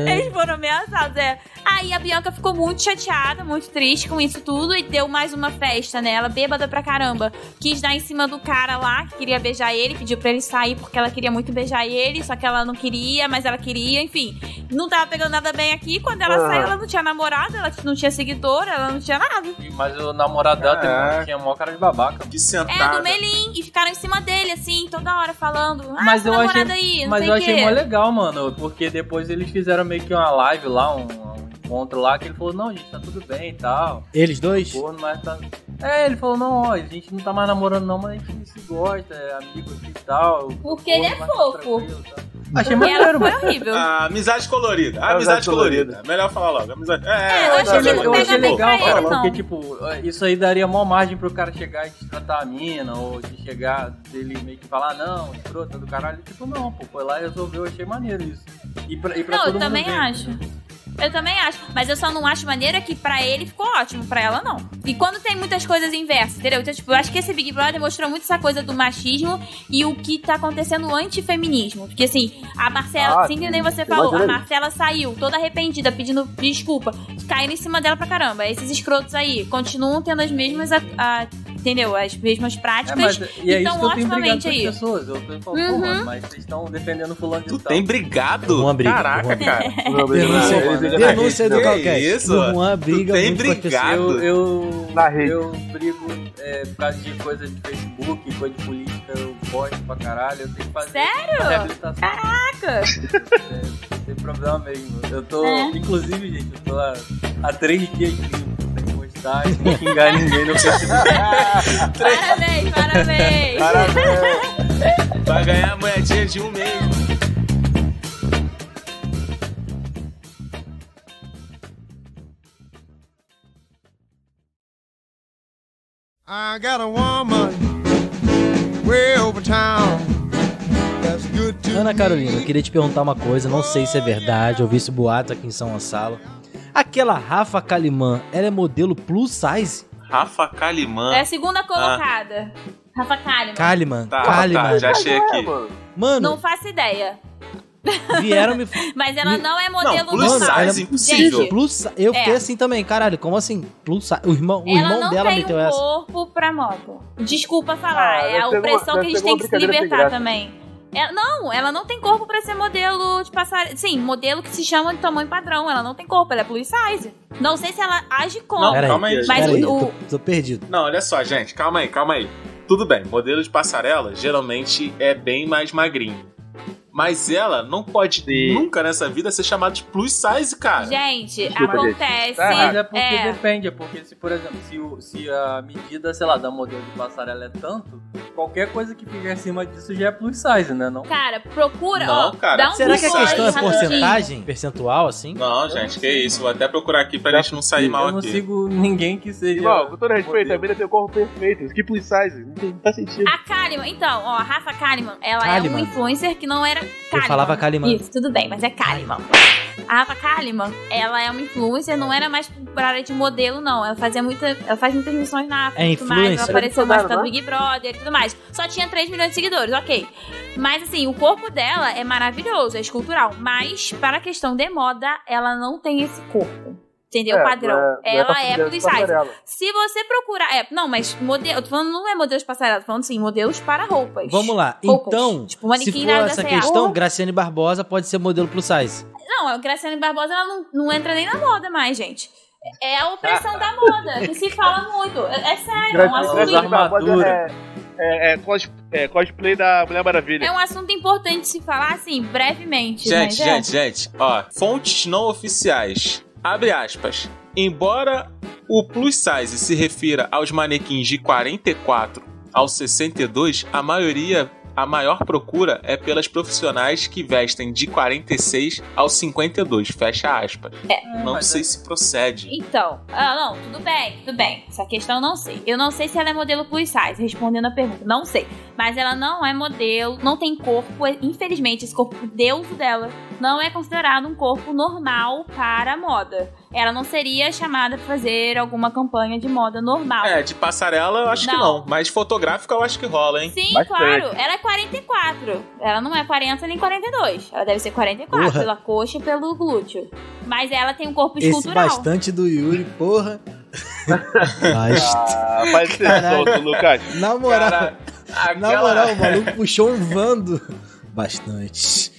Speaker 8: Eles foram ameaçados, é. Aí a Bianca ficou muito chateada, muito triste com isso tudo e deu mais uma festa, né? Ela bêbada pra caramba. Quis dar em cima do cara lá, que queria beijar ele, pediu pra ele sair porque ela queria muito beijar ele, só que ela não queria, mas ela queria, enfim. Não tava pegando nada bem aqui. Quando ela
Speaker 6: Ah.
Speaker 8: saiu, ela não tinha namorado, ela não tinha seguidor, ela não tinha nada.
Speaker 7: Mas o namorado dela
Speaker 1: Caraca.
Speaker 7: tem- tinha mó cara de babaca.
Speaker 1: Que
Speaker 8: É,
Speaker 1: sentada.
Speaker 8: do Melim. E ficaram em cima dele, assim, toda hora falando. Ah,
Speaker 7: Mas
Speaker 8: sua
Speaker 7: eu achei-
Speaker 8: namorada aí, não
Speaker 7: Mas
Speaker 8: sei
Speaker 7: eu
Speaker 8: o quê.
Speaker 7: achei mó legal, mano, porque depois eles fizeram meio que uma live lá, um, um encontro lá, que ele falou, não, gente, tá tudo bem e tal.
Speaker 4: Eles dois?
Speaker 7: Corno, mas tá... É, ele falou, não, ó, a gente não tá mais namorando não, mas a gente se gosta, é amigo aqui e tal.
Speaker 5: Porque ele é
Speaker 7: Corno, mas tá
Speaker 5: fofo.
Speaker 7: tranquilo, tá? Achei
Speaker 8: E ela
Speaker 7: maneiro,
Speaker 8: foi
Speaker 7: mano.
Speaker 8: horrível.
Speaker 1: A Ah, amizade colorida. A amizade
Speaker 6: Amizade
Speaker 1: colorida.
Speaker 6: colorida.
Speaker 1: Melhor falar logo. Amizade...
Speaker 8: É, eu acho
Speaker 1: amizade
Speaker 8: que ele
Speaker 7: Eu
Speaker 8: não
Speaker 1: colorida.
Speaker 7: achei
Speaker 8: pega bem
Speaker 7: legal,
Speaker 8: pra
Speaker 7: cara,
Speaker 8: ele, não.
Speaker 7: porque, tipo, isso aí daria mó margem pro cara chegar e tratar a mina, ou de chegar, dele meio que falar, "Ah, não, escrota do caralho. Tipo, não, pô, foi lá e resolveu, achei maneiro isso. E pra, e pra
Speaker 8: Não,
Speaker 7: todo
Speaker 8: eu
Speaker 7: mundo
Speaker 8: também
Speaker 7: ver. É,
Speaker 8: acho. Eu também acho. Mas eu só não acho maneira que pra ele ficou ótimo, pra ela não. E quando tem muitas coisas inversas, entendeu? Então, tipo, eu acho que esse Big Brother mostrou muito essa coisa do machismo e o que tá acontecendo o antifeminismo. Porque assim, a Marcela,
Speaker 6: Ah,
Speaker 8: assim que
Speaker 6: sim.
Speaker 8: nem você
Speaker 6: Eu
Speaker 8: falou, a
Speaker 6: adorei.
Speaker 8: Marcela saiu toda arrependida, pedindo desculpa. Caíram em cima dela pra caramba. Esses escrotos aí continuam tendo as mesmas, a- a- entendeu? As mesmas
Speaker 7: É,
Speaker 8: práticas.
Speaker 7: mas, e é
Speaker 8: então,
Speaker 7: isso que eu tenho brigado
Speaker 8: otimamente
Speaker 7: com as
Speaker 8: aí.
Speaker 7: pessoas. Eu tô falando,
Speaker 8: Uhum.
Speaker 7: pô, mano, mas vocês estão defendendo fulano de
Speaker 1: Tu
Speaker 7: tal.
Speaker 1: tem né? É. brigado?
Speaker 4: Uma briga,
Speaker 1: Caraca,
Speaker 4: uma briga.
Speaker 1: cara.
Speaker 6: Não, mas-
Speaker 4: Denúncia,
Speaker 6: ele briga na
Speaker 4: denúncia
Speaker 6: rede,
Speaker 4: do
Speaker 1: Que
Speaker 6: não.
Speaker 4: Calcast.
Speaker 1: isso?
Speaker 4: O Juan briga
Speaker 1: Tu tem
Speaker 4: muito com as pessoas.
Speaker 1: brigado?
Speaker 7: Eu, eu,
Speaker 6: Na rede.
Speaker 7: eu brigo é, por causa de coisa de Facebook, coisa de política, eu gosto pra caralho, eu tenho que fazer
Speaker 8: Sério?
Speaker 7: uma reabilitação.
Speaker 8: Caraca!
Speaker 7: É, não tem problema mesmo. Eu tô,
Speaker 8: É.
Speaker 7: inclusive, gente, eu tô há, há três dias limpo, sem postar tá? E não xingar ninguém, não precisa.
Speaker 8: Parabéns, parabéns.
Speaker 1: Parabéns. Vai ganhar a moedinha de um mês.
Speaker 14: I got a woman way over town.
Speaker 4: Ana Carolina, eu queria te perguntar uma coisa, não sei se é verdade, eu vi esse boato aqui em São Gonçalo. Aquela Rafa Kalimann, ela é modelo plus size?
Speaker 1: Rafa Kalimann.
Speaker 8: É a segunda colocada. Rafa Kalimann.
Speaker 4: Kalimann,
Speaker 1: Tá,
Speaker 4: Kalimann.
Speaker 1: tá, já achei aqui.
Speaker 4: Mano,
Speaker 8: Não faço ideia.
Speaker 4: vieram me...
Speaker 8: Mas ela não é modelo
Speaker 4: Mano,
Speaker 8: normal.
Speaker 4: ela- é
Speaker 8: Gente,
Speaker 4: Plus, si- eu
Speaker 8: É.
Speaker 4: fiquei assim também, caralho, como assim? Plus size? O irmão, o
Speaker 8: ela
Speaker 4: irmão
Speaker 8: não
Speaker 4: dela
Speaker 8: tem
Speaker 4: meteu
Speaker 8: um
Speaker 4: essa.
Speaker 8: corpo pra moto. Desculpa falar,
Speaker 4: Ah,
Speaker 8: é
Speaker 4: deve
Speaker 8: a
Speaker 4: ter
Speaker 8: opressão
Speaker 4: uma-
Speaker 8: que
Speaker 4: deve
Speaker 8: a gente
Speaker 4: ter
Speaker 8: tem
Speaker 4: uma
Speaker 8: que se
Speaker 4: brincadeira sem
Speaker 8: libertar
Speaker 4: graça.
Speaker 8: também. Ela- não, ela não tem corpo pra ser modelo de passar. Sim, modelo que se chama de tamanho padrão. Ela não tem corpo, ela é plus size. Não sei se ela age como.
Speaker 1: Não, calma aí,
Speaker 8: Mas
Speaker 1: pera aí,
Speaker 8: o,
Speaker 1: tô-
Speaker 4: Tô perdido.
Speaker 1: Não, olha só, gente, calma aí, calma aí. Tudo bem, modelo de passarela geralmente é bem mais magrinho. Mas ela não pode nunca nessa vida ser chamada de plus size, cara.
Speaker 8: Gente,
Speaker 1: Desculpa, gente.
Speaker 8: acontece.
Speaker 1: Tá errado.
Speaker 7: Mas é porque
Speaker 8: é.
Speaker 7: depende, é porque se, por exemplo, se, o- se a medida, sei lá, da modelo de passarela é tanto, qualquer coisa que fica acima disso já é plus size, né? Não?
Speaker 8: Cara, procura, ó. Dá um
Speaker 4: Será que a
Speaker 8: Google
Speaker 4: questão
Speaker 8: aí,
Speaker 4: é
Speaker 8: rapidinho.
Speaker 4: porcentagem? Percentual, assim?
Speaker 1: Não, gente, que isso. Vou até procurar aqui pra gente não sair mal
Speaker 7: eu não
Speaker 1: aqui.
Speaker 7: sigo ninguém que seja.
Speaker 6: Irmão, com todo respeito, a mina tem o corpo perfeito. Que plus size? Não, tem, não faz sentido.
Speaker 8: A Kalimann, então, ó, a Rafa Kalimann, ela é
Speaker 4: Kalimann.
Speaker 8: um influencer que não era Kalimann.
Speaker 4: Eu falava Kalimann.
Speaker 8: Isso, tudo bem, mas é Kalimann. A Rafa Kalimann, ela é uma influencer, não era mais pra área de modelo, não. Ela, fazia muita, ela faz muitas missões na África
Speaker 4: É
Speaker 8: e tudo mais. Ela
Speaker 4: influencer.
Speaker 8: apareceu mais
Speaker 4: Bolsonaro,
Speaker 3: é?
Speaker 8: pra
Speaker 4: né?
Speaker 8: Big Brother e tudo mais. Só tinha 3 milhões de seguidores, ok. Mas assim, o corpo dela é maravilhoso, é escultural. Mas, para a questão de moda, ela não tem esse corpo. Entendeu?
Speaker 3: É,
Speaker 8: padrão.
Speaker 3: não é- não é
Speaker 8: ela é,
Speaker 3: passarela,
Speaker 8: plus
Speaker 3: é
Speaker 8: size.
Speaker 3: passarela.
Speaker 8: Se você procurar. É, não, mas modelo. Eu tô falando, não é modelos de passarela, tô falando assim, modelos para roupas.
Speaker 4: Vamos lá,
Speaker 8: Roupas.
Speaker 4: então,
Speaker 8: Tipo,
Speaker 4: se
Speaker 8: manequim
Speaker 4: for
Speaker 8: da- Oh. da
Speaker 4: essa
Speaker 8: C&A.
Speaker 4: questão, Graciane Barbosa pode ser modelo plus size.
Speaker 8: Não, a Graciane Barbosa ela não, não entra nem na moda mais, gente. É a opressão da moda, que se fala muito. É, é sério, é um assunto.
Speaker 6: Barbosa é, é, é cos- é cosplay da Mulher Maravilha.
Speaker 8: É um assunto importante se falar, assim, brevemente.
Speaker 1: Gente,
Speaker 8: mas é.
Speaker 1: gente, gente, ó, fontes não oficiais. Abre aspas. Embora o plus size se refira aos manequins de 44 ao 62, a maioria, a maior procura é pelas profissionais que vestem de 46 ao 52, fecha aspas.
Speaker 8: É.
Speaker 1: Não sei se procede.
Speaker 8: Então, ah, não, tudo bem, tudo bem. Essa questão eu não sei. Eu não sei se ela é modelo plus size, respondendo a pergunta, não sei. Mas ela não é modelo, não tem corpo, é- infelizmente, esse corpo deuso dela não é considerado um corpo normal para a moda. Ela não seria chamada pra fazer alguma campanha de moda normal.
Speaker 1: É, de passarela eu acho que
Speaker 8: Não.
Speaker 1: não, mas fotográfica eu acho que rola, hein?
Speaker 8: Sim, claro, ela é 44. Ela não é 40 nem 42. Ela deve ser 44
Speaker 2: Porra.
Speaker 8: pela coxa e pelo glúteo. Mas ela tem um corpo
Speaker 2: Esse
Speaker 8: escultural.
Speaker 2: bastante do Yuri, porra.
Speaker 6: Ah, vai ser
Speaker 2: Caralho.
Speaker 6: solto, Lucas.
Speaker 2: Na moral,
Speaker 6: Cara,
Speaker 2: na moral, o maluco puxou um vando. Bastante.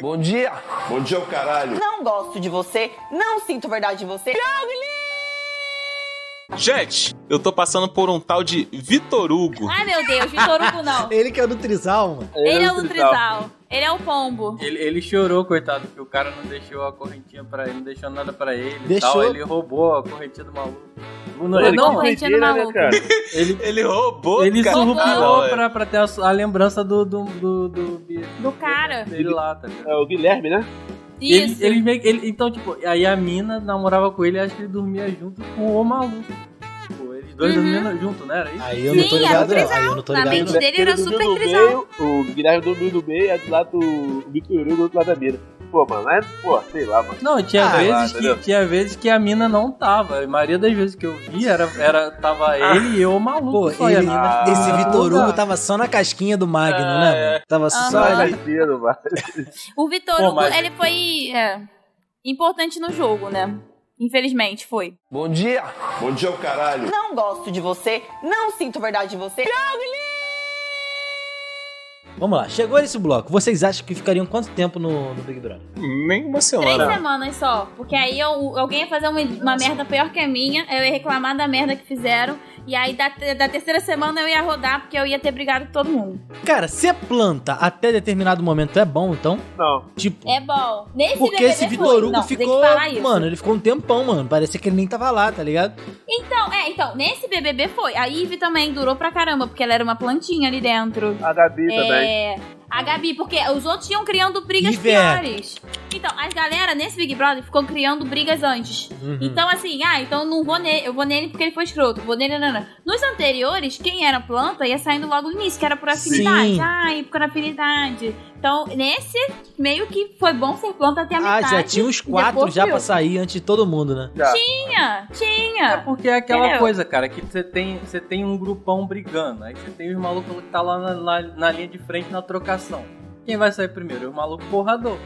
Speaker 12: Bom dia. Bom dia, o caralho. Não gosto de você, não sinto verdade de você. Não,
Speaker 1: Gente, eu tô passando por um tal de Vitor Hugo.
Speaker 8: Ai, meu Deus, Vitor Hugo não.
Speaker 2: Ele que é do Trizal, mano.
Speaker 8: Ele é o Lutrizal. Ele é o pombo.
Speaker 7: Ele, ele chorou, coitado, porque o cara não deixou a correntinha pra ele, não deixou nada pra ele e
Speaker 2: Deixou.
Speaker 7: tal. Ele roubou a correntinha do maluco. Não,
Speaker 8: Ele roubou a correntinha do
Speaker 6: né,
Speaker 8: maluco.
Speaker 7: Ele,
Speaker 1: ele roubou,
Speaker 7: Ele
Speaker 1: cara.
Speaker 7: surrupiou
Speaker 8: é.
Speaker 1: Roubou.
Speaker 7: pra, pra ter a, a lembrança do, do, do, do,
Speaker 8: Do cara.
Speaker 7: dele lá, tá ligado?
Speaker 6: É o Guilherme, né?
Speaker 8: Isso.
Speaker 7: Ele, ele meio que- ele- então, tipo, aí a mina namorava com ele e acho que ele dormia junto com o maluco. Tipo, eles dois
Speaker 8: Uhum.
Speaker 7: dormiam junto, né? Era isso?
Speaker 4: Aí eu não tô ligado, não. Aí eu não tô
Speaker 8: Na
Speaker 4: ligado,
Speaker 8: mente
Speaker 4: não.
Speaker 8: dele era
Speaker 6: Ele
Speaker 8: super
Speaker 6: dormiu no
Speaker 8: trisal.
Speaker 6: meio, O Guilherme dormiu no meio e a do lado o Vitor Hugo do outro lado da mina. Pô, mano, mas, pô, sei lá, mano.
Speaker 7: Não, tinha,
Speaker 6: Sei lá,
Speaker 7: vezes que,
Speaker 6: entendeu?
Speaker 7: tinha vezes que a mina não tava. A maioria das vezes que eu vi era, era tava ele e eu o maluco.
Speaker 4: Pô,
Speaker 7: só, e a
Speaker 4: ele-
Speaker 7: mina ficava
Speaker 4: esse
Speaker 7: maluca.
Speaker 4: Vitor Hugo tava só na casquinha do Magno, né? mano? Tava só
Speaker 8: Aham.
Speaker 4: ali.
Speaker 8: O Vitor
Speaker 4: Pô,
Speaker 8: Hugo,
Speaker 4: mas-
Speaker 8: ele foi é, importante no jogo, né? Infelizmente, foi.
Speaker 12: Bom dia. Bom dia, o caralho. Não gosto de você, não sinto verdade de você. Não,
Speaker 4: Vamos lá, chegou nesse bloco. Vocês acham que ficariam quanto tempo no, no Big Brother?
Speaker 1: Nem uma
Speaker 8: Três semanas só. Porque aí eu- alguém ia fazer uma, uma merda pior que a minha, eu ia reclamar da merda que fizeram. E aí da, te- da terceira semana eu ia rodar porque eu ia ter brigado com todo mundo.
Speaker 4: Cara, ser planta até determinado momento é bom, então?
Speaker 6: Não.
Speaker 4: Tipo,
Speaker 8: É bom. Nesse
Speaker 4: porque
Speaker 8: BBB
Speaker 4: esse
Speaker 8: foi.
Speaker 4: Vitor Hugo
Speaker 8: Não, tem que
Speaker 4: ficou.
Speaker 8: falar isso.
Speaker 4: Mano, ele ficou um tempão, mano. Parecia que ele nem tava lá, tá ligado?
Speaker 8: Então, é, então, nesse BBB foi. A Ivy também durou pra caramba, porque ela era uma plantinha ali dentro.
Speaker 6: A Gabi
Speaker 7: né?
Speaker 8: É, a Gabi, porque os outros iam criando brigas
Speaker 6: Ivete.
Speaker 8: piores. Então, as galera nesse Big Brother ficou criando brigas antes.
Speaker 15: Uhum.
Speaker 8: Então, assim, ah, então não vou nele, eu vou nele porque ele foi escroto, vou nele, não, não. Nos anteriores, quem era planta ia saindo logo no início, que era por afinidade.
Speaker 4: Sim.
Speaker 8: Ai, por afinidade. Então, nesse, meio que foi bom ser planta até a
Speaker 4: Ah,
Speaker 8: é metade.
Speaker 4: já tinha uns
Speaker 8: e
Speaker 4: quatro
Speaker 8: depois
Speaker 4: já
Speaker 8: pior.
Speaker 4: pra sair antes de todo mundo, né?
Speaker 8: Tinha, tinha. É
Speaker 7: porque é Aquela coisa, cara, que você tem, você tem um grupão brigando, aí você tem os malucos que tá lá na, na- na linha de frente na trocação. Quem vai sair primeiro? O maluco porrador.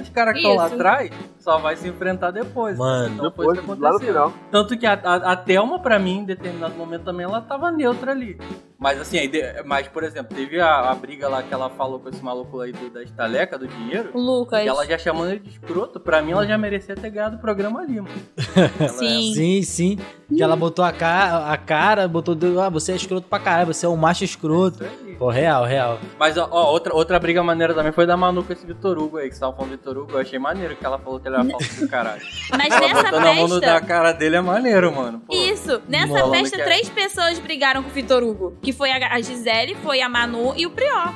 Speaker 7: Os caras que estão lá
Speaker 6: Isso.
Speaker 7: atrás só vai se enfrentar depois.
Speaker 4: Mano.
Speaker 7: então foi o que
Speaker 6: Depois, lá no
Speaker 7: aconteceu.
Speaker 6: final.
Speaker 7: Tanto que a, a, a Thelma, pra mim, em determinado momento também, ela tava neutra ali. Mas assim, aí de- mas, por exemplo, teve a, a briga lá que ela falou com esse maluco aí do, da estaleca, do dinheiro.
Speaker 8: O Lucas.
Speaker 7: E ela já chamando ele de escroto, pra mim ela já merecia ter ganhado o programa ali, mano. é
Speaker 8: Sim.
Speaker 4: Sim, sim. Que ela botou a cara, a cara, botou. do- Ah, você é escroto pra caralho, você é um macho escroto. Pô, real, real.
Speaker 7: Mas ó, ó, outra, outra briga maneira também foi da Manu com esse Vitor Hugo aí, que estava falando Vitor Hugo, eu achei maneiro que ela falou que ele era falso do caralho.
Speaker 8: Mas
Speaker 7: ela
Speaker 8: nessa
Speaker 7: botando a mão no-
Speaker 8: festa-
Speaker 7: na cara dele é maneiro, mano. Pô,
Speaker 8: Isso, nessa
Speaker 7: Falando
Speaker 4: né,
Speaker 8: festa
Speaker 7: que é-
Speaker 8: três pessoas brigaram com o Vitor Hugo, que foi a a Gisele, foi a Manu e o Prió.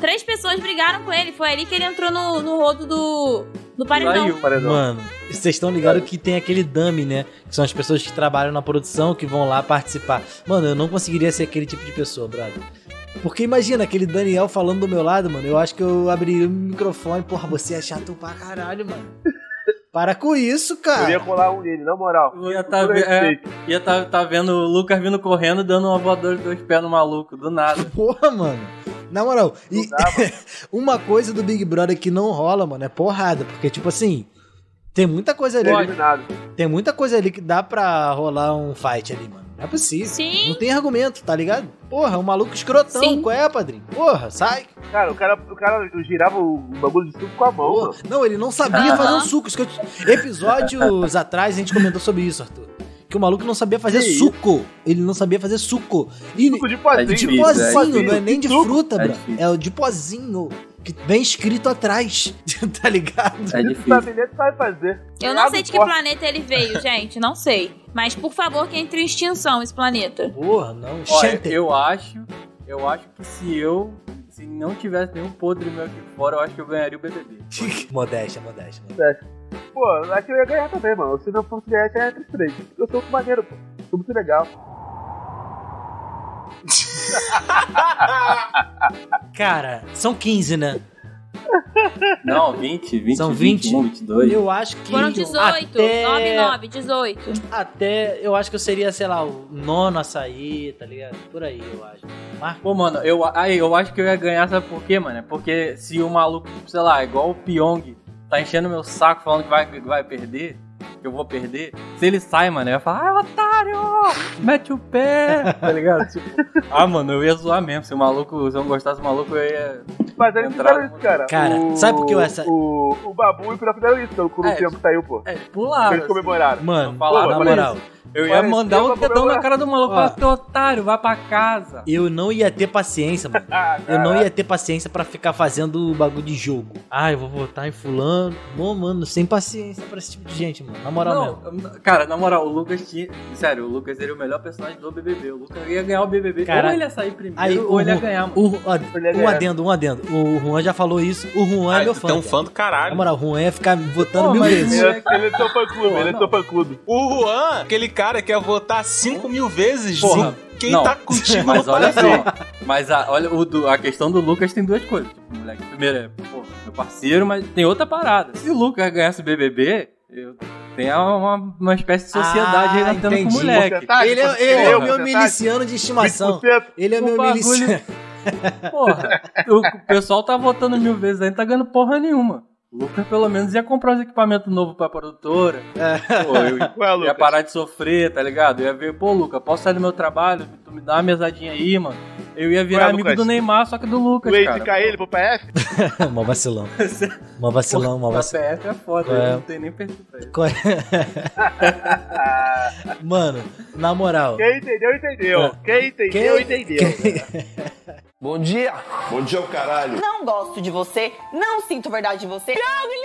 Speaker 8: Três pessoas brigaram com ele, foi ali que ele entrou no, no rodo do, do paredão.
Speaker 4: Mano, vocês estão ligados que tem aquele dummy, né? Que são as pessoas que trabalham na produção que vão lá participar. Mano, eu não conseguiria ser aquele tipo de pessoa, brother. Porque imagina aquele Daniel falando do meu lado, mano. Eu acho que eu abriria o microfone. Porra, você é chato pra caralho, mano. Para com isso,
Speaker 6: Eu ia
Speaker 4: cara.
Speaker 6: colar um nele, na moral.
Speaker 7: Ia tá, ve- é, ia tá, tá vendo o Lucas vindo correndo e dando uma voadora de dois pés no maluco, do nada.
Speaker 4: Porra, mano. Na moral, e uma coisa do Big Brother que não rola, mano, é porrada. Porque, tipo assim, tem muita coisa ali.
Speaker 6: Eliminado.
Speaker 4: Tem muita coisa ali que dá pra rolar um fight ali, mano. Não é possível.
Speaker 8: Sim.
Speaker 4: Não tem argumento, tá ligado? Porra, um maluco escrotão.
Speaker 6: Sim.
Speaker 4: Qual é, padrinho? Porra, sai.
Speaker 6: Cara, o cara, o cara girava o bagulho de suco com a mão.
Speaker 4: Porra.
Speaker 6: mano.
Speaker 4: Não, ele não sabia
Speaker 6: Aham.
Speaker 4: fazer um suco. Isso que eu te- Episódios atrás a gente comentou sobre isso, Arthur. Que o maluco não sabia fazer
Speaker 6: Que
Speaker 4: suco. Ele não sabia fazer suco. E suco
Speaker 6: de pozinho.
Speaker 4: de
Speaker 6: É
Speaker 4: pozinho,
Speaker 6: difícil, é
Speaker 4: não é nem de
Speaker 6: difícil.
Speaker 4: fruta,
Speaker 6: É
Speaker 4: bro. É o de pozinho. Que vem escrito atrás, tá ligado?
Speaker 7: É
Speaker 6: O gabinete sabe fazer.
Speaker 8: Eu não sei tipo de que planeta ele veio, gente, não sei. Mas por favor, que entre em extinção esse planeta.
Speaker 4: Porra, não.
Speaker 7: Olha, eu acho, eu acho que se eu, se não tivesse nenhum podre meu aqui fora, eu acho que eu ganharia o BBB.
Speaker 4: modéstia, modéstia.
Speaker 6: Pô, acho que eu ia ganhar também, mano. Se não fosse ganhar, tinha entre os três. Eu sou muito maneiro, pô. Sou muito legal.
Speaker 4: Cara, são 15, né?
Speaker 7: Não, 20, 20,
Speaker 4: São
Speaker 7: 20,
Speaker 4: 20?
Speaker 7: 22.
Speaker 4: Eu acho que.
Speaker 8: Foram 18,
Speaker 4: até-
Speaker 8: 9, 9, 18.
Speaker 4: Até eu acho que eu seria, sei lá, o nono açaí, tá ligado? Por aí, eu acho.
Speaker 7: Pô, mano, eu, aí, eu acho que eu ia ganhar, sabe por quê, mano? É Porque se o maluco, sei lá, igual o Pyong, tá enchendo meu saco falando que vai, que vai perder, que eu vou perder, se ele sai, mano, eu ia falar, ah, otário, mete o pé, tá ligado? Tipo, ah, mano, eu ia zoar mesmo. Se o maluco, se eu não gostasse do maluco, eu ia.
Speaker 6: Mas eles
Speaker 7: Entraram
Speaker 6: fizeram isso, cara.
Speaker 4: Cara,
Speaker 6: o,
Speaker 4: sabe por que eu essa-
Speaker 6: O, o Babu e o Pirata fizeram isso, pelo Curitiba tempo que saiu, pô.
Speaker 7: É, pularam.
Speaker 6: Eles comemoraram.
Speaker 4: Mano,
Speaker 7: falar,
Speaker 4: na
Speaker 7: mas-
Speaker 4: moral.
Speaker 7: Eu ia mandar um dedão na cara do maluco,
Speaker 4: Ó.
Speaker 7: falar, teu otário, vai pra casa.
Speaker 4: Eu não ia ter paciência, mano.
Speaker 6: Ah,
Speaker 4: Eu não ia ter paciência pra ficar fazendo bagulho de jogo. Ah, eu vou votar em fulano. Bom, mano, sem paciência pra esse tipo de gente, mano. Na moral mesmo.
Speaker 7: não, eu- Cara, na moral, o Lucas tinha. Sério, o Lucas seria o melhor personagem do BBB. O Lucas ia ganhar o BBB.
Speaker 4: Cara,
Speaker 7: ou ele ia sair primeiro,
Speaker 4: Aí,
Speaker 7: ou
Speaker 4: o
Speaker 7: ele ia
Speaker 4: Ru-
Speaker 7: ganhar, mano.
Speaker 4: o Ru- ó, um adendo, um adendo. O Juan já falou isso. O Juan é meu fã.
Speaker 1: tem um
Speaker 4: cara.
Speaker 1: fã do caralho.
Speaker 4: Na moral, o Juan ia ficar votando
Speaker 1: Pô,
Speaker 4: mil
Speaker 1: mas
Speaker 4: vezes.
Speaker 1: ele é-
Speaker 6: Ele é teu fã-clube, ele é teu fã-clube.
Speaker 1: O Juan, aquele cara que ia votar 5 mil vezes,
Speaker 7: Porra,
Speaker 1: sim, quem
Speaker 7: não.
Speaker 1: tá contigo
Speaker 7: Mas
Speaker 1: não
Speaker 7: olha
Speaker 1: parece.
Speaker 7: só. Mas a, olha, o do- a questão do Lucas tem duas coisas. Tipo, moleque, primeiro é, pô, meu parceiro, mas tem outra parada. Se o Lucas ganhasse o BBB, eu, tem uma, uma espécie de sociedade
Speaker 4: Ah,
Speaker 7: aí tendo com o
Speaker 1: tá
Speaker 7: moleque.
Speaker 4: Ele é, ele é o meu miliciano de estimação. Ele é
Speaker 7: né? O
Speaker 4: meu
Speaker 7: bagulho-
Speaker 4: miliciano.
Speaker 7: Porra, o, o pessoal tá votando mil vezes aí, não tá ganhando porra nenhuma. O Lucas pelo menos ia comprar uns equipamentos novos pra produtora.
Speaker 4: É.
Speaker 7: Pô, eu ia parar de sofrer, tá ligado? Eu ia ver, pô, Lucas, posso sair do meu trabalho? Tu me dá uma mesadinha aí, mano. Eu ia virar
Speaker 4: Ué,
Speaker 7: amigo
Speaker 4: Lucas.
Speaker 7: do Neymar, só que do Lucas,
Speaker 6: Tu ia
Speaker 7: cara.
Speaker 6: indicar ele pro PF?
Speaker 4: mó vacilão. Mó vacilão, mó
Speaker 7: Porra,
Speaker 4: vacilão.
Speaker 7: PF é foda,
Speaker 4: É.
Speaker 7: ele não tem nem perfil pra ele.
Speaker 4: Qual é? Mano, na moral.
Speaker 6: Quem entendeu, entendeu.
Speaker 1: É.
Speaker 6: Quem entendeu, entendeu.
Speaker 12: Bom dia. Bom dia, o caralho. Não gosto de você, não sinto verdade de você. Não,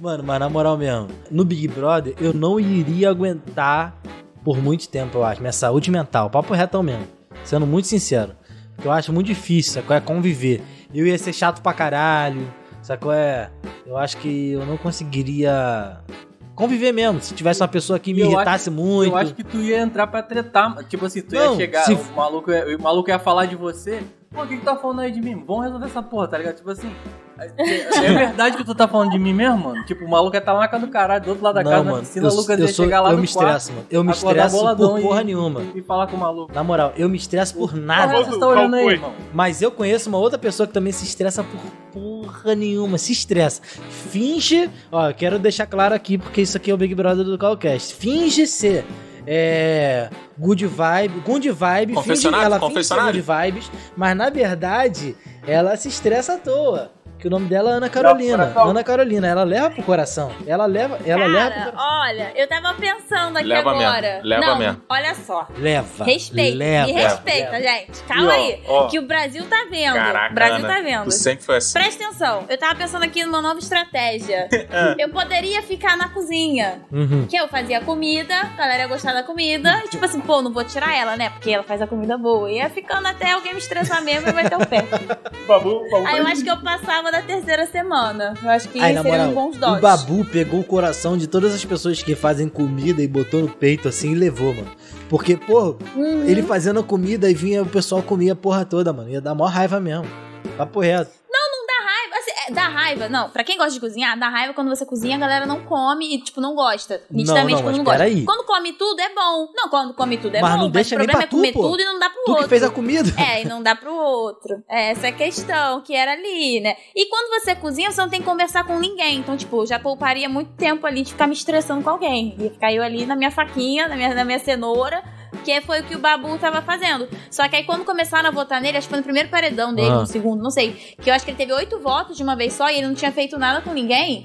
Speaker 4: Mano, mas na moral mesmo, no Big Brother eu não iria aguentar por muito tempo, eu acho. Minha saúde mental, papo retão mesmo. Sendo muito sincero. Porque eu acho muito difícil, sacou? É conviver. Eu ia ser chato pra caralho, sacou? É. Eu acho que eu não conseguiria conviver mesmo. Se tivesse uma pessoa que me
Speaker 7: Eu acho-
Speaker 4: irritasse muito.
Speaker 7: Eu acho que tu ia entrar pra tretar, tipo assim, tu
Speaker 4: Não,
Speaker 7: ia chegar,
Speaker 4: se-
Speaker 7: o, maluco ia, o maluco ia falar de você, pô, o que, que tu tá falando aí de mim? Vamos resolver essa porra, tá ligado? Tipo assim, é é verdade que tu tá falando de mim mesmo, mano? Tipo, o maluco ia tá lá na casa do caralho, do outro lado da
Speaker 4: Não,
Speaker 7: casa, na
Speaker 4: mano,
Speaker 7: piscina,
Speaker 4: eu-
Speaker 7: o Lucas
Speaker 4: eu
Speaker 7: ia
Speaker 4: sou-
Speaker 7: chegar lá
Speaker 4: eu
Speaker 7: no
Speaker 4: me
Speaker 7: quarto,
Speaker 4: estresso, mano. Eu me
Speaker 7: acordar
Speaker 4: estresso por
Speaker 7: boladão e-
Speaker 4: porra nenhuma.
Speaker 7: E falar com o maluco.
Speaker 4: Na moral, eu me estresso por nada.
Speaker 7: Caralho, vocês tão olhando aí, irmão.
Speaker 4: Mas eu conheço uma outra pessoa que também se estressa por porra nenhuma. Se estressa. Finge. Ó, eu quero deixar claro aqui, porque isso aqui é o Big Brother do Calcast. Finge ser. É. Good vibe. Good vibe.
Speaker 1: Confessionário?
Speaker 4: Finge, ela finge ser
Speaker 1: Confessionário?
Speaker 4: good vibes. Mas na verdade, ela se estressa à toa. Que o nome dela é Ana Carolina. Ana Carolina, ela leva pro coração. Ela leva. Ela leva pro
Speaker 8: Cara, olha, eu tava pensando aqui
Speaker 4: Tá Leva mesmo,
Speaker 8: agora.
Speaker 4: leva
Speaker 8: Não,
Speaker 4: mesmo.
Speaker 8: olha só.
Speaker 4: Leva.
Speaker 8: Respeita,
Speaker 4: leva.
Speaker 8: me respeita, gente. Calma
Speaker 1: E, ó,
Speaker 8: aí,
Speaker 1: ó.
Speaker 8: que o Brasil tá vendo.
Speaker 1: Caraca,
Speaker 8: o Brasil
Speaker 1: Ana,
Speaker 8: tá vendo.
Speaker 1: tu sempre foi assim.
Speaker 8: Presta atenção, eu tava pensando aqui numa nova estratégia. eu poderia ficar na cozinha.
Speaker 4: Uhum.
Speaker 8: Que eu fazia comida, a galera ia gostar da comida. E tipo assim, pô, não vou tirar ela, né? Porque ela faz a comida boa. E ia ficando até alguém me estressar mesmo e vai ter o pé.
Speaker 6: Babu, babu.
Speaker 8: Aí eu acho que eu passava da terceira semana. Eu acho que
Speaker 4: Aí, na
Speaker 8: seriam
Speaker 4: moral,
Speaker 8: um bons
Speaker 4: o
Speaker 8: dotes.
Speaker 4: Babu pegou o coração de todas as pessoas que fazem comida e botou no peito assim e levou, mano. Porque, pô,
Speaker 8: Uhum.
Speaker 4: ele fazendo a comida e vinha o pessoal comia a porra toda, mano. Ia dar mó raiva mesmo. Papo reto.
Speaker 8: Não, não dá raiva. Assim, é, dá raiva. Não, pra quem gosta de cozinhar, dá raiva quando você cozinha, a galera não come e, tipo, não gosta.
Speaker 4: Não,
Speaker 8: Nitidamente,
Speaker 4: não,
Speaker 8: quando
Speaker 4: mas
Speaker 8: não gosta.
Speaker 4: peraí.
Speaker 8: Quando come tudo, é bom. Não, quando come tudo é
Speaker 4: Mas
Speaker 8: bom.
Speaker 4: não deixa
Speaker 8: o
Speaker 4: nem pra
Speaker 8: problema é
Speaker 4: tu,
Speaker 8: comer
Speaker 4: pô.
Speaker 8: tudo e não dá pro
Speaker 4: Tu que
Speaker 8: outro.
Speaker 4: fez a comida.
Speaker 8: É, e não dá pro outro. É, essa é a questão que era ali, né? E quando você cozinha, você não tem que conversar com ninguém. Então, tipo, já pouparia muito tempo ali de ficar me estressando com alguém. Ia ficar eu ali na minha faquinha, na minha, na minha cenoura. Que foi o que o Babu tava fazendo. Só que aí quando começaram a votar nele, acho que foi no primeiro paredão dele,
Speaker 3: Ah.
Speaker 8: no segundo, não sei. Que eu acho que ele teve oito votos de uma vez só e ele não tinha feito nada com ninguém.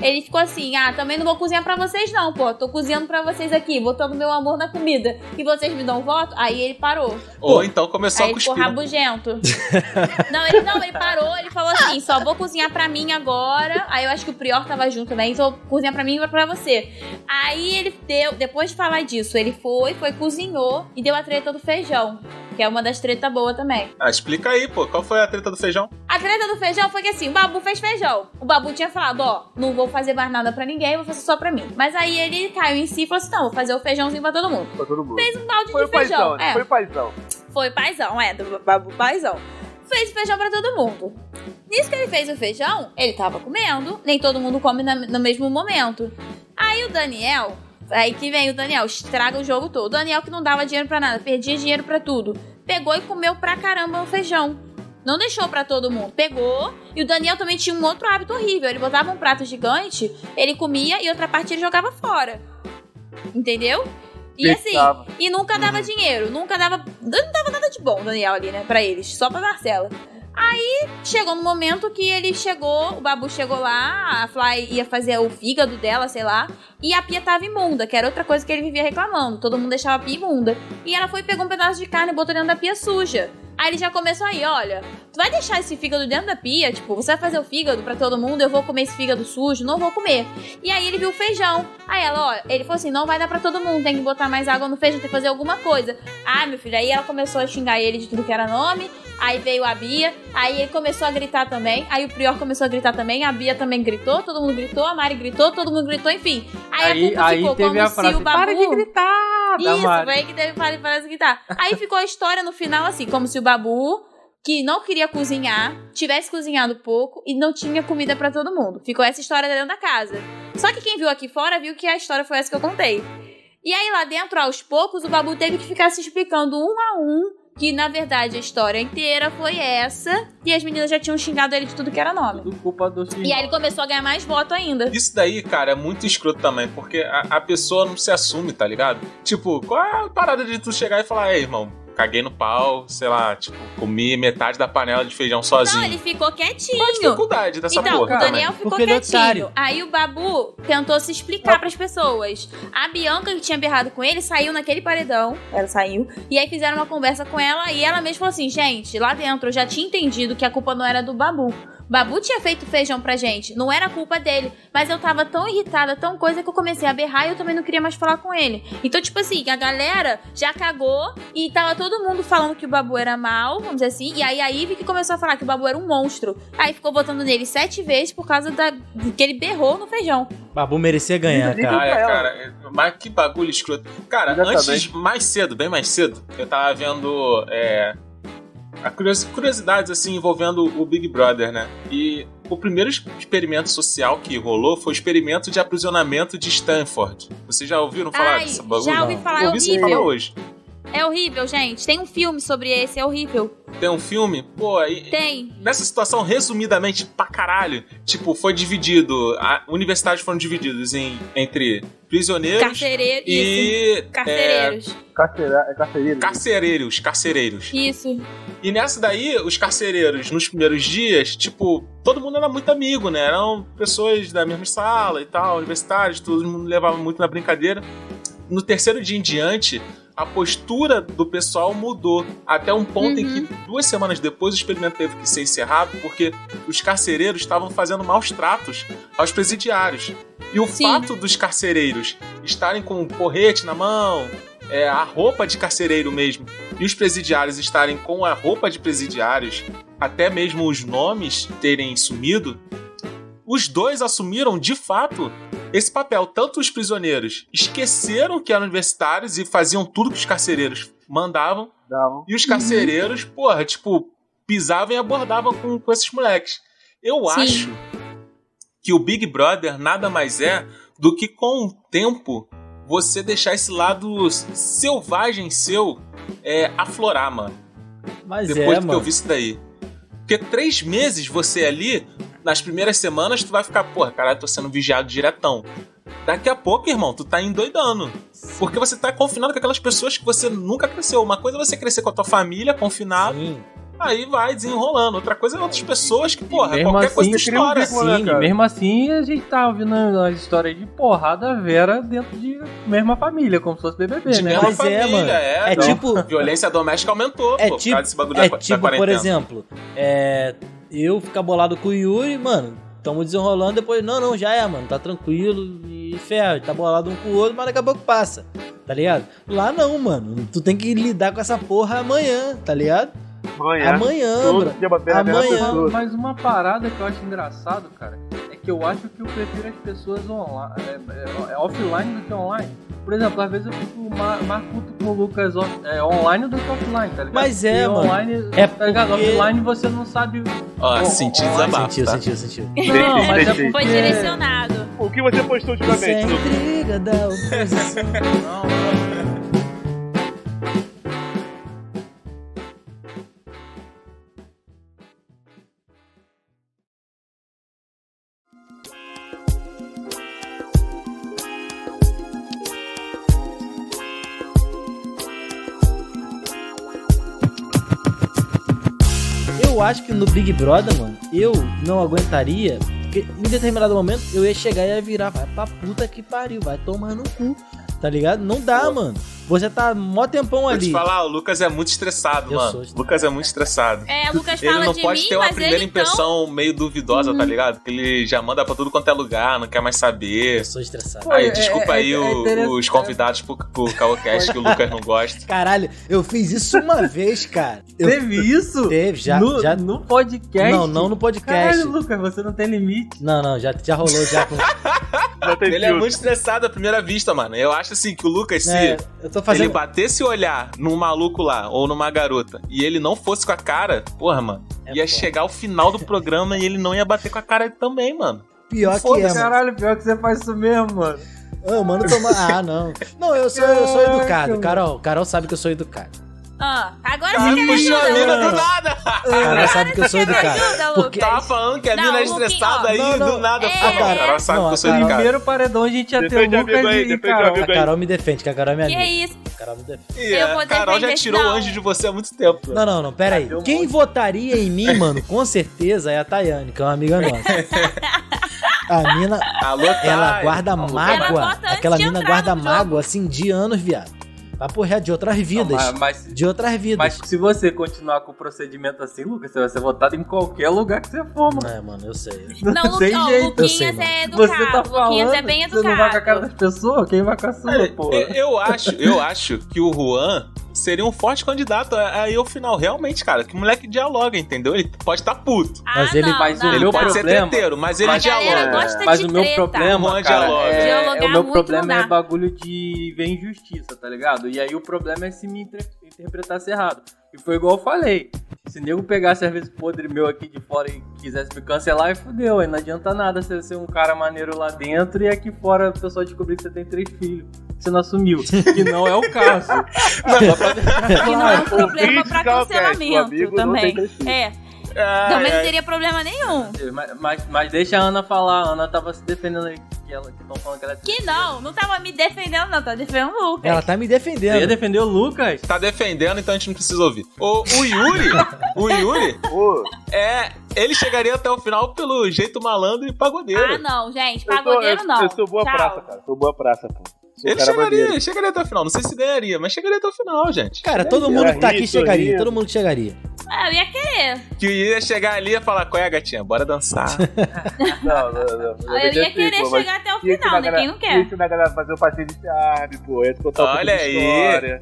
Speaker 8: Ele ficou assim, ah, também não vou cozinhar pra vocês não, pô. Tô cozinhando pra vocês aqui, botando meu amor na comida. E vocês me dão voto? Aí ele parou.
Speaker 1: Ou então começou
Speaker 8: Aí
Speaker 1: a
Speaker 8: ele ficou
Speaker 1: cuspir.
Speaker 8: rabugento. não, ele, não, ele parou, ele falou assim: só vou cozinhar pra mim agora. Aí eu acho que o Prior tava junto também, só cozinhar pra mim e pra você. Aí ele deu, depois de falar disso, ele foi, foi, cozinhou e deu a treta do feijão, que é uma das tretas boas também.
Speaker 1: Ah, explica aí, pô. Qual foi a treta do feijão?
Speaker 8: A treta do feijão foi que assim, o Babu fez feijão. O Babu tinha falado, ó, não vou fazer mais nada pra ninguém, vou fazer só pra mim. Mas aí ele caiu em si e falou assim, não, vou fazer o feijãozinho pra todo mundo.
Speaker 6: Pra todo mundo.
Speaker 8: Fez um balde
Speaker 6: Foi
Speaker 8: de
Speaker 6: o
Speaker 8: feijão.
Speaker 6: paizão, né?
Speaker 8: é.
Speaker 6: Foi o paizão.
Speaker 8: Foi paizão, é, do Babu paizão. Fez feijão pra todo mundo. Nisso que ele fez o feijão, ele tava comendo, nem todo mundo come na- no mesmo momento. Aí o Daniel, aí que vem o Daniel, estraga o jogo todo. O Daniel que não dava dinheiro pra nada, perdia dinheiro pra tudo. Pegou e comeu pra caramba o feijão. Não deixou pra todo mundo, pegou. E o Daniel também tinha um outro hábito horrível. Ele botava um prato gigante, ele comia e outra parte ele jogava fora. Entendeu? E assim,
Speaker 3: Deixava.
Speaker 8: e nunca dava dinheiro, nunca dava. Não dava nada de bom, Daniel, ali, né? Pra eles, só pra Marcela. Aí chegou no momento que ele chegou, o Babu chegou lá, a Fly ia fazer o fígado dela, sei lá, e a pia tava imunda, que era outra coisa que ele vivia reclamando. Todo mundo deixava a pia imunda. E ela foi, pegou um pedaço de carne e botou dentro da pia suja. Aí ele já começou aí, olha, tu vai deixar esse fígado dentro da pia? Tipo, você vai fazer o fígado pra todo mundo, eu vou comer esse fígado sujo, não vou comer. E aí ele viu o feijão. Aí ela, ó, ele falou assim: não vai dar pra todo mundo, tem que botar mais água no feijão, tem que fazer alguma coisa. Ah, meu filho, aí ela começou a xingar ele de tudo que era nome. Aí veio a Bia, aí ele começou a gritar também, aí o Prior começou a gritar também, a Bia também gritou, todo mundo gritou, a Mari gritou, todo mundo gritou, enfim. Aí,
Speaker 7: Aí-
Speaker 8: a culpa
Speaker 7: aí
Speaker 8: ficou
Speaker 7: teve
Speaker 8: quando
Speaker 7: a
Speaker 8: o
Speaker 7: frase,
Speaker 8: Sil Babu...
Speaker 7: "Para de gritar, da
Speaker 8: Isso,
Speaker 7: Mari.
Speaker 8: foi aí que teve para, para de gritar. Aí ficou a história no final assim, como se o Babu, que não queria cozinhar, tivesse cozinhado pouco e não tinha comida pra todo mundo. Ficou essa história dentro da casa. Só que quem viu aqui fora viu que a história foi essa que eu contei. E aí lá dentro, aos poucos, o Babu teve que ficar se explicando um a um que na verdade a história inteira foi essa e as meninas já tinham xingado ele de tudo que era nome.
Speaker 7: Culpa do
Speaker 8: E aí ele começou a ganhar mais voto ainda.
Speaker 1: Isso daí, cara, é muito escroto também, porque a, a pessoa não se assume, tá ligado? Tipo, qual é a parada de tu chegar e falar, ei, irmão, caguei no pau, sei lá, tipo, comi metade da panela de feijão sozinho.
Speaker 8: Não, ele ficou quietinho.
Speaker 1: Qual a dificuldade dessa
Speaker 8: então,
Speaker 1: porra
Speaker 8: o Daniel
Speaker 1: também?
Speaker 8: ficou
Speaker 1: Porque ele é
Speaker 8: quietinho.
Speaker 1: otário.
Speaker 8: Aí o Babu tentou se explicar pras pessoas. A Bianca, que tinha berrado com ele, saiu naquele paredão. Ela saiu. E aí fizeram uma conversa com ela e ela mesma falou assim: gente, lá dentro eu já tinha entendido que a culpa não era do Babu. Babu tinha feito feijão pra gente, não era culpa dele. Mas eu tava tão irritada, tão coisa que eu comecei a berrar e eu também não queria mais falar com ele. Então, tipo assim, a galera já cagou e tava todo mundo falando que o Babu era mal, vamos dizer assim. E aí a Ivy que começou a falar que o Babu era um monstro. Aí ficou votando nele sete vezes por causa da que ele berrou no feijão.
Speaker 4: Babu merecia ganhar,
Speaker 8: Uhum.
Speaker 4: cara.
Speaker 1: Ai, Ah, é, cara, mas que bagulho escroto. Cara, antes, mais cedo, bem mais cedo, eu tava vendo é, a curios- curiosidades assim envolvendo o Big Brother, né? E o primeiro es- experimento social que rolou foi o experimento de aprisionamento de Stanford. Vocês já ouviram falar
Speaker 8: Ai,
Speaker 1: dessa bagulho?
Speaker 8: já ouvi falar, é
Speaker 1: ouvi você
Speaker 8: horrível.
Speaker 1: falar hoje.
Speaker 8: É horrível, gente. Tem um filme sobre esse, é horrível.
Speaker 1: Tem um filme? Pô, aí.
Speaker 8: Tem.
Speaker 1: Nessa situação, resumidamente, pra caralho, tipo, foi dividido. A, universidades foram divididas em, entre prisioneiros.
Speaker 8: Carcereiro.
Speaker 1: E.
Speaker 8: Isso. Carcereiros.
Speaker 1: É, carcereiros. Carcereiros, carcereiros.
Speaker 8: Isso.
Speaker 1: E nessa daí, os carcereiros, nos primeiros dias, tipo, todo mundo era muito amigo, né? Eram pessoas da mesma sala e tal, universitários, todo mundo levava muito na brincadeira. No terceiro dia em diante, a postura do pessoal mudou. Até um ponto em que, duas semanas depois, o experimento teve que ser encerrado porque os carcereiros estavam fazendo maus tratos aos presidiários. E o fato dos carcereiros estarem com um porrete na mão, é, a roupa de carcereiro mesmo e os presidiários estarem com a roupa de presidiários, até mesmo os nomes terem sumido, os dois assumiram de fato esse papel. Tanto os prisioneiros esqueceram que eram universitários e faziam tudo que os carcereiros mandavam,
Speaker 6: um.
Speaker 1: e os carcereiros, porra, tipo, pisavam e abordavam com, com esses moleques. Eu acho que o Big Brother nada mais é do que com o tempo você deixar esse lado selvagem seu é, aflorar, mano.
Speaker 4: Mas
Speaker 1: Depois
Speaker 4: é,
Speaker 1: do que
Speaker 4: mano.
Speaker 1: eu vi isso daí. Porque três meses você é ali, nas primeiras semanas, tu vai ficar, porra, caralho, tô sendo vigiado diretão. Daqui a pouco, irmão, tu tá endoidando. Porque você tá confinado com aquelas pessoas que você nunca cresceu. Uma coisa é você crescer com a tua família, confinado. Aí vai desenrolando. Outra coisa é outras pessoas que, porra,
Speaker 7: mesmo
Speaker 1: qualquer coisa
Speaker 7: assim,
Speaker 1: tu
Speaker 4: um
Speaker 1: estoura.
Speaker 4: né,
Speaker 7: sim, mesmo assim a gente tá ouvindo as histórias de porrada vera dentro de mesma família, como se fosse BBB,
Speaker 1: De
Speaker 7: né?
Speaker 1: mesma família, é.
Speaker 4: É
Speaker 1: então,
Speaker 4: tipo-
Speaker 1: Violência doméstica aumentou,
Speaker 4: É
Speaker 1: pô, por
Speaker 4: tipo,
Speaker 1: causa desse bagulho da,
Speaker 4: é
Speaker 1: da
Speaker 4: tipo por
Speaker 1: quarentena.
Speaker 4: exemplo, é, eu ficar bolado com o Yuri, mano, tamo desenrolando, depois, não, não, já é, mano, tá tranquilo e ferro, tá bolado um com o outro, mas daqui a pouco passa, tá ligado? Lá não, mano, tu tem que lidar com essa porra amanhã, tá ligado?
Speaker 6: Amanhã.
Speaker 4: Amanhã,
Speaker 6: Todo
Speaker 4: bro.
Speaker 6: dia batendo a mesma
Speaker 4: Amanhã.
Speaker 6: pessoa.
Speaker 7: Mas uma parada que eu acho engraçado, cara, é que eu acho que eu prefiro as pessoas online, é, é- é offline do que online. Por exemplo, às vezes eu fico ma- mais puto com o Lucas off- é, online do que offline, tá ligado?
Speaker 4: Mas é,
Speaker 7: E
Speaker 4: mano.
Speaker 7: Online,
Speaker 4: É
Speaker 7: tá ligado?
Speaker 4: porque-
Speaker 7: Offline você não sabe.
Speaker 1: Ó,
Speaker 7: o-
Speaker 1: senti
Speaker 7: online-
Speaker 1: desabafo,
Speaker 4: Sentiu,
Speaker 1: tá?
Speaker 4: sentiu, sentiu.
Speaker 7: Não, mas é porque...
Speaker 8: Foi direcionado.
Speaker 6: O que você postou ultimamente?
Speaker 4: é
Speaker 6: Lu?
Speaker 4: intriga da oposição. Eu acho que no Big Brother, mano, eu não aguentaria. Porque em determinado momento eu ia chegar e ia virar, vai pra puta que pariu, vai tomar no cu. Tá ligado? Não dá, mano. Você tá mó tempão
Speaker 1: Vou
Speaker 4: ali.
Speaker 1: te falar, o Lucas é muito estressado, mano. Lucas é muito estressado.
Speaker 8: É, o Lucas
Speaker 1: ele
Speaker 8: fala
Speaker 1: não
Speaker 8: de
Speaker 1: pode
Speaker 8: mim,
Speaker 1: ter uma
Speaker 8: mas
Speaker 1: primeira
Speaker 8: ele então. Hum.
Speaker 1: impressão meio duvidosa, tá ligado? Que ele já manda pra tudo quanto é lugar, não quer mais saber. Eu
Speaker 4: sou estressado.
Speaker 1: Aí,
Speaker 4: Pô, é-
Speaker 1: desculpa
Speaker 4: é-
Speaker 1: aí
Speaker 4: é
Speaker 1: o-
Speaker 4: interessante.
Speaker 1: os convidados pro, pro Caocast que o Lucas não gosta.
Speaker 4: Caralho, eu fiz isso uma vez, cara. Eu-
Speaker 7: Teve isso?
Speaker 4: Teve, já.
Speaker 7: No,
Speaker 4: já...
Speaker 7: no podcast?
Speaker 4: Não, não no podcast.
Speaker 7: Caralho, Lucas, você não tem limite.
Speaker 4: Não, não, já, já rolou já com.
Speaker 1: Ele é muito estressado à primeira vista, mano. Eu acho assim que o Lucas, se
Speaker 4: É, eu tô fazendo-
Speaker 1: ele batesse o olhar num maluco lá ou numa garota e ele não fosse com a cara, porra, mano,
Speaker 4: É
Speaker 1: ia chegar ao final do programa e ele não ia bater com a cara também, mano.
Speaker 4: Pior que é,
Speaker 7: Foda-se,
Speaker 4: mano.
Speaker 7: Caralho, pior que você faz isso mesmo, mano.
Speaker 4: Ah, mano, toma. Ah, não. Não, eu sou, eu sou educado. Carol, Carol sabe que eu sou educado.
Speaker 8: Ah, agora
Speaker 1: Cara,
Speaker 8: você tá quer me
Speaker 1: puxou a
Speaker 8: ajuda,
Speaker 1: mina
Speaker 8: Lu.
Speaker 1: do nada.
Speaker 7: Ah.
Speaker 4: Cara, sabe que eu sou educado. Porque
Speaker 1: Tava falando que a
Speaker 8: Não,
Speaker 1: mina é
Speaker 8: Luquinha,
Speaker 1: estressada
Speaker 8: ó.
Speaker 1: aí,
Speaker 4: Não,
Speaker 1: do nada.
Speaker 8: É.
Speaker 1: Ah, cara, ela sabe que eu sou educado.
Speaker 4: Primeiro paredão a gente ia ter
Speaker 1: Defende
Speaker 4: o
Speaker 1: amigo
Speaker 4: Lucas
Speaker 1: aí,
Speaker 4: e
Speaker 1: defende
Speaker 4: Carol.
Speaker 1: amigo
Speaker 4: A
Speaker 1: aí.
Speaker 4: Carol me defende, que a Carol é minha
Speaker 8: Que
Speaker 4: amiga.
Speaker 8: isso?
Speaker 4: Carol me defende.
Speaker 1: Ih,
Speaker 8: Eu vou
Speaker 1: a É, Carol já
Speaker 8: defender,
Speaker 1: tirou
Speaker 8: não.
Speaker 1: o anjo de você há muito tempo.
Speaker 4: Não, não, não, pera aí.
Speaker 7: um
Speaker 4: Quem votaria em mim, mano, com certeza é a Tayane, que é uma amiga nossa. A mina,
Speaker 1: Alô,
Speaker 4: ela
Speaker 1: Thay.
Speaker 4: guarda
Speaker 1: Alô,
Speaker 4: mágoa.
Speaker 8: Ela vota antes
Speaker 4: Aquela
Speaker 8: de
Speaker 4: mina
Speaker 8: entrar
Speaker 4: guarda
Speaker 8: no
Speaker 4: mágoa, assim, de anos, viado. Papo reto, de outras vidas.
Speaker 7: Não, mas-
Speaker 4: de outras vidas.
Speaker 7: Mas se você continuar com o procedimento assim, Lucas, você vai ser votado em qualquer lugar que você for, mano.
Speaker 4: É, mano, eu sei.
Speaker 8: Não, Lu...
Speaker 7: Tem
Speaker 8: ó,
Speaker 7: jeito.
Speaker 8: Luquinhas
Speaker 4: Eu sei, mano.
Speaker 8: é educado.
Speaker 7: Você tá
Speaker 8: Luquinhas
Speaker 7: falando,
Speaker 8: é bem
Speaker 7: você não vai com a cara
Speaker 8: educado.
Speaker 7: das pessoas? Quem vai com a sua, pô?
Speaker 1: Eu, É, eu acho, eu acho que o Juan seria um forte candidato a- aí ao final. Realmente, cara, que o moleque dialoga, entendeu? Ele pode estar puto.
Speaker 4: Mas ele-
Speaker 8: Ah,
Speaker 4: um
Speaker 8: não,
Speaker 7: mas
Speaker 8: não,
Speaker 7: Ah, ele
Speaker 1: ele
Speaker 7: meu
Speaker 1: pode
Speaker 7: problema-
Speaker 1: ser treteiro, mas ele
Speaker 8: A galera
Speaker 1: dialoga.
Speaker 8: gosta
Speaker 7: mas
Speaker 8: de
Speaker 7: o meu
Speaker 8: treta.
Speaker 7: problema,
Speaker 1: Mãe
Speaker 7: cara,
Speaker 1: dialoga.
Speaker 7: é,
Speaker 8: Dialogar
Speaker 7: o meu
Speaker 8: muito
Speaker 7: problema
Speaker 8: não dá.
Speaker 7: é bagulho de ver injustiça, tá ligado? E aí o problema é se me inter- interpretasse errado. E foi igual eu falei. Se nego pegasse às vezes podre meu aqui de fora e quisesse me cancelar, aí fudeu. Aí não adianta nada você ser um cara maneiro lá dentro e aqui fora o pessoal descobrir que você tem três filhos. que Você não assumiu. Que não é o caso.
Speaker 8: Que não é um problema
Speaker 6: Ouvinte
Speaker 8: pra
Speaker 6: Calcast, o amigo
Speaker 8: cancelamento
Speaker 6: não
Speaker 8: também.
Speaker 6: tem Ah, é. três filhos.
Speaker 8: É,
Speaker 1: Ai,
Speaker 8: também não
Speaker 1: ai.
Speaker 8: teria problema nenhum.
Speaker 7: Mas, mas, mas deixa a Ana falar. A Ana tava se defendendo aí. Que ela que estão falando que ela é
Speaker 8: Que não, não tava me defendendo, não. Tava defendendo o
Speaker 6: É.
Speaker 8: Lucas.
Speaker 4: Ela tá me
Speaker 7: Você ia
Speaker 4: defendendo.
Speaker 7: defender o Lucas?
Speaker 1: Tá defendendo, então a gente não precisa ouvir. O, o Yuri, o Yuri,
Speaker 6: Ô,
Speaker 1: é, ele chegaria até o final pelo jeito malandro e pagodeiro.
Speaker 8: Ah, não, gente.
Speaker 6: eu sou-
Speaker 8: Pagodeiro
Speaker 6: eu-
Speaker 8: não.
Speaker 6: Eu sou boa
Speaker 8: Tchau.
Speaker 6: praça, cara. Sou boa praça, pô. Sou um
Speaker 1: ele
Speaker 6: cara
Speaker 1: chegaria,
Speaker 6: maneiro.
Speaker 1: chegaria até o final. Não sei se ganharia, mas chegaria até o final, gente.
Speaker 7: é
Speaker 4: Cara, todo mundo que tá aqui chegaria. Todo mundo que chegaria.
Speaker 8: Ah, eu ia querer.
Speaker 1: Que ia chegar ali e ia falar, qual é, gatinha? Bora dançar.
Speaker 6: Não, não, não, não.
Speaker 8: Eu ia
Speaker 6: Deixa
Speaker 8: querer
Speaker 6: assim, pô, mas
Speaker 8: chegar até o
Speaker 6: ia ensinar
Speaker 8: final, né?
Speaker 6: a galera-
Speaker 8: Quem não quer?
Speaker 6: Ia ensinar a galera a fazer o passeio de charme, pô. Ia contar um pouco
Speaker 1: Olha
Speaker 6: de
Speaker 1: aí.
Speaker 6: história.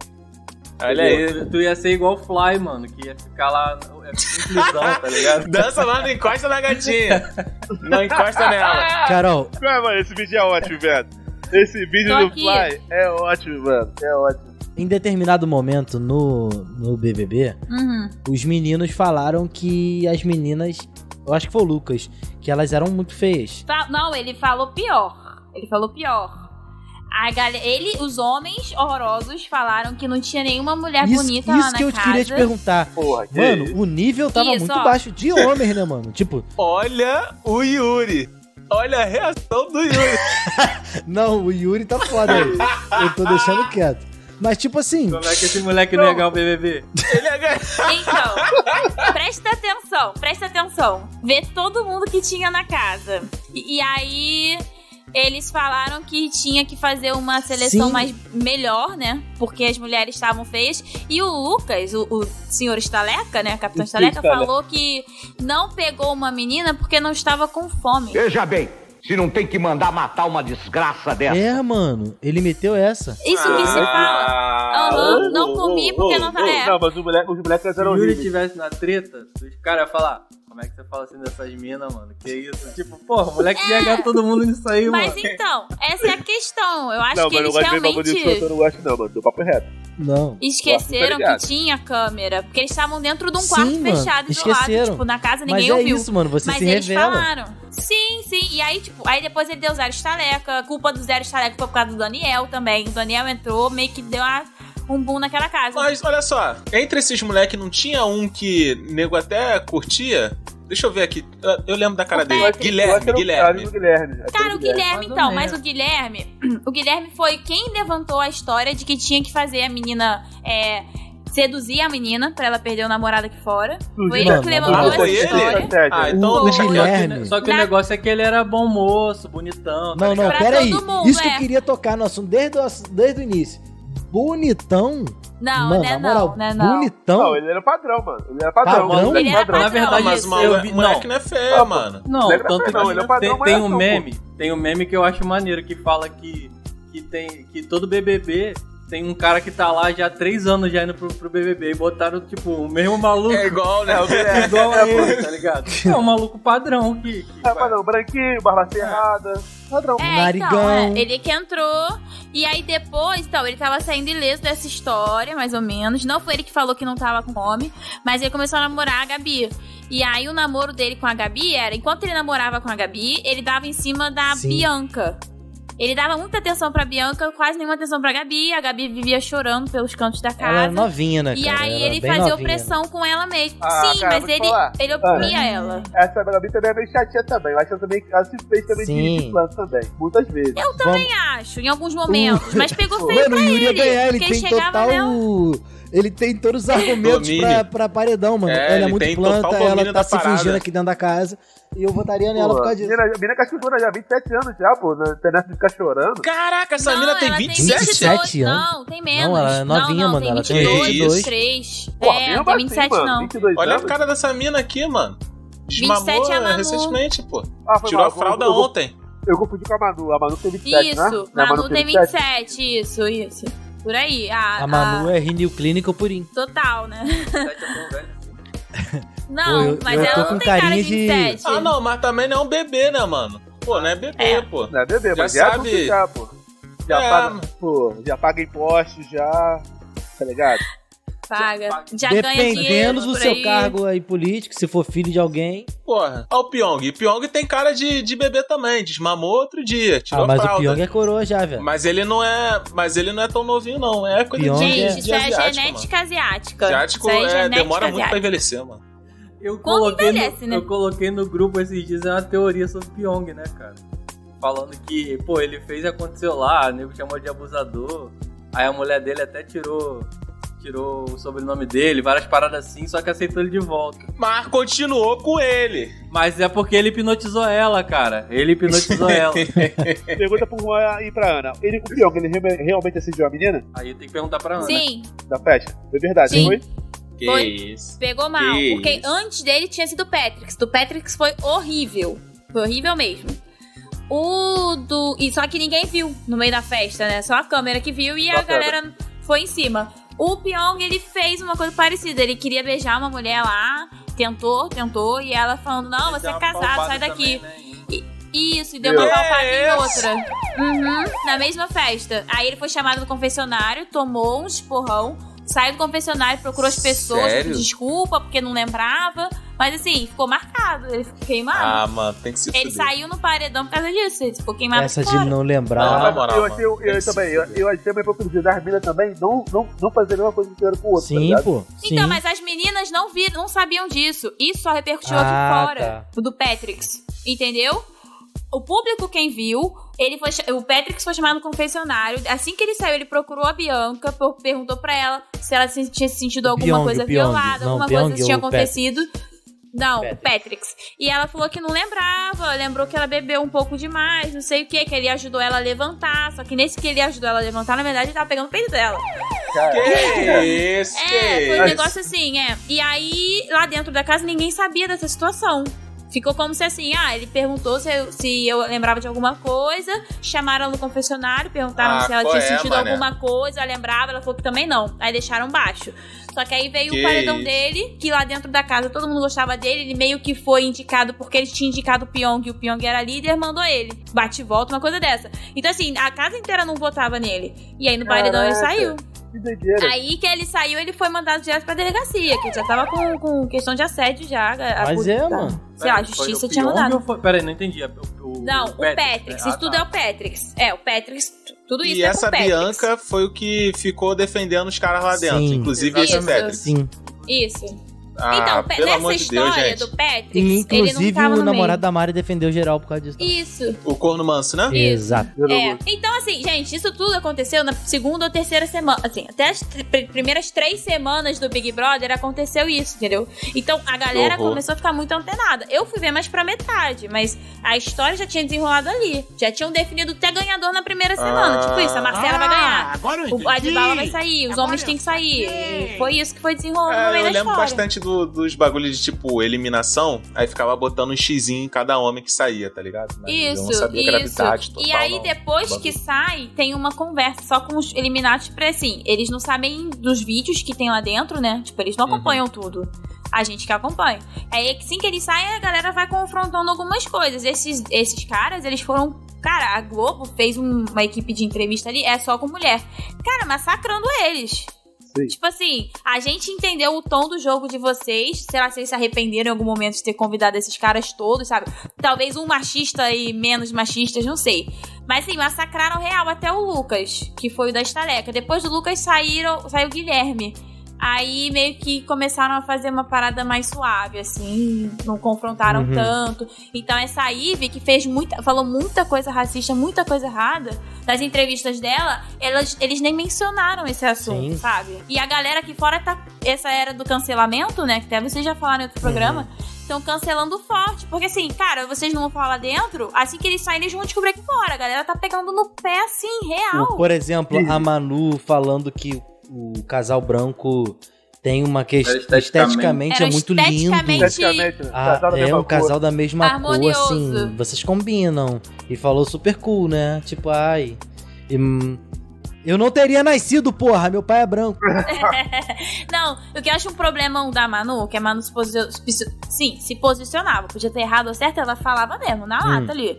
Speaker 1: Olha aí.
Speaker 7: Tu, tu ia ser igual o Fly, mano, que ia ficar lá é, inclusão, tá ligado?
Speaker 1: Dança lá, não encosta na gatinha. Não encosta nela.
Speaker 4: Carol,
Speaker 6: Ué, mano, esse vídeo é ótimo, velho. Esse vídeo
Speaker 8: Tô
Speaker 6: do
Speaker 8: aqui.
Speaker 6: Fly é ótimo, mano. É ótimo.
Speaker 4: em determinado momento no, no BBB,
Speaker 8: Uhum.
Speaker 4: os meninos falaram que as meninas, eu acho que foi o Lucas, que elas eram muito feias.
Speaker 8: Fa- Não, ele falou pior. Ele falou pior. A galera, ele, os homens horrorosos falaram que não tinha nenhuma mulher
Speaker 4: isso
Speaker 8: É bonita lá
Speaker 4: isso
Speaker 8: na
Speaker 4: que eu te
Speaker 8: casa.
Speaker 4: queria te perguntar.
Speaker 6: Porra, que
Speaker 4: Mano, o nível tava
Speaker 8: Isso,
Speaker 4: muito
Speaker 8: ó.
Speaker 4: baixo de homens, né, mano? Tipo,
Speaker 1: Olha o Yuri. Olha a reação do Yuri.
Speaker 4: não, o Yuri tá foda aí. Eu tô deixando quieto. Mas, tipo assim,
Speaker 7: Como é que esse moleque não ia ganhar o BBB?
Speaker 1: Ele é ga-
Speaker 8: Então, presta atenção, presta atenção. Vê todo mundo que tinha na casa. E, e aí, eles falaram que tinha que fazer uma seleção
Speaker 4: Sim.
Speaker 8: mais melhor, né? Porque as mulheres estavam feias. E o Lucas, o, o senhor Staleca, né? Capitão
Speaker 6: O
Speaker 8: Staleca,
Speaker 6: Staleca.
Speaker 8: falou que não pegou uma menina porque não estava com fome.
Speaker 11: Veja bem, se não tem que mandar matar uma desgraça dessa.
Speaker 4: é, mano, ele meteu essa.
Speaker 8: Isso que
Speaker 6: Ah.
Speaker 8: se fala. Aham, não comi porque não tá.
Speaker 6: Não,
Speaker 8: é.
Speaker 6: Não, mas os moleques, os moleques
Speaker 7: Se
Speaker 6: eram
Speaker 7: o Yuri
Speaker 6: horríveis.
Speaker 7: tivesse na treta, os caras iam falar, como é que você fala assim dessas minas, mano? Que isso? Tipo, porra, o moleque ia ganhar todo mundo nisso aí,
Speaker 8: Mas
Speaker 7: mano.
Speaker 8: então, essa é a questão. Eu acho
Speaker 6: Não,
Speaker 8: que
Speaker 6: mas eu
Speaker 8: eles
Speaker 6: gosto de ver bagulho de solto,
Speaker 8: realmente
Speaker 6: eu não gosto não, mano. Tô papo reto.
Speaker 4: Não.
Speaker 8: esqueceram
Speaker 6: Tá ligado.
Speaker 8: que tinha câmera. Porque eles estavam dentro de um
Speaker 4: Sim,
Speaker 8: quarto
Speaker 4: mano,
Speaker 8: fechado do lado,
Speaker 4: esqueceram.
Speaker 8: tipo, na casa,
Speaker 4: Mas
Speaker 8: ninguém
Speaker 4: é
Speaker 8: ouviu.
Speaker 4: isso, mano, você
Speaker 8: Mas
Speaker 4: se
Speaker 8: eles
Speaker 4: revela.
Speaker 8: falaram. Sim, sim. E aí, tipo, aí depois ele deu zero estaleca. A culpa do zero estaleca foi por causa do Daniel também. O Daniel entrou, meio que deu uma- um boom naquela casa.
Speaker 1: Mas olha só, entre esses moleques não tinha um que nego até curtia? Deixa eu ver aqui. Eu- Eu lembro da cara
Speaker 8: O
Speaker 1: dele.
Speaker 8: Patrick.
Speaker 6: Eu acho que
Speaker 1: Guilherme,
Speaker 6: era o
Speaker 1: Guilherme.
Speaker 6: Carlos e o Guilherme. Acho que era
Speaker 8: Cara, o Guilherme
Speaker 7: Mais ou
Speaker 8: então,
Speaker 7: menos.
Speaker 8: mas o Guilherme, o Guilherme foi quem levantou a história de que tinha que fazer a menina é, seduzir a menina pra ela perder o namorado aqui fora. Foi ele
Speaker 4: Mano,
Speaker 8: que
Speaker 1: Ah,
Speaker 8: levantou essa
Speaker 1: foi ele?
Speaker 8: história.
Speaker 1: Ah, então
Speaker 4: O
Speaker 1: deixa quieto.
Speaker 4: Guilherme.
Speaker 7: Só que o
Speaker 8: Na-
Speaker 7: negócio é que ele era bom moço, bonitão. tá
Speaker 4: Não, não,
Speaker 8: Pra
Speaker 4: pera aí.
Speaker 8: todo mundo,
Speaker 4: Isso que
Speaker 8: é.
Speaker 4: eu queria tocar no assunto desde o, desde o início. Bonitão?
Speaker 8: Não,
Speaker 4: mano,
Speaker 8: né,
Speaker 4: na moral,
Speaker 8: não, né, não.
Speaker 4: bonitão?
Speaker 6: Não, ele era padrão, mano. Ele era padrão.
Speaker 4: Padrão?
Speaker 8: Ele
Speaker 6: Ele era
Speaker 8: era
Speaker 6: padrão.
Speaker 7: Na verdade,
Speaker 8: Não,
Speaker 1: Mas
Speaker 7: eu
Speaker 1: o moleque,
Speaker 7: vi-
Speaker 1: o moleque
Speaker 7: não.
Speaker 1: não é feio,
Speaker 6: Ah,
Speaker 1: mano.
Speaker 7: Não,
Speaker 6: Ele é
Speaker 7: tanto
Speaker 6: padrão,
Speaker 7: que
Speaker 6: ele é padrão,
Speaker 7: tem,
Speaker 6: mas
Speaker 7: tem
Speaker 6: é
Speaker 7: um
Speaker 6: ação,
Speaker 7: meme, tem um meme que eu acho maneiro que fala que, que tem que todo BBB tem um cara que tá lá já há três anos já indo pro, pro BBB e botaram tipo o mesmo maluco
Speaker 1: É igual, né? O Guilherme.
Speaker 7: igual a ele, tá ligado? É um maluco padrão que, que
Speaker 6: É, padrão, branquinho, barba cerrada. Padrão.
Speaker 8: É, então,
Speaker 4: Narigão.
Speaker 8: é, ele que entrou. E aí depois, então, ele tava saindo ileso dessa história, mais ou menos. Não foi ele que falou que não tava com homem, mas ele começou a namorar a Gabi. E aí o namoro dele com a Gabi era, enquanto ele namorava com a Gabi, ele dava em cima da
Speaker 4: Sim.
Speaker 8: Bianca. Ele dava muita atenção pra Bianca, quase nenhuma atenção pra Gabi. A Gabi vivia chorando pelos cantos da casa.
Speaker 4: Ela era novinha, né?
Speaker 8: E
Speaker 4: cara?
Speaker 8: aí
Speaker 4: Ela
Speaker 8: ele
Speaker 4: bem
Speaker 8: fazia
Speaker 4: novinha. né?
Speaker 8: opressão com ela mesmo.
Speaker 6: Ah,
Speaker 8: Sim,
Speaker 6: cara,
Speaker 8: mas
Speaker 6: vou te
Speaker 8: ele,
Speaker 6: falar.
Speaker 8: ele oprimia
Speaker 6: Ah.
Speaker 8: ela.
Speaker 6: Essa Gabi também é meio chatinha também. Eu acho que ela também ela se fez também
Speaker 4: Sim.
Speaker 6: de plano também. Muitas vezes.
Speaker 8: Eu também acho, em alguns momentos. Mas pegou feio
Speaker 2: Mano,
Speaker 8: pra
Speaker 2: o Yuri ia
Speaker 8: ele.
Speaker 2: ganhar, ele
Speaker 8: porque
Speaker 2: tem
Speaker 8: chegava né,
Speaker 2: total.
Speaker 8: nela-
Speaker 2: Ele tem todos os argumentos
Speaker 1: Domínio.
Speaker 2: pra, pra paredão, mano.
Speaker 1: É,
Speaker 2: ela é
Speaker 1: ele
Speaker 2: muito
Speaker 1: tem
Speaker 2: planta,
Speaker 1: total
Speaker 2: ela
Speaker 1: domínio
Speaker 2: tá
Speaker 1: da
Speaker 2: se
Speaker 1: parada.
Speaker 2: fingindo aqui dentro da casa. E eu votaria nela por
Speaker 6: Pô,
Speaker 2: causa disso.
Speaker 6: Mina, mina cascuda né? já, 27 anos já, pô. Não tem nessa de ficar chorando.
Speaker 1: Caraca, essa
Speaker 8: Não,
Speaker 1: mina tem
Speaker 8: ela
Speaker 1: 27?
Speaker 8: 27 anos? Não, tem menos.
Speaker 4: Não, ela é novinha,
Speaker 8: não,
Speaker 4: mano,
Speaker 8: Tem
Speaker 4: ela tem
Speaker 8: 22,
Speaker 4: 22.
Speaker 8: 23.
Speaker 1: Pô,
Speaker 8: é,
Speaker 1: mesmo
Speaker 8: não tem
Speaker 1: assim,
Speaker 8: 27
Speaker 1: mano,
Speaker 8: não.
Speaker 6: 22
Speaker 1: Olha
Speaker 6: anos.
Speaker 1: a cara dessa mina aqui, mano. Desmamou
Speaker 8: 27 é a Manu.
Speaker 1: recentemente, pô.
Speaker 6: Ah, foi
Speaker 1: Tirou
Speaker 6: mal,
Speaker 1: a fralda
Speaker 6: eu vou-
Speaker 1: ontem.
Speaker 6: Eu confundi com a Manu. A Manu tem 27, né?
Speaker 8: Isso,
Speaker 6: Não, a
Speaker 8: Manu tem
Speaker 6: 27.
Speaker 8: 27, isso, isso. Por aí. A,
Speaker 4: A Manu é Renew Clinical Purim.
Speaker 8: Total, né?
Speaker 4: Pô,
Speaker 8: Não,
Speaker 4: eu-
Speaker 8: mas
Speaker 4: eu tô
Speaker 8: ela não
Speaker 4: com
Speaker 8: tem cara de
Speaker 4: carinha de-
Speaker 8: 27.
Speaker 1: Ah, não, mas também não é um bebê, né, mano? Pô, não é bebê, pô.
Speaker 6: Não é bebê,
Speaker 1: Já
Speaker 6: mas já
Speaker 1: sabe.
Speaker 6: sabe. Já, pô. Já,
Speaker 1: É.
Speaker 6: paga, pô, já paga impostos, já. Tá ligado?
Speaker 8: Paga. Já ganha dinheiro
Speaker 4: Dependendo do
Speaker 8: por
Speaker 4: seu
Speaker 8: aí.
Speaker 4: cargo aí político, se for filho de alguém.
Speaker 1: Porra. Olha o Pyong. Pyong tem cara de, de bebê também. Desmamou outro dia. Tirou
Speaker 4: Ah, mas
Speaker 1: fralda.
Speaker 4: o Pyong é coroa já, velho.
Speaker 1: Mas ele não é. Mas ele não é tão novinho, não. É coisa
Speaker 4: Pyong
Speaker 1: de,
Speaker 4: é-
Speaker 1: de,
Speaker 8: Gente,
Speaker 1: de
Speaker 8: isso é
Speaker 1: asiático, mano.
Speaker 8: genética asiática.
Speaker 1: Asiático
Speaker 8: Isso aí é
Speaker 1: é,
Speaker 8: genética
Speaker 1: demora muito pra
Speaker 8: asiática.
Speaker 1: envelhecer, mano.
Speaker 7: Eu
Speaker 8: Quando
Speaker 7: coloquei,
Speaker 8: envelhece,
Speaker 7: no,
Speaker 8: né?
Speaker 7: eu coloquei no grupo esses dias é uma teoria sobre Pyong, né, cara? Falando que, pô, ele fez e aconteceu lá, o nego chamou de abusador. Aí a mulher dele até tirou tirou o sobrenome dele, várias paradas assim, só que aceitou ele de volta.
Speaker 1: Mas continuou com ele.
Speaker 7: Mas é porque ele hipnotizou ela, cara. Ele hipnotizou ela.
Speaker 6: Pergunta pro Juan e pra Ana. Ele, o Pyong, ele re- realmente assediou a menina?
Speaker 7: Aí eu tenho que perguntar pra Ana.
Speaker 1: né?
Speaker 8: Sim,
Speaker 6: Da festa? Foi verdade,
Speaker 8: Sim.
Speaker 6: não foi?
Speaker 1: Que
Speaker 8: Foi.
Speaker 1: isso.
Speaker 8: pegou mal.
Speaker 1: Que
Speaker 8: porque
Speaker 1: isso.
Speaker 8: antes dele tinha sido o Patrick. Do Patrick foi horrível. Foi horrível mesmo. O do. E só que ninguém viu no meio da festa, né? Só a câmera que viu e a
Speaker 6: Bacana.
Speaker 8: galera foi em cima. O Pyong, ele fez uma coisa parecida. Ele queria beijar uma mulher lá, tentou, tentou, e ela falando: Não, você é casado, sai
Speaker 7: né?
Speaker 8: daqui. E- Isso, e deu uma
Speaker 1: É
Speaker 8: palpada em
Speaker 1: essa.
Speaker 8: outra. Uhum, na mesma festa. Aí ele foi chamado no confessionário, tomou um esporrão, saiu do confessionário, procurou as pessoas,
Speaker 1: Sério?
Speaker 8: pediu desculpa porque não lembrava. Mas assim, ficou marcado, ele ficou queimado.
Speaker 1: Ah, mano, tem que se
Speaker 8: ele
Speaker 1: fuder.
Speaker 8: saiu no paredão por causa disso, ele ficou queimado.
Speaker 4: Essa
Speaker 8: fora.
Speaker 4: de não
Speaker 1: Não,
Speaker 4: lembrar.
Speaker 1: na moral,
Speaker 6: Ah, eu
Speaker 1: mano,
Speaker 6: achei, eu,
Speaker 1: tem que
Speaker 6: eu
Speaker 1: se
Speaker 6: também, eu,
Speaker 1: fuder.
Speaker 6: eu achei uma hipocrisia da mina também não, não, não fazer a mesma coisa que fizeram com o outro. tá
Speaker 4: Sim,
Speaker 6: ligado?
Speaker 4: pô. Sim.
Speaker 8: Então, mas as meninas não viram, não sabiam disso. Isso só repercutiu
Speaker 4: Ah,
Speaker 8: aqui fora do Patrix, entendeu? O público quem viu, ele foi, cha- o Patrix foi chamado no confessionário. Assim que ele saiu, ele procurou a Bianca, per- perguntou pra ela se ela se- tinha sentido alguma
Speaker 4: Pyong,
Speaker 8: coisa
Speaker 4: Pyong.
Speaker 8: violada,
Speaker 4: Não,
Speaker 8: alguma
Speaker 4: Pyong
Speaker 8: coisa que tinha
Speaker 4: ou Patrix?
Speaker 8: acontecido. Não, o Patrix. E ela falou que não lembrava, lembrou que ela bebeu um pouco demais, não sei o que, que ele ajudou ela a levantar. Só que nesse que ele ajudou ela a levantar, na verdade, ele tava pegando o peito dela.
Speaker 1: Que isso, que
Speaker 8: É, foi um
Speaker 1: isso.
Speaker 8: negócio assim, é. E aí, lá dentro da casa, ninguém sabia dessa situação. Ficou como se assim, ah, ele perguntou se eu, se eu lembrava de alguma coisa, chamaram ela no confessionário, perguntaram
Speaker 1: Ah,
Speaker 8: se ela
Speaker 1: qual
Speaker 8: tinha
Speaker 1: é,
Speaker 8: sentido
Speaker 1: mané?
Speaker 8: alguma coisa, ela lembrava, ela falou que também não. Aí deixaram baixo. Só que aí veio
Speaker 1: Que
Speaker 8: o paredão
Speaker 1: isso.
Speaker 8: dele, que lá dentro da casa todo mundo gostava dele, ele meio que foi indicado porque ele tinha indicado o Pyong e o Pyong era líder, mandou ele. Bate e volta, uma coisa dessa. Então assim, a casa inteira não votava nele. E aí no paredão ele
Speaker 6: Caraca.
Speaker 8: saiu.
Speaker 6: Que doideira.
Speaker 8: Aí que ele saiu, ele foi mandado direto pra delegacia, que ele já tava com, com questão de assédio já. A, a
Speaker 4: Mas
Speaker 8: polícia- tá.
Speaker 4: é, mano.
Speaker 8: Sei lá, a
Speaker 7: Peraí, foi
Speaker 8: justiça
Speaker 7: o
Speaker 8: tinha
Speaker 7: Pyong
Speaker 8: mandado.
Speaker 7: ou foi- Peraí, não entendi. é O, o
Speaker 8: Não, o Patrick,
Speaker 7: né?
Speaker 8: isso
Speaker 7: Ah,
Speaker 8: tudo
Speaker 7: tá.
Speaker 8: é o Patrick's. É, o Patrick's, t- tudo isso
Speaker 1: E
Speaker 8: é
Speaker 1: essa
Speaker 8: com o Patrick's.
Speaker 1: Bianca foi o que ficou defendendo os caras lá dentro.
Speaker 4: Sim.
Speaker 1: Inclusive esse
Speaker 8: Exatamente.
Speaker 1: Patrick.
Speaker 4: Sim.
Speaker 8: Isso.
Speaker 1: Ah,
Speaker 8: então, pe-
Speaker 1: pelo
Speaker 8: nessa
Speaker 1: amor de Deus,
Speaker 8: história
Speaker 1: gente.
Speaker 8: do Patrick's,
Speaker 4: E,
Speaker 8: ele não
Speaker 4: inclusive
Speaker 8: tava
Speaker 4: o
Speaker 8: no
Speaker 4: namorado da Mari defendeu geral por causa disso.
Speaker 8: meio. Isso.
Speaker 1: O corno manso, né?
Speaker 4: Exato.
Speaker 8: É. Então, assim, gente, isso tudo aconteceu na segunda ou terceira semana. Assim, até as tr- pr- primeiras três semanas do Big Brother aconteceu isso, entendeu? Então a galera
Speaker 1: horror.
Speaker 8: começou a ficar muito antenada. Eu fui ver mais pra metade, mas a história já tinha desenrolado ali. Já tinham definido até ganhador na primeira semana.
Speaker 1: Ah.
Speaker 8: Tipo isso, a Marcela vai ganhar.
Speaker 16: Agora eu
Speaker 8: O Adbala vai sair, os homens têm que sair. E foi isso que foi desenrolando no
Speaker 1: É,
Speaker 8: meio
Speaker 1: eu
Speaker 8: da
Speaker 1: lembro
Speaker 8: história.
Speaker 1: bastante do- dos bagulhos de tipo eliminação, aí ficava botando um xizinho em cada homem que saía, tá ligado? Mas eu
Speaker 8: Isso,
Speaker 1: não sabia
Speaker 8: isso.
Speaker 1: gravidade total.
Speaker 8: e aí,
Speaker 1: não.
Speaker 8: depois que sai, tem uma conversa só com os eliminados pra assim. Eles não sabem dos vídeos que tem lá dentro, né? Tipo, eles não
Speaker 1: Uhum.
Speaker 8: acompanham tudo. A gente que acompanha. Aí, assim que eles saem, a galera vai confrontando algumas coisas. Esses, esses caras, eles foram. Cara, a Globo fez um- uma equipe de entrevista ali, é só com mulher. Cara, massacrando eles. Tipo assim, a gente entendeu o tom do jogo de vocês. Será que vocês se arrependeram em algum momento de ter convidado esses caras todos, sabe? Talvez um machista e menos machistas, não sei. Mas assim, massacraram real até o Lucas, que foi o da estaleca. Depois do Lucas saíram, saiu o Guilherme. Aí meio que começaram a fazer uma parada mais suave, assim, não confrontaram
Speaker 15: Uhum.
Speaker 8: tanto. Então essa Ivy, que fez muita. falou muita coisa racista, muita coisa errada, nas entrevistas dela, elas, eles nem mencionaram esse assunto,
Speaker 15: Sim.
Speaker 8: sabe? E a galera aqui fora tá. Essa era do cancelamento, né? Que até vocês já falaram em outro programa. Estão cancelando forte. Porque assim, cara, vocês não vão falar lá dentro. Assim que eles saírem, eles vão descobrir aqui fora. A galera tá pegando no pé, assim, real.
Speaker 4: Por exemplo, a Manu falando que o casal branco tem uma questão. Esteticamente,
Speaker 8: Era
Speaker 4: é muito
Speaker 8: esteticamente-
Speaker 4: lindo.
Speaker 8: Esteticamente, né?
Speaker 4: Ah,
Speaker 8: Casal da
Speaker 4: é
Speaker 8: mesma
Speaker 4: um casal
Speaker 8: cor.
Speaker 4: da mesma
Speaker 8: Harmonioso.
Speaker 4: cor, assim. Vocês combinam. E falou super cool, né? Tipo, ai. hum, eu não teria nascido, porra. Meu pai é branco.
Speaker 8: não, o que eu acho um problemão da Manu, que a Manu se posicionava. Sim, se posicionava. Podia ter errado ou certo, ela falava mesmo, na
Speaker 15: Hum.
Speaker 8: lata ali.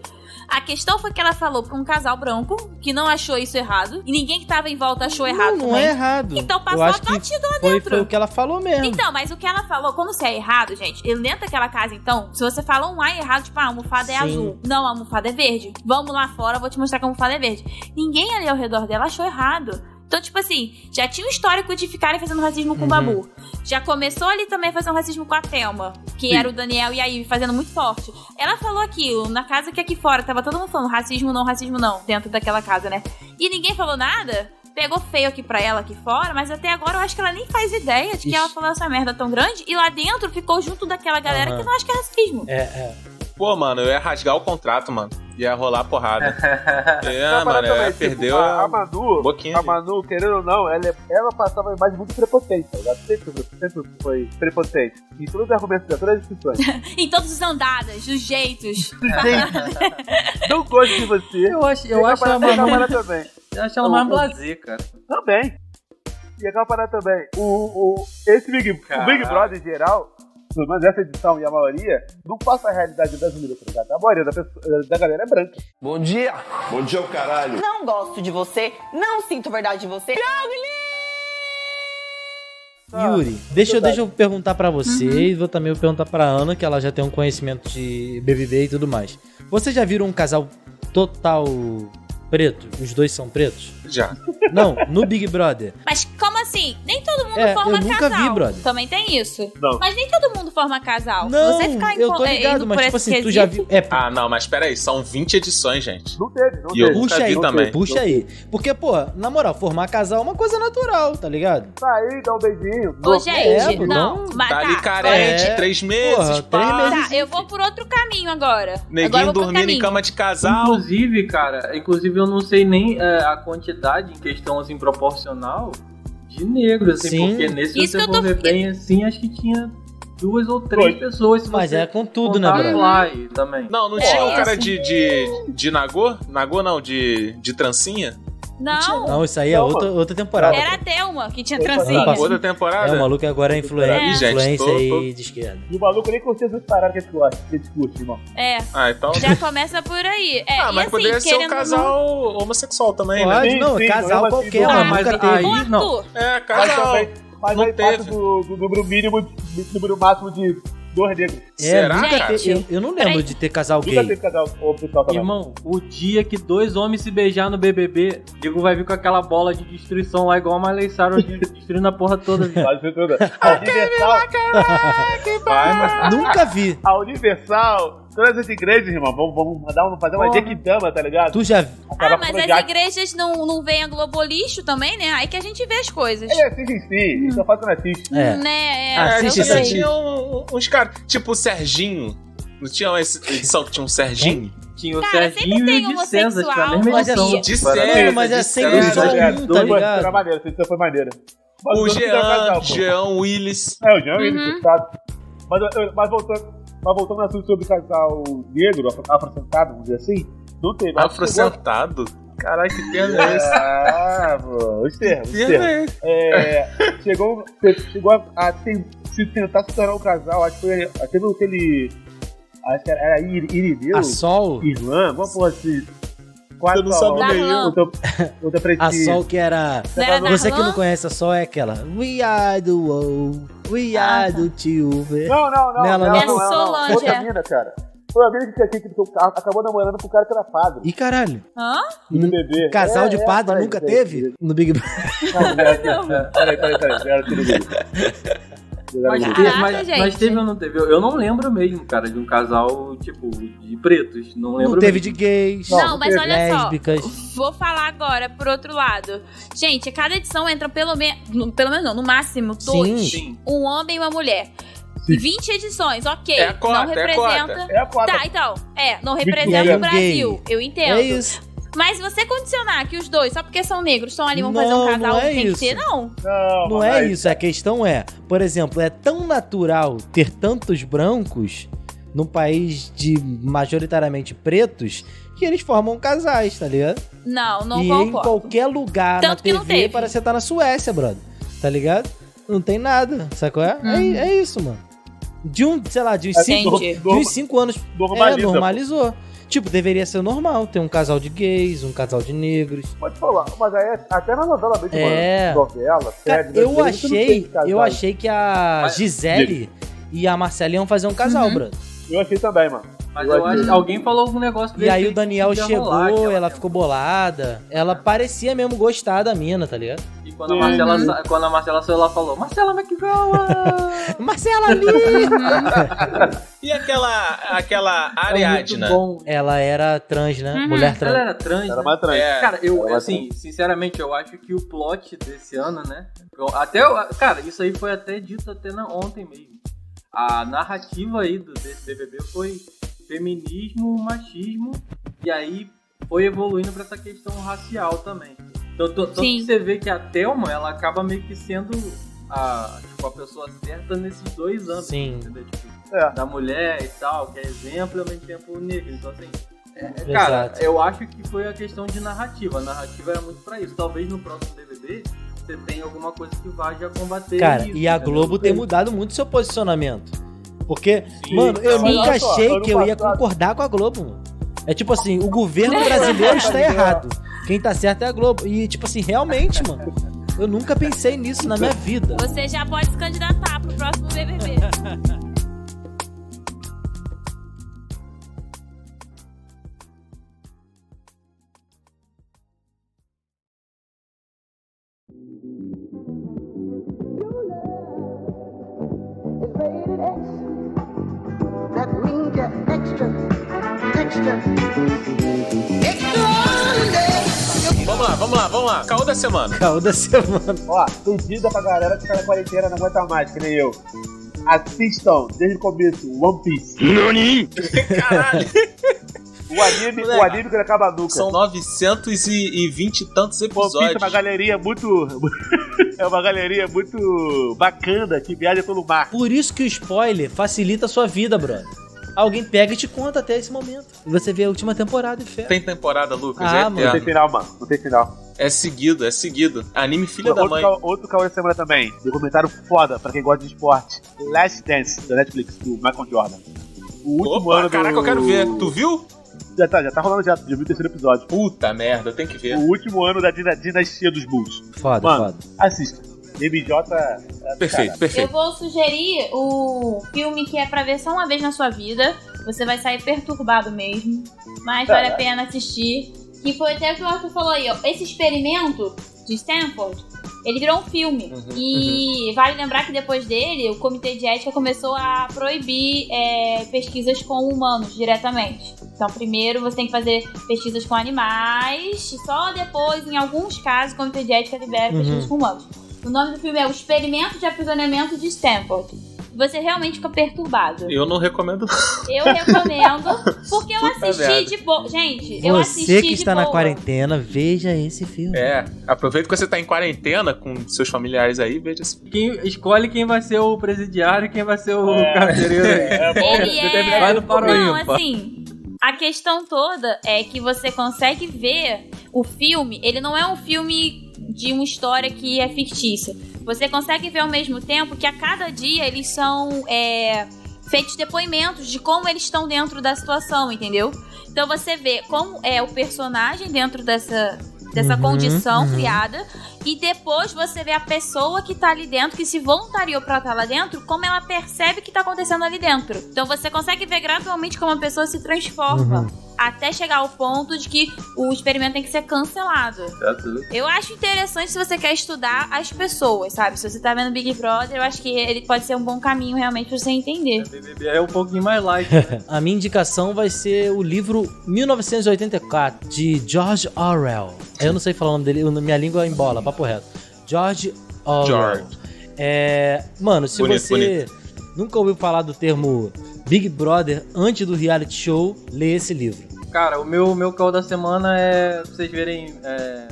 Speaker 8: A questão foi que ela falou pra um casal branco que não achou isso errado. E ninguém que tava em volta achou errado.
Speaker 4: não
Speaker 8: também.
Speaker 4: é errado.
Speaker 8: Então passou
Speaker 4: eu acho que
Speaker 8: abatido lá
Speaker 4: foi,
Speaker 8: dentro.
Speaker 4: foi o que ela falou mesmo.
Speaker 8: Então, mas o que ela falou, como se é errado, gente, ele dentro daquela casa, então, se você fala um ai errado, tipo, ah, a almofada é
Speaker 15: Sim.
Speaker 8: azul. Não, a almofada é verde. Vamos lá fora, vou te mostrar que a almofada é verde. Ninguém ali ao redor dela achou errado. Então, tipo assim, já tinha um histórico de ficarem fazendo racismo com o
Speaker 15: Uhum.
Speaker 8: Babu. Já começou ali também fazendo racismo com a Thelma, que
Speaker 15: Sim.
Speaker 8: era o Daniel e a Ivy fazendo muito forte. Ela falou aquilo na casa que é aqui fora tava todo mundo falando racismo não, racismo não, dentro daquela casa, né? E ninguém falou nada. Pegou feio aqui pra ela aqui fora, mas até agora eu acho que ela nem faz ideia de que
Speaker 1: Ixi.
Speaker 8: ela falou essa merda tão grande e lá dentro ficou junto daquela galera
Speaker 1: Aham.
Speaker 8: que não acha que é racismo.
Speaker 4: É, é.
Speaker 1: Pô, mano, eu ia rasgar o contrato, mano. Ia rolar porrada. é,
Speaker 6: Não, mas
Speaker 1: mano, eu
Speaker 6: também,
Speaker 1: ia
Speaker 6: tipo,
Speaker 1: perder um
Speaker 6: a, a
Speaker 1: a
Speaker 6: Manu,
Speaker 1: boquinha.
Speaker 6: a Manu, querendo ou não, ela, ela passava uma imagem muito prepotente, tá ligado? Sempre, sempre foi prepotente. Em todos os argumentos, em todas as discussões.
Speaker 8: em todos os andadas, dos jeitos.
Speaker 6: não gosto de você.
Speaker 7: Eu acho, eu
Speaker 6: E
Speaker 7: acho
Speaker 6: aquela
Speaker 7: ela
Speaker 6: parada-
Speaker 7: mais-
Speaker 6: aquela parada também.
Speaker 7: Eu acho ela mais
Speaker 6: O- o-
Speaker 7: blazer, é um cara.
Speaker 6: Também. E aquela parada também. O, o, esse Big, o Big
Speaker 7: Caralho.
Speaker 6: Brother em geral, pelo menos essa edição e a maioria, não passa a realidade brasileira, tá ligado? A maioria da, pessoa- da galera é branca.
Speaker 12: Bom dia.
Speaker 11: Bom dia, o caralho.
Speaker 12: Não gosto de você, não sinto verdade de você. Não,
Speaker 1: Tá.
Speaker 4: Yuri, deixa eu, deixa eu perguntar
Speaker 8: Uhum.
Speaker 4: pra você e vou também perguntar pra Ana, que ela já tem um conhecimento de BBB e tudo mais. Vocês já viram um casal total preto? Os dois são pretos?
Speaker 1: Já.
Speaker 4: Não, no Big Brother.
Speaker 8: Mas como assim? Nem todo mundo
Speaker 4: É,
Speaker 8: forma
Speaker 4: eu nunca
Speaker 8: casal.
Speaker 4: vi, brother.
Speaker 8: Também tem isso.
Speaker 1: Não.
Speaker 8: Mas nem todo mundo forma casal.
Speaker 4: Não,
Speaker 8: Você ficar em
Speaker 4: eu tô
Speaker 8: co- eh,
Speaker 4: ligado,
Speaker 8: indo
Speaker 4: mas
Speaker 8: por
Speaker 4: tipo
Speaker 8: esse
Speaker 4: assim, tu já
Speaker 8: quesito-
Speaker 4: viu... É,
Speaker 1: Ah, não, mas peraí, são 20 edições, gente.
Speaker 6: Não teve, não
Speaker 1: E eu
Speaker 4: puxa
Speaker 1: nunca
Speaker 4: aí,
Speaker 1: vi também.
Speaker 4: puxa aí. Porque, pô, na moral, formar casal é uma coisa natural, tá ligado?
Speaker 6: Saí, dá um beijinho.
Speaker 8: Ô, gente,
Speaker 4: É, não.
Speaker 8: não. Mas
Speaker 1: Tá ali carente, três meses,
Speaker 4: É. Porra, três
Speaker 1: pá.
Speaker 8: Tá, eu vou por outro caminho agora. agora eu
Speaker 1: Neguinho
Speaker 8: vou por outro
Speaker 1: dormindo em
Speaker 8: caminho.
Speaker 1: cama de casal.
Speaker 7: Inclusive, cara, inclusive eu não sei nem é, a quantidade em questão assim proporcional de negros, assim,
Speaker 4: Sim.
Speaker 7: porque nesse
Speaker 4: Isso
Speaker 7: você
Speaker 4: que eu tô-
Speaker 7: for ver bem assim, acho que tinha duas ou três pessoas. Se
Speaker 4: Mas
Speaker 7: você
Speaker 4: é com tudo, né,
Speaker 7: contar
Speaker 4: brother?
Speaker 7: a Fly também.
Speaker 1: Não, não
Speaker 7: É
Speaker 1: tinha um
Speaker 7: isso.
Speaker 1: cara de, de, de Nagô? Nagô não, de, de trancinha?
Speaker 8: Não.
Speaker 4: Não, isso aí é outra, outra temporada.
Speaker 8: Era a Thelma que tinha
Speaker 4: Ano
Speaker 8: trancinha.
Speaker 4: passado.
Speaker 1: Outra temporada?
Speaker 4: É, o maluco agora é influente,
Speaker 1: Ih, gente,
Speaker 4: influência
Speaker 1: tô-
Speaker 4: aí
Speaker 1: tô-
Speaker 4: de esquerda.
Speaker 6: E o maluco nem curtiu essas paradas que a gente gosta, que a gente curte, irmão.
Speaker 8: É.
Speaker 1: Ah, então.
Speaker 8: Já começa por aí. É,
Speaker 1: Ah,
Speaker 8: e
Speaker 1: mas
Speaker 8: assim,
Speaker 1: poderia ser um
Speaker 8: querendo ou
Speaker 1: casal homossexual também,
Speaker 4: Pode,
Speaker 1: né?
Speaker 4: não, casal qualquer,
Speaker 8: tá.
Speaker 1: Ah,
Speaker 4: mas nunca teve.
Speaker 1: aí-
Speaker 8: não.
Speaker 1: É, casal.
Speaker 6: Mas, também, mas aí passa do, do número mínimo, de- do número máximo de dois negros.
Speaker 4: É, nunca te- eu, eu não lembro de ter casal
Speaker 6: Nunca
Speaker 4: gay.
Speaker 6: teve casal homossexual também.
Speaker 7: Irmão, o dia que dois homens se beijar no BBB, o Diego vai vir com aquela bola de destruição lá, igual a Miley Cyrus de- destruindo a porra toda.
Speaker 6: Quase toda. A Universal...
Speaker 4: Nunca vi.
Speaker 6: A Universal, todas as igrejas, irmão, vamos, vamos mandar um, fazer uma
Speaker 8: Porra.
Speaker 6: Jequitama, tá ligado?
Speaker 4: Tu já...
Speaker 8: Ah, mas as igrejas não, não veem a Globolixo também, né? Aí que a gente vê as coisas.
Speaker 6: É, assiste sim, só faz assiste.
Speaker 8: Né? É,
Speaker 1: Ah,
Speaker 8: eu
Speaker 1: tinha-
Speaker 8: sei.
Speaker 1: tinha um- uns caras, tipo o Serginho. Não tinha uma edição que tinha um Serginho?
Speaker 7: Tinha o tipo,
Speaker 8: Cara, sempre Serginho e o tem de César, homossexual, acho que é a mesma
Speaker 4: mas é edição. só-
Speaker 1: De
Speaker 4: Mano,
Speaker 1: César,
Speaker 4: mas é
Speaker 1: de
Speaker 4: sempre
Speaker 1: César.
Speaker 4: só um, tá
Speaker 6: Dois,
Speaker 4: ligado?
Speaker 6: Era maneiro, essa foi maneira. Mas
Speaker 1: O
Speaker 6: dois
Speaker 4: um
Speaker 6: fizeram
Speaker 1: Jean,
Speaker 6: casal, pô.
Speaker 1: Jean Willis.
Speaker 6: É, o Jean, ele sabe. Mas, eu- mas voltando, mas voltando ao assunto sobre casal negro, afro- afrocentado, vamos dizer assim, não teve.
Speaker 4: um
Speaker 1: Afrocentado? Caralho, que termo é esse?
Speaker 6: Ah, pô, os termos. Os
Speaker 1: Que termo é
Speaker 6: termos. É, chegou, chegou a, a ten- se tentar se tornar um casal, acho que foi. Teve aquele. Acho que era Irineu.
Speaker 4: A Sol?
Speaker 6: Irlã, alguma porra assim. Quatro
Speaker 4: não sabe
Speaker 6: a um.
Speaker 4: nenhum.
Speaker 6: Conta- conta pra
Speaker 4: A
Speaker 6: esse-
Speaker 4: Sol que era.
Speaker 6: Não era da
Speaker 4: Você que
Speaker 6: Arlan?
Speaker 4: não conhece a Sol é aquela. We are the world,
Speaker 8: Ah,
Speaker 4: we
Speaker 8: tá.
Speaker 4: are the tio.
Speaker 6: Não, não, não.
Speaker 4: Nela,
Speaker 6: não,
Speaker 4: não.
Speaker 6: não, não, não. Outra mina, cara. Foi a mina que, que, que, que acabou namorando com o cara que era padre.
Speaker 4: Ih, caralho.
Speaker 8: Hã?
Speaker 6: bebê.
Speaker 4: Casal
Speaker 6: É,
Speaker 4: de
Speaker 6: é,
Speaker 4: padre
Speaker 6: faz
Speaker 4: nunca
Speaker 6: isso aí.
Speaker 4: teve? No Big Brother.
Speaker 6: é, Peraí, peraí, peraí. Era é, tudo bem.
Speaker 7: Mas,
Speaker 6: Caraca,
Speaker 7: teve- mas-
Speaker 8: gente.
Speaker 7: mas teve ou não teve? Eu eu não lembro mesmo, cara, de um casal, tipo, de pretos. Não lembro
Speaker 4: Não teve
Speaker 7: mesmo.
Speaker 4: de gays.
Speaker 8: Não, mas olha só.
Speaker 4: lésbicas.
Speaker 8: Vou falar agora por outro lado. Gente, cada edição entra pelo menos. Pelo menos não, no máximo dois.
Speaker 4: Sim. Sim.
Speaker 8: Um homem e uma mulher. 20 edições, ok.
Speaker 4: É a cota,
Speaker 8: não
Speaker 4: é a cota.
Speaker 8: representa.
Speaker 4: É a cota.
Speaker 8: Tá, então. É, não
Speaker 4: Muito
Speaker 8: representa
Speaker 4: gay.
Speaker 8: o Brasil. Eu entendo.
Speaker 4: É isso.
Speaker 8: Mas se você condicionar que os dois, só porque são negros, estão ali, vão fazer
Speaker 4: Não,
Speaker 8: um
Speaker 4: não
Speaker 8: casal,
Speaker 4: é
Speaker 8: tem
Speaker 4: isso.
Speaker 8: que ser, não.
Speaker 6: Não,
Speaker 4: Não é isso, a questão é, por exemplo, é tão natural ter tantos brancos num país de majoritariamente pretos que eles formam casais, tá ligado?
Speaker 8: Não, não
Speaker 4: e em
Speaker 8: concordo.
Speaker 4: qualquer lugar na
Speaker 8: Tanto que não
Speaker 4: TV
Speaker 8: teve.
Speaker 4: parece que você tá na Suécia, brother. Tá ligado? Não tem nada, sabe qual é?
Speaker 8: Hum.
Speaker 4: É, é isso, mano. De um, sei lá, de uns
Speaker 2: É,
Speaker 4: cinco,
Speaker 2: entendi.
Speaker 4: de uns cinco anos.
Speaker 2: Normaliza,
Speaker 4: é, normalizou. Tipo, deveria ser normal ter um casal de gays, um casal de negros.
Speaker 6: Pode falar, mas aí até na novela mesmo,
Speaker 4: É.
Speaker 6: mano. Novela,
Speaker 4: Cara,
Speaker 6: série.
Speaker 4: eu
Speaker 6: brasileira, isso É, não tem
Speaker 4: achei,
Speaker 6: casal.
Speaker 4: eu achei que a Gisele e a Marcela iam fazer um
Speaker 6: Uhum.
Speaker 4: casal, brother.
Speaker 6: Eu achei também, mano.
Speaker 7: Mas eu acho, alguém falou algum negócio
Speaker 4: E
Speaker 7: desse
Speaker 4: aí
Speaker 7: que
Speaker 4: o Daniel
Speaker 7: podia
Speaker 4: chegou,
Speaker 7: rolar, que
Speaker 4: ela ficou bolada. Ela parecia mesmo gostar da mina, tá ligado?
Speaker 7: E quando a Marcela,
Speaker 4: Uhum.
Speaker 7: sa- quando a Marcela saiu, ela falou, Marcela é McGowan!
Speaker 4: Marcela ali!
Speaker 1: E aquela, aquela Ariadna?
Speaker 4: Ela era trans, né? Mulher trans.
Speaker 7: Ela era trans. né?
Speaker 1: É.
Speaker 7: Cara, eu,
Speaker 1: Ela era
Speaker 7: assim, sinceramente, eu acho que o plot desse ano, né? eu- até, eu- cara, isso aí foi até dito até na- ontem mesmo. A narrativa aí do, desse BBB foi feminismo, machismo, e aí foi evoluindo pra essa questão racial também. Então, to- tanto
Speaker 8: Sim.
Speaker 7: que você vê que a Thelma, ela acaba meio que sendo a, tipo, a pessoa certa nesses dois anos.
Speaker 4: Sim.
Speaker 7: Entendeu? Tipo, Da mulher e tal, que é exemplo e ao mesmo tempo negra. Então, assim, é- é, cara,
Speaker 4: Exato.
Speaker 7: eu acho que foi a questão de narrativa. A narrativa era muito pra isso. Talvez no próximo DVD você tenha alguma coisa que vá já combater
Speaker 4: Cara,
Speaker 7: isso,
Speaker 4: e a
Speaker 7: entendeu?
Speaker 4: Globo tem mudado muito seu posicionamento. Porque,
Speaker 7: Sim,
Speaker 4: mano, eu
Speaker 7: cara, mas
Speaker 4: nunca
Speaker 7: olha só,
Speaker 4: achei
Speaker 7: ano
Speaker 4: que eu ia
Speaker 7: passado-
Speaker 4: concordar com a Globo, mano. É tipo assim, o governo brasileiro está errado. Quem tá certo é a Globo. E, tipo assim, realmente, mano, eu nunca pensei nisso na minha vida.
Speaker 8: Você já pode se candidatar pro próximo BBB.
Speaker 15: That means you're extra, extra,
Speaker 1: Vamos lá, vamos lá, vamos lá. Caô da semana.
Speaker 4: Caô da semana.
Speaker 6: Ó, pedida pra galera que tá na quarentena, não aguenta mais, que nem eu. Assistam, desde o começo, One Piece.
Speaker 1: Nani!
Speaker 6: O anime, o anime que ele acaba nunca.
Speaker 1: São 920 e tantos
Speaker 6: One Piece é
Speaker 1: episódios.
Speaker 6: uma galeria muito... é uma galeria muito bacana, que viaja pelo mar.
Speaker 4: Por isso que o spoiler facilita a sua vida, brother. Alguém pega e te conta até esse momento. E você vê a última temporada e fé.
Speaker 1: Tem temporada, Lucas.
Speaker 4: Ah,
Speaker 1: é
Speaker 4: mano.
Speaker 1: eterno.
Speaker 4: Não tem
Speaker 6: final, mano. Não tem final.
Speaker 1: É seguido, é seguido. Anime filha da
Speaker 6: outro,
Speaker 1: mãe.
Speaker 6: ca- outro caô da semana também. Documentário foda pra quem gosta de esporte. Last Dance, da Netflix, do Michael Jordan. O último
Speaker 1: Opa,
Speaker 6: ano
Speaker 1: caraca,
Speaker 6: do...
Speaker 1: eu quero ver. Tu viu?
Speaker 6: Já tá, já tá rolando já. Já vi o terceiro episódio.
Speaker 1: Puta merda, eu tenho que ver.
Speaker 6: O último ano da dina- dinastia dos Bulls.
Speaker 4: Foda,
Speaker 6: Mano, assista. MJ...
Speaker 1: Perfeito,
Speaker 8: Eu vou sugerir o filme que é pra ver só uma vez na sua vida. Você vai sair perturbado mesmo. Mas vale a
Speaker 5: Caraca.
Speaker 8: pena assistir. Que foi até o que o Arthur falou aí, ó. Esse experimento de Stanford, ele virou um filme.
Speaker 1: Uhum.
Speaker 8: e vale lembrar que depois dele, o comitê de ética começou a proibir é, pesquisas com humanos diretamente. Então, primeiro você tem que fazer pesquisas com animais, só depois, em alguns casos, o comitê de ética libera
Speaker 5: Uhum.
Speaker 8: pesquisas com humanos. O nome do filme é O Experimento de Aprisionamento de Stanford. Você realmente fica perturbado.
Speaker 1: Eu não recomendo.
Speaker 8: Eu recomendo, porque eu
Speaker 1: Puta
Speaker 8: assisti
Speaker 1: merda.
Speaker 8: de boa. Gente, eu assisti
Speaker 4: Você que está
Speaker 8: de boa.
Speaker 4: na quarentena, veja esse filme.
Speaker 1: É, aproveita que você tá em quarentena com seus familiares aí, veja se.
Speaker 7: Quem escolhe quem vai ser o presidiário e quem vai ser o
Speaker 1: É.
Speaker 7: carcereiro aí.
Speaker 1: É bom,
Speaker 8: Ele é...
Speaker 7: Vai no Paro
Speaker 8: Não,
Speaker 7: Ímpar.
Speaker 8: assim, a questão toda é que você consegue ver o filme, ele não é um filme de uma história que é fictícia. Você consegue ver ao mesmo tempo que a cada dia eles são é, feitos depoimentos de como eles estão dentro da situação, entendeu? Então você vê como é o personagem dentro dessa, dessa
Speaker 17: Uhum,
Speaker 8: condição
Speaker 17: uhum.
Speaker 8: criada e depois você vê a pessoa que tá ali dentro, que se voluntariou pra estar lá dentro, como ela percebe que tá acontecendo ali dentro. Então você consegue ver gradualmente como a pessoa se transforma. Até chegar ao ponto de que o experimento tem que ser cancelado. Eu acho interessante se você quer estudar as pessoas, sabe? Se você tá vendo Big Brother, eu acho que ele pode ser um bom caminho realmente pra você entender.
Speaker 7: É um pouquinho mais light.
Speaker 4: A minha indicação vai ser o livro 1984, de George Orwell. Eu não sei falar o nome dele, o- minha língua embola, papo reto. George Orwell.
Speaker 1: George.
Speaker 4: É, mano, se
Speaker 1: Bonito,
Speaker 4: você
Speaker 1: bonito.
Speaker 4: nunca ouviu falar do termo Big Brother antes do reality show, lê esse livro.
Speaker 7: Cara, o meu, meu call da semana é, pra vocês verem, é,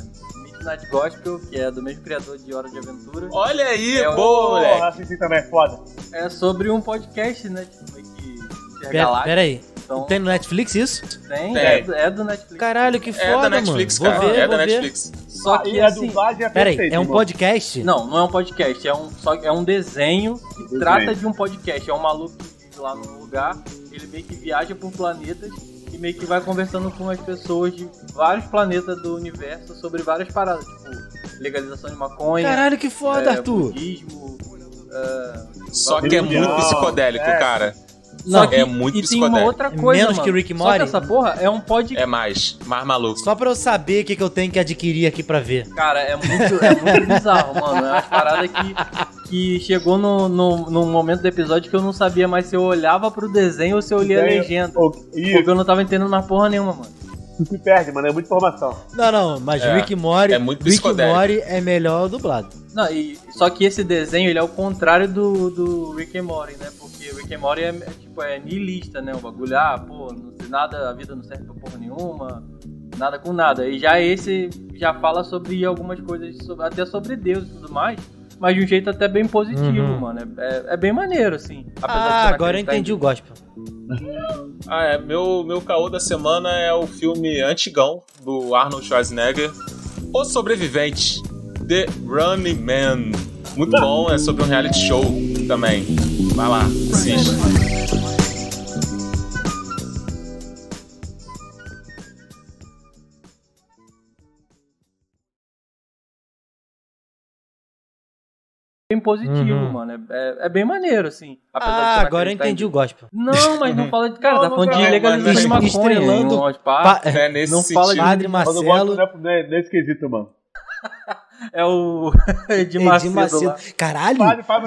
Speaker 7: Midnight Gospel, que é do mesmo criador de Hora de Aventura.
Speaker 1: Olha aí,
Speaker 7: É o-
Speaker 1: boa, moleque.
Speaker 6: Assim também é foda.
Speaker 7: É sobre um podcast, né? Tipo, que enxerga
Speaker 4: Pera,
Speaker 7: galáxias.
Speaker 4: pera aí.
Speaker 7: Então,
Speaker 4: Tem no Netflix isso?
Speaker 7: tem,
Speaker 4: Tem.
Speaker 7: É, do, é do Netflix.
Speaker 4: Caralho, que
Speaker 1: É
Speaker 4: foda, mano. Vou ver, vou ver.
Speaker 6: Ah,
Speaker 7: Só que
Speaker 4: E a
Speaker 7: assim...
Speaker 4: dublagem é Pera aí, perfeita, é um irmão. podcast?
Speaker 7: Não, não é um podcast. É um, só, é um desenho que
Speaker 4: Desenho.
Speaker 7: trata de um podcast. É um maluco que vive lá num lugar, ele meio que viaja por planetas e meio que vai conversando com as pessoas de vários planetas do universo sobre várias paradas, tipo legalização de maconha.
Speaker 4: Caralho, que foda,
Speaker 7: é,
Speaker 4: Arthur.
Speaker 7: budismo, é,
Speaker 1: Só que é muito psicodélico,
Speaker 7: É.
Speaker 1: cara.
Speaker 7: Não,
Speaker 1: Só que é
Speaker 7: e-
Speaker 1: muito
Speaker 7: e tem
Speaker 1: psicodélico.
Speaker 7: uma outra
Speaker 4: É
Speaker 7: coisa, Menos mano. que Rick Só que Morty? essa porra é um podcast.
Speaker 1: É mais, mais maluco.
Speaker 4: Só pra eu saber o que, que eu tenho que adquirir aqui pra ver.
Speaker 7: Cara, é muito, é muito bizarro, mano. É uma parada que, que chegou no, no, num momento do episódio que eu não sabia mais se eu olhava pro desenho ou se eu lia a
Speaker 6: Desenho,
Speaker 7: legenda. Porque eu não tava entendendo mais porra nenhuma, mano.
Speaker 6: Tu se perde, mano. É muita informação.
Speaker 4: Não, não, mas
Speaker 7: É.
Speaker 4: Rick Mori,
Speaker 7: É muito
Speaker 4: Rick
Speaker 7: psicodélico.
Speaker 4: Mori é melhor dublado.
Speaker 7: Não, e, só que esse desenho, ele é o contrário do, do Rick and Morty, né? Porque Rick and Morty é, é, tipo, é niilista, né? O bagulho, ah, pô, não tem nada, a vida não serve pra porra nenhuma, nada com nada. E já esse já fala sobre algumas coisas, sobre- até sobre Deus e tudo mais, mas de um jeito até bem positivo,
Speaker 4: Uhum.
Speaker 7: mano. É, é- é bem maneiro, assim. apesar de
Speaker 4: Ah,
Speaker 7: você não
Speaker 4: agora eu
Speaker 7: acreditar em
Speaker 4: entendi o gospel.
Speaker 1: Ah, é. Meu, meu caô da semana é o filme antigão do Arnold Schwarzenegger, O Sobrevivente, The Running Man. Muito bom, é sobre um reality show também. Vai lá, assiste.
Speaker 7: bem positivo,
Speaker 4: Uhum.
Speaker 7: mano. É, é- é bem maneiro, assim. apesar de
Speaker 4: Ah,
Speaker 7: você não
Speaker 4: agora eu
Speaker 7: acreditar em
Speaker 4: entendi o
Speaker 7: Deus.
Speaker 4: gospel.
Speaker 7: Não, mas não fala de. Cara,
Speaker 6: Não,
Speaker 7: tá
Speaker 6: não,
Speaker 7: falando de
Speaker 6: cara,
Speaker 7: legalização de
Speaker 6: mas-
Speaker 7: maconha.
Speaker 4: estrelando
Speaker 7: não,
Speaker 4: pa-
Speaker 7: pá,
Speaker 4: É nesse
Speaker 7: não
Speaker 4: sentido.
Speaker 7: fala de
Speaker 4: Padre
Speaker 6: Mas eu gosto, né, né, nesse quesito, mano.
Speaker 7: É o Edir
Speaker 4: Edir Macedo.
Speaker 7: né?
Speaker 4: Caralho,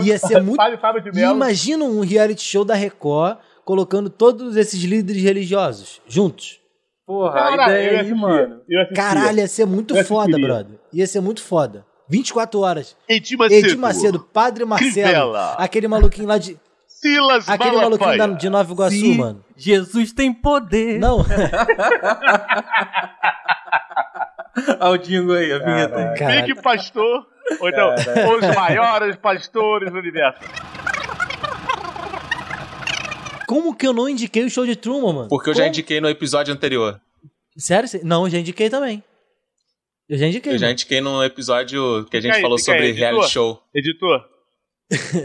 Speaker 4: ia ser muito.
Speaker 6: Fábio, Fábio de Mello.
Speaker 4: Imagina um reality show da Record colocando todos esses líderes religiosos juntos.
Speaker 7: Porra,
Speaker 6: Cara,
Speaker 7: a ideia é
Speaker 6: eu
Speaker 7: aí,
Speaker 6: assistia,
Speaker 7: mano.
Speaker 6: eu assistia.
Speaker 4: Caralho, ia ser muito
Speaker 6: Eu
Speaker 4: foda,
Speaker 6: assistiria.
Speaker 4: brother. Ia ser muito foda. 24 hohoras.
Speaker 6: Edir Macedo.
Speaker 4: Macedo, Padre Marcelo.
Speaker 6: Crivella.
Speaker 4: Aquele maluquinho lá de.
Speaker 6: Silas
Speaker 4: Aquele maluquinho da- de Nova Iguaçu,
Speaker 7: Se
Speaker 4: mano.
Speaker 7: Jesus tem poder.
Speaker 4: Não.
Speaker 7: Olha o Dingo aí, a vinheta. aí.
Speaker 4: um
Speaker 6: Big Pastor. Ou então,
Speaker 7: Caralho.
Speaker 6: os maiores pastores do universo.
Speaker 4: Como que eu não indiquei o show de Truman, mano?
Speaker 1: Porque eu já
Speaker 4: Como?
Speaker 1: indiquei no episódio anterior.
Speaker 4: Sério? Não, eu já indiquei também. Eu já indiquei.
Speaker 1: Eu já
Speaker 4: mano.
Speaker 1: indiquei no episódio que a gente
Speaker 4: Fica aí,
Speaker 1: falou
Speaker 4: fica
Speaker 1: sobre
Speaker 4: aí,
Speaker 1: reality
Speaker 4: editor.
Speaker 1: show.
Speaker 6: Editor.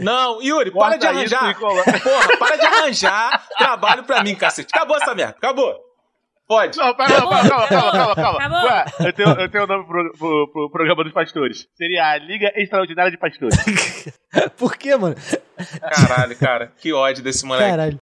Speaker 1: Não, Yuri, para de
Speaker 6: Corta isso
Speaker 1: arranjar.
Speaker 6: e colo-
Speaker 1: Porra, para de arranjar trabalho pra mim, cacete. Acabou essa merda, acabou. Pode.
Speaker 6: Não, pera, calma, calma, calma, calma, calma.
Speaker 1: Acabou.
Speaker 6: Ué, eu tenho eu tenho um nome pro, pro- pro programa dos pastores. Seria a Liga Extraordinária de Pastores.
Speaker 4: Por quê, mano?
Speaker 1: Caralho, cara, que ódio desse moleque.
Speaker 4: Caralho.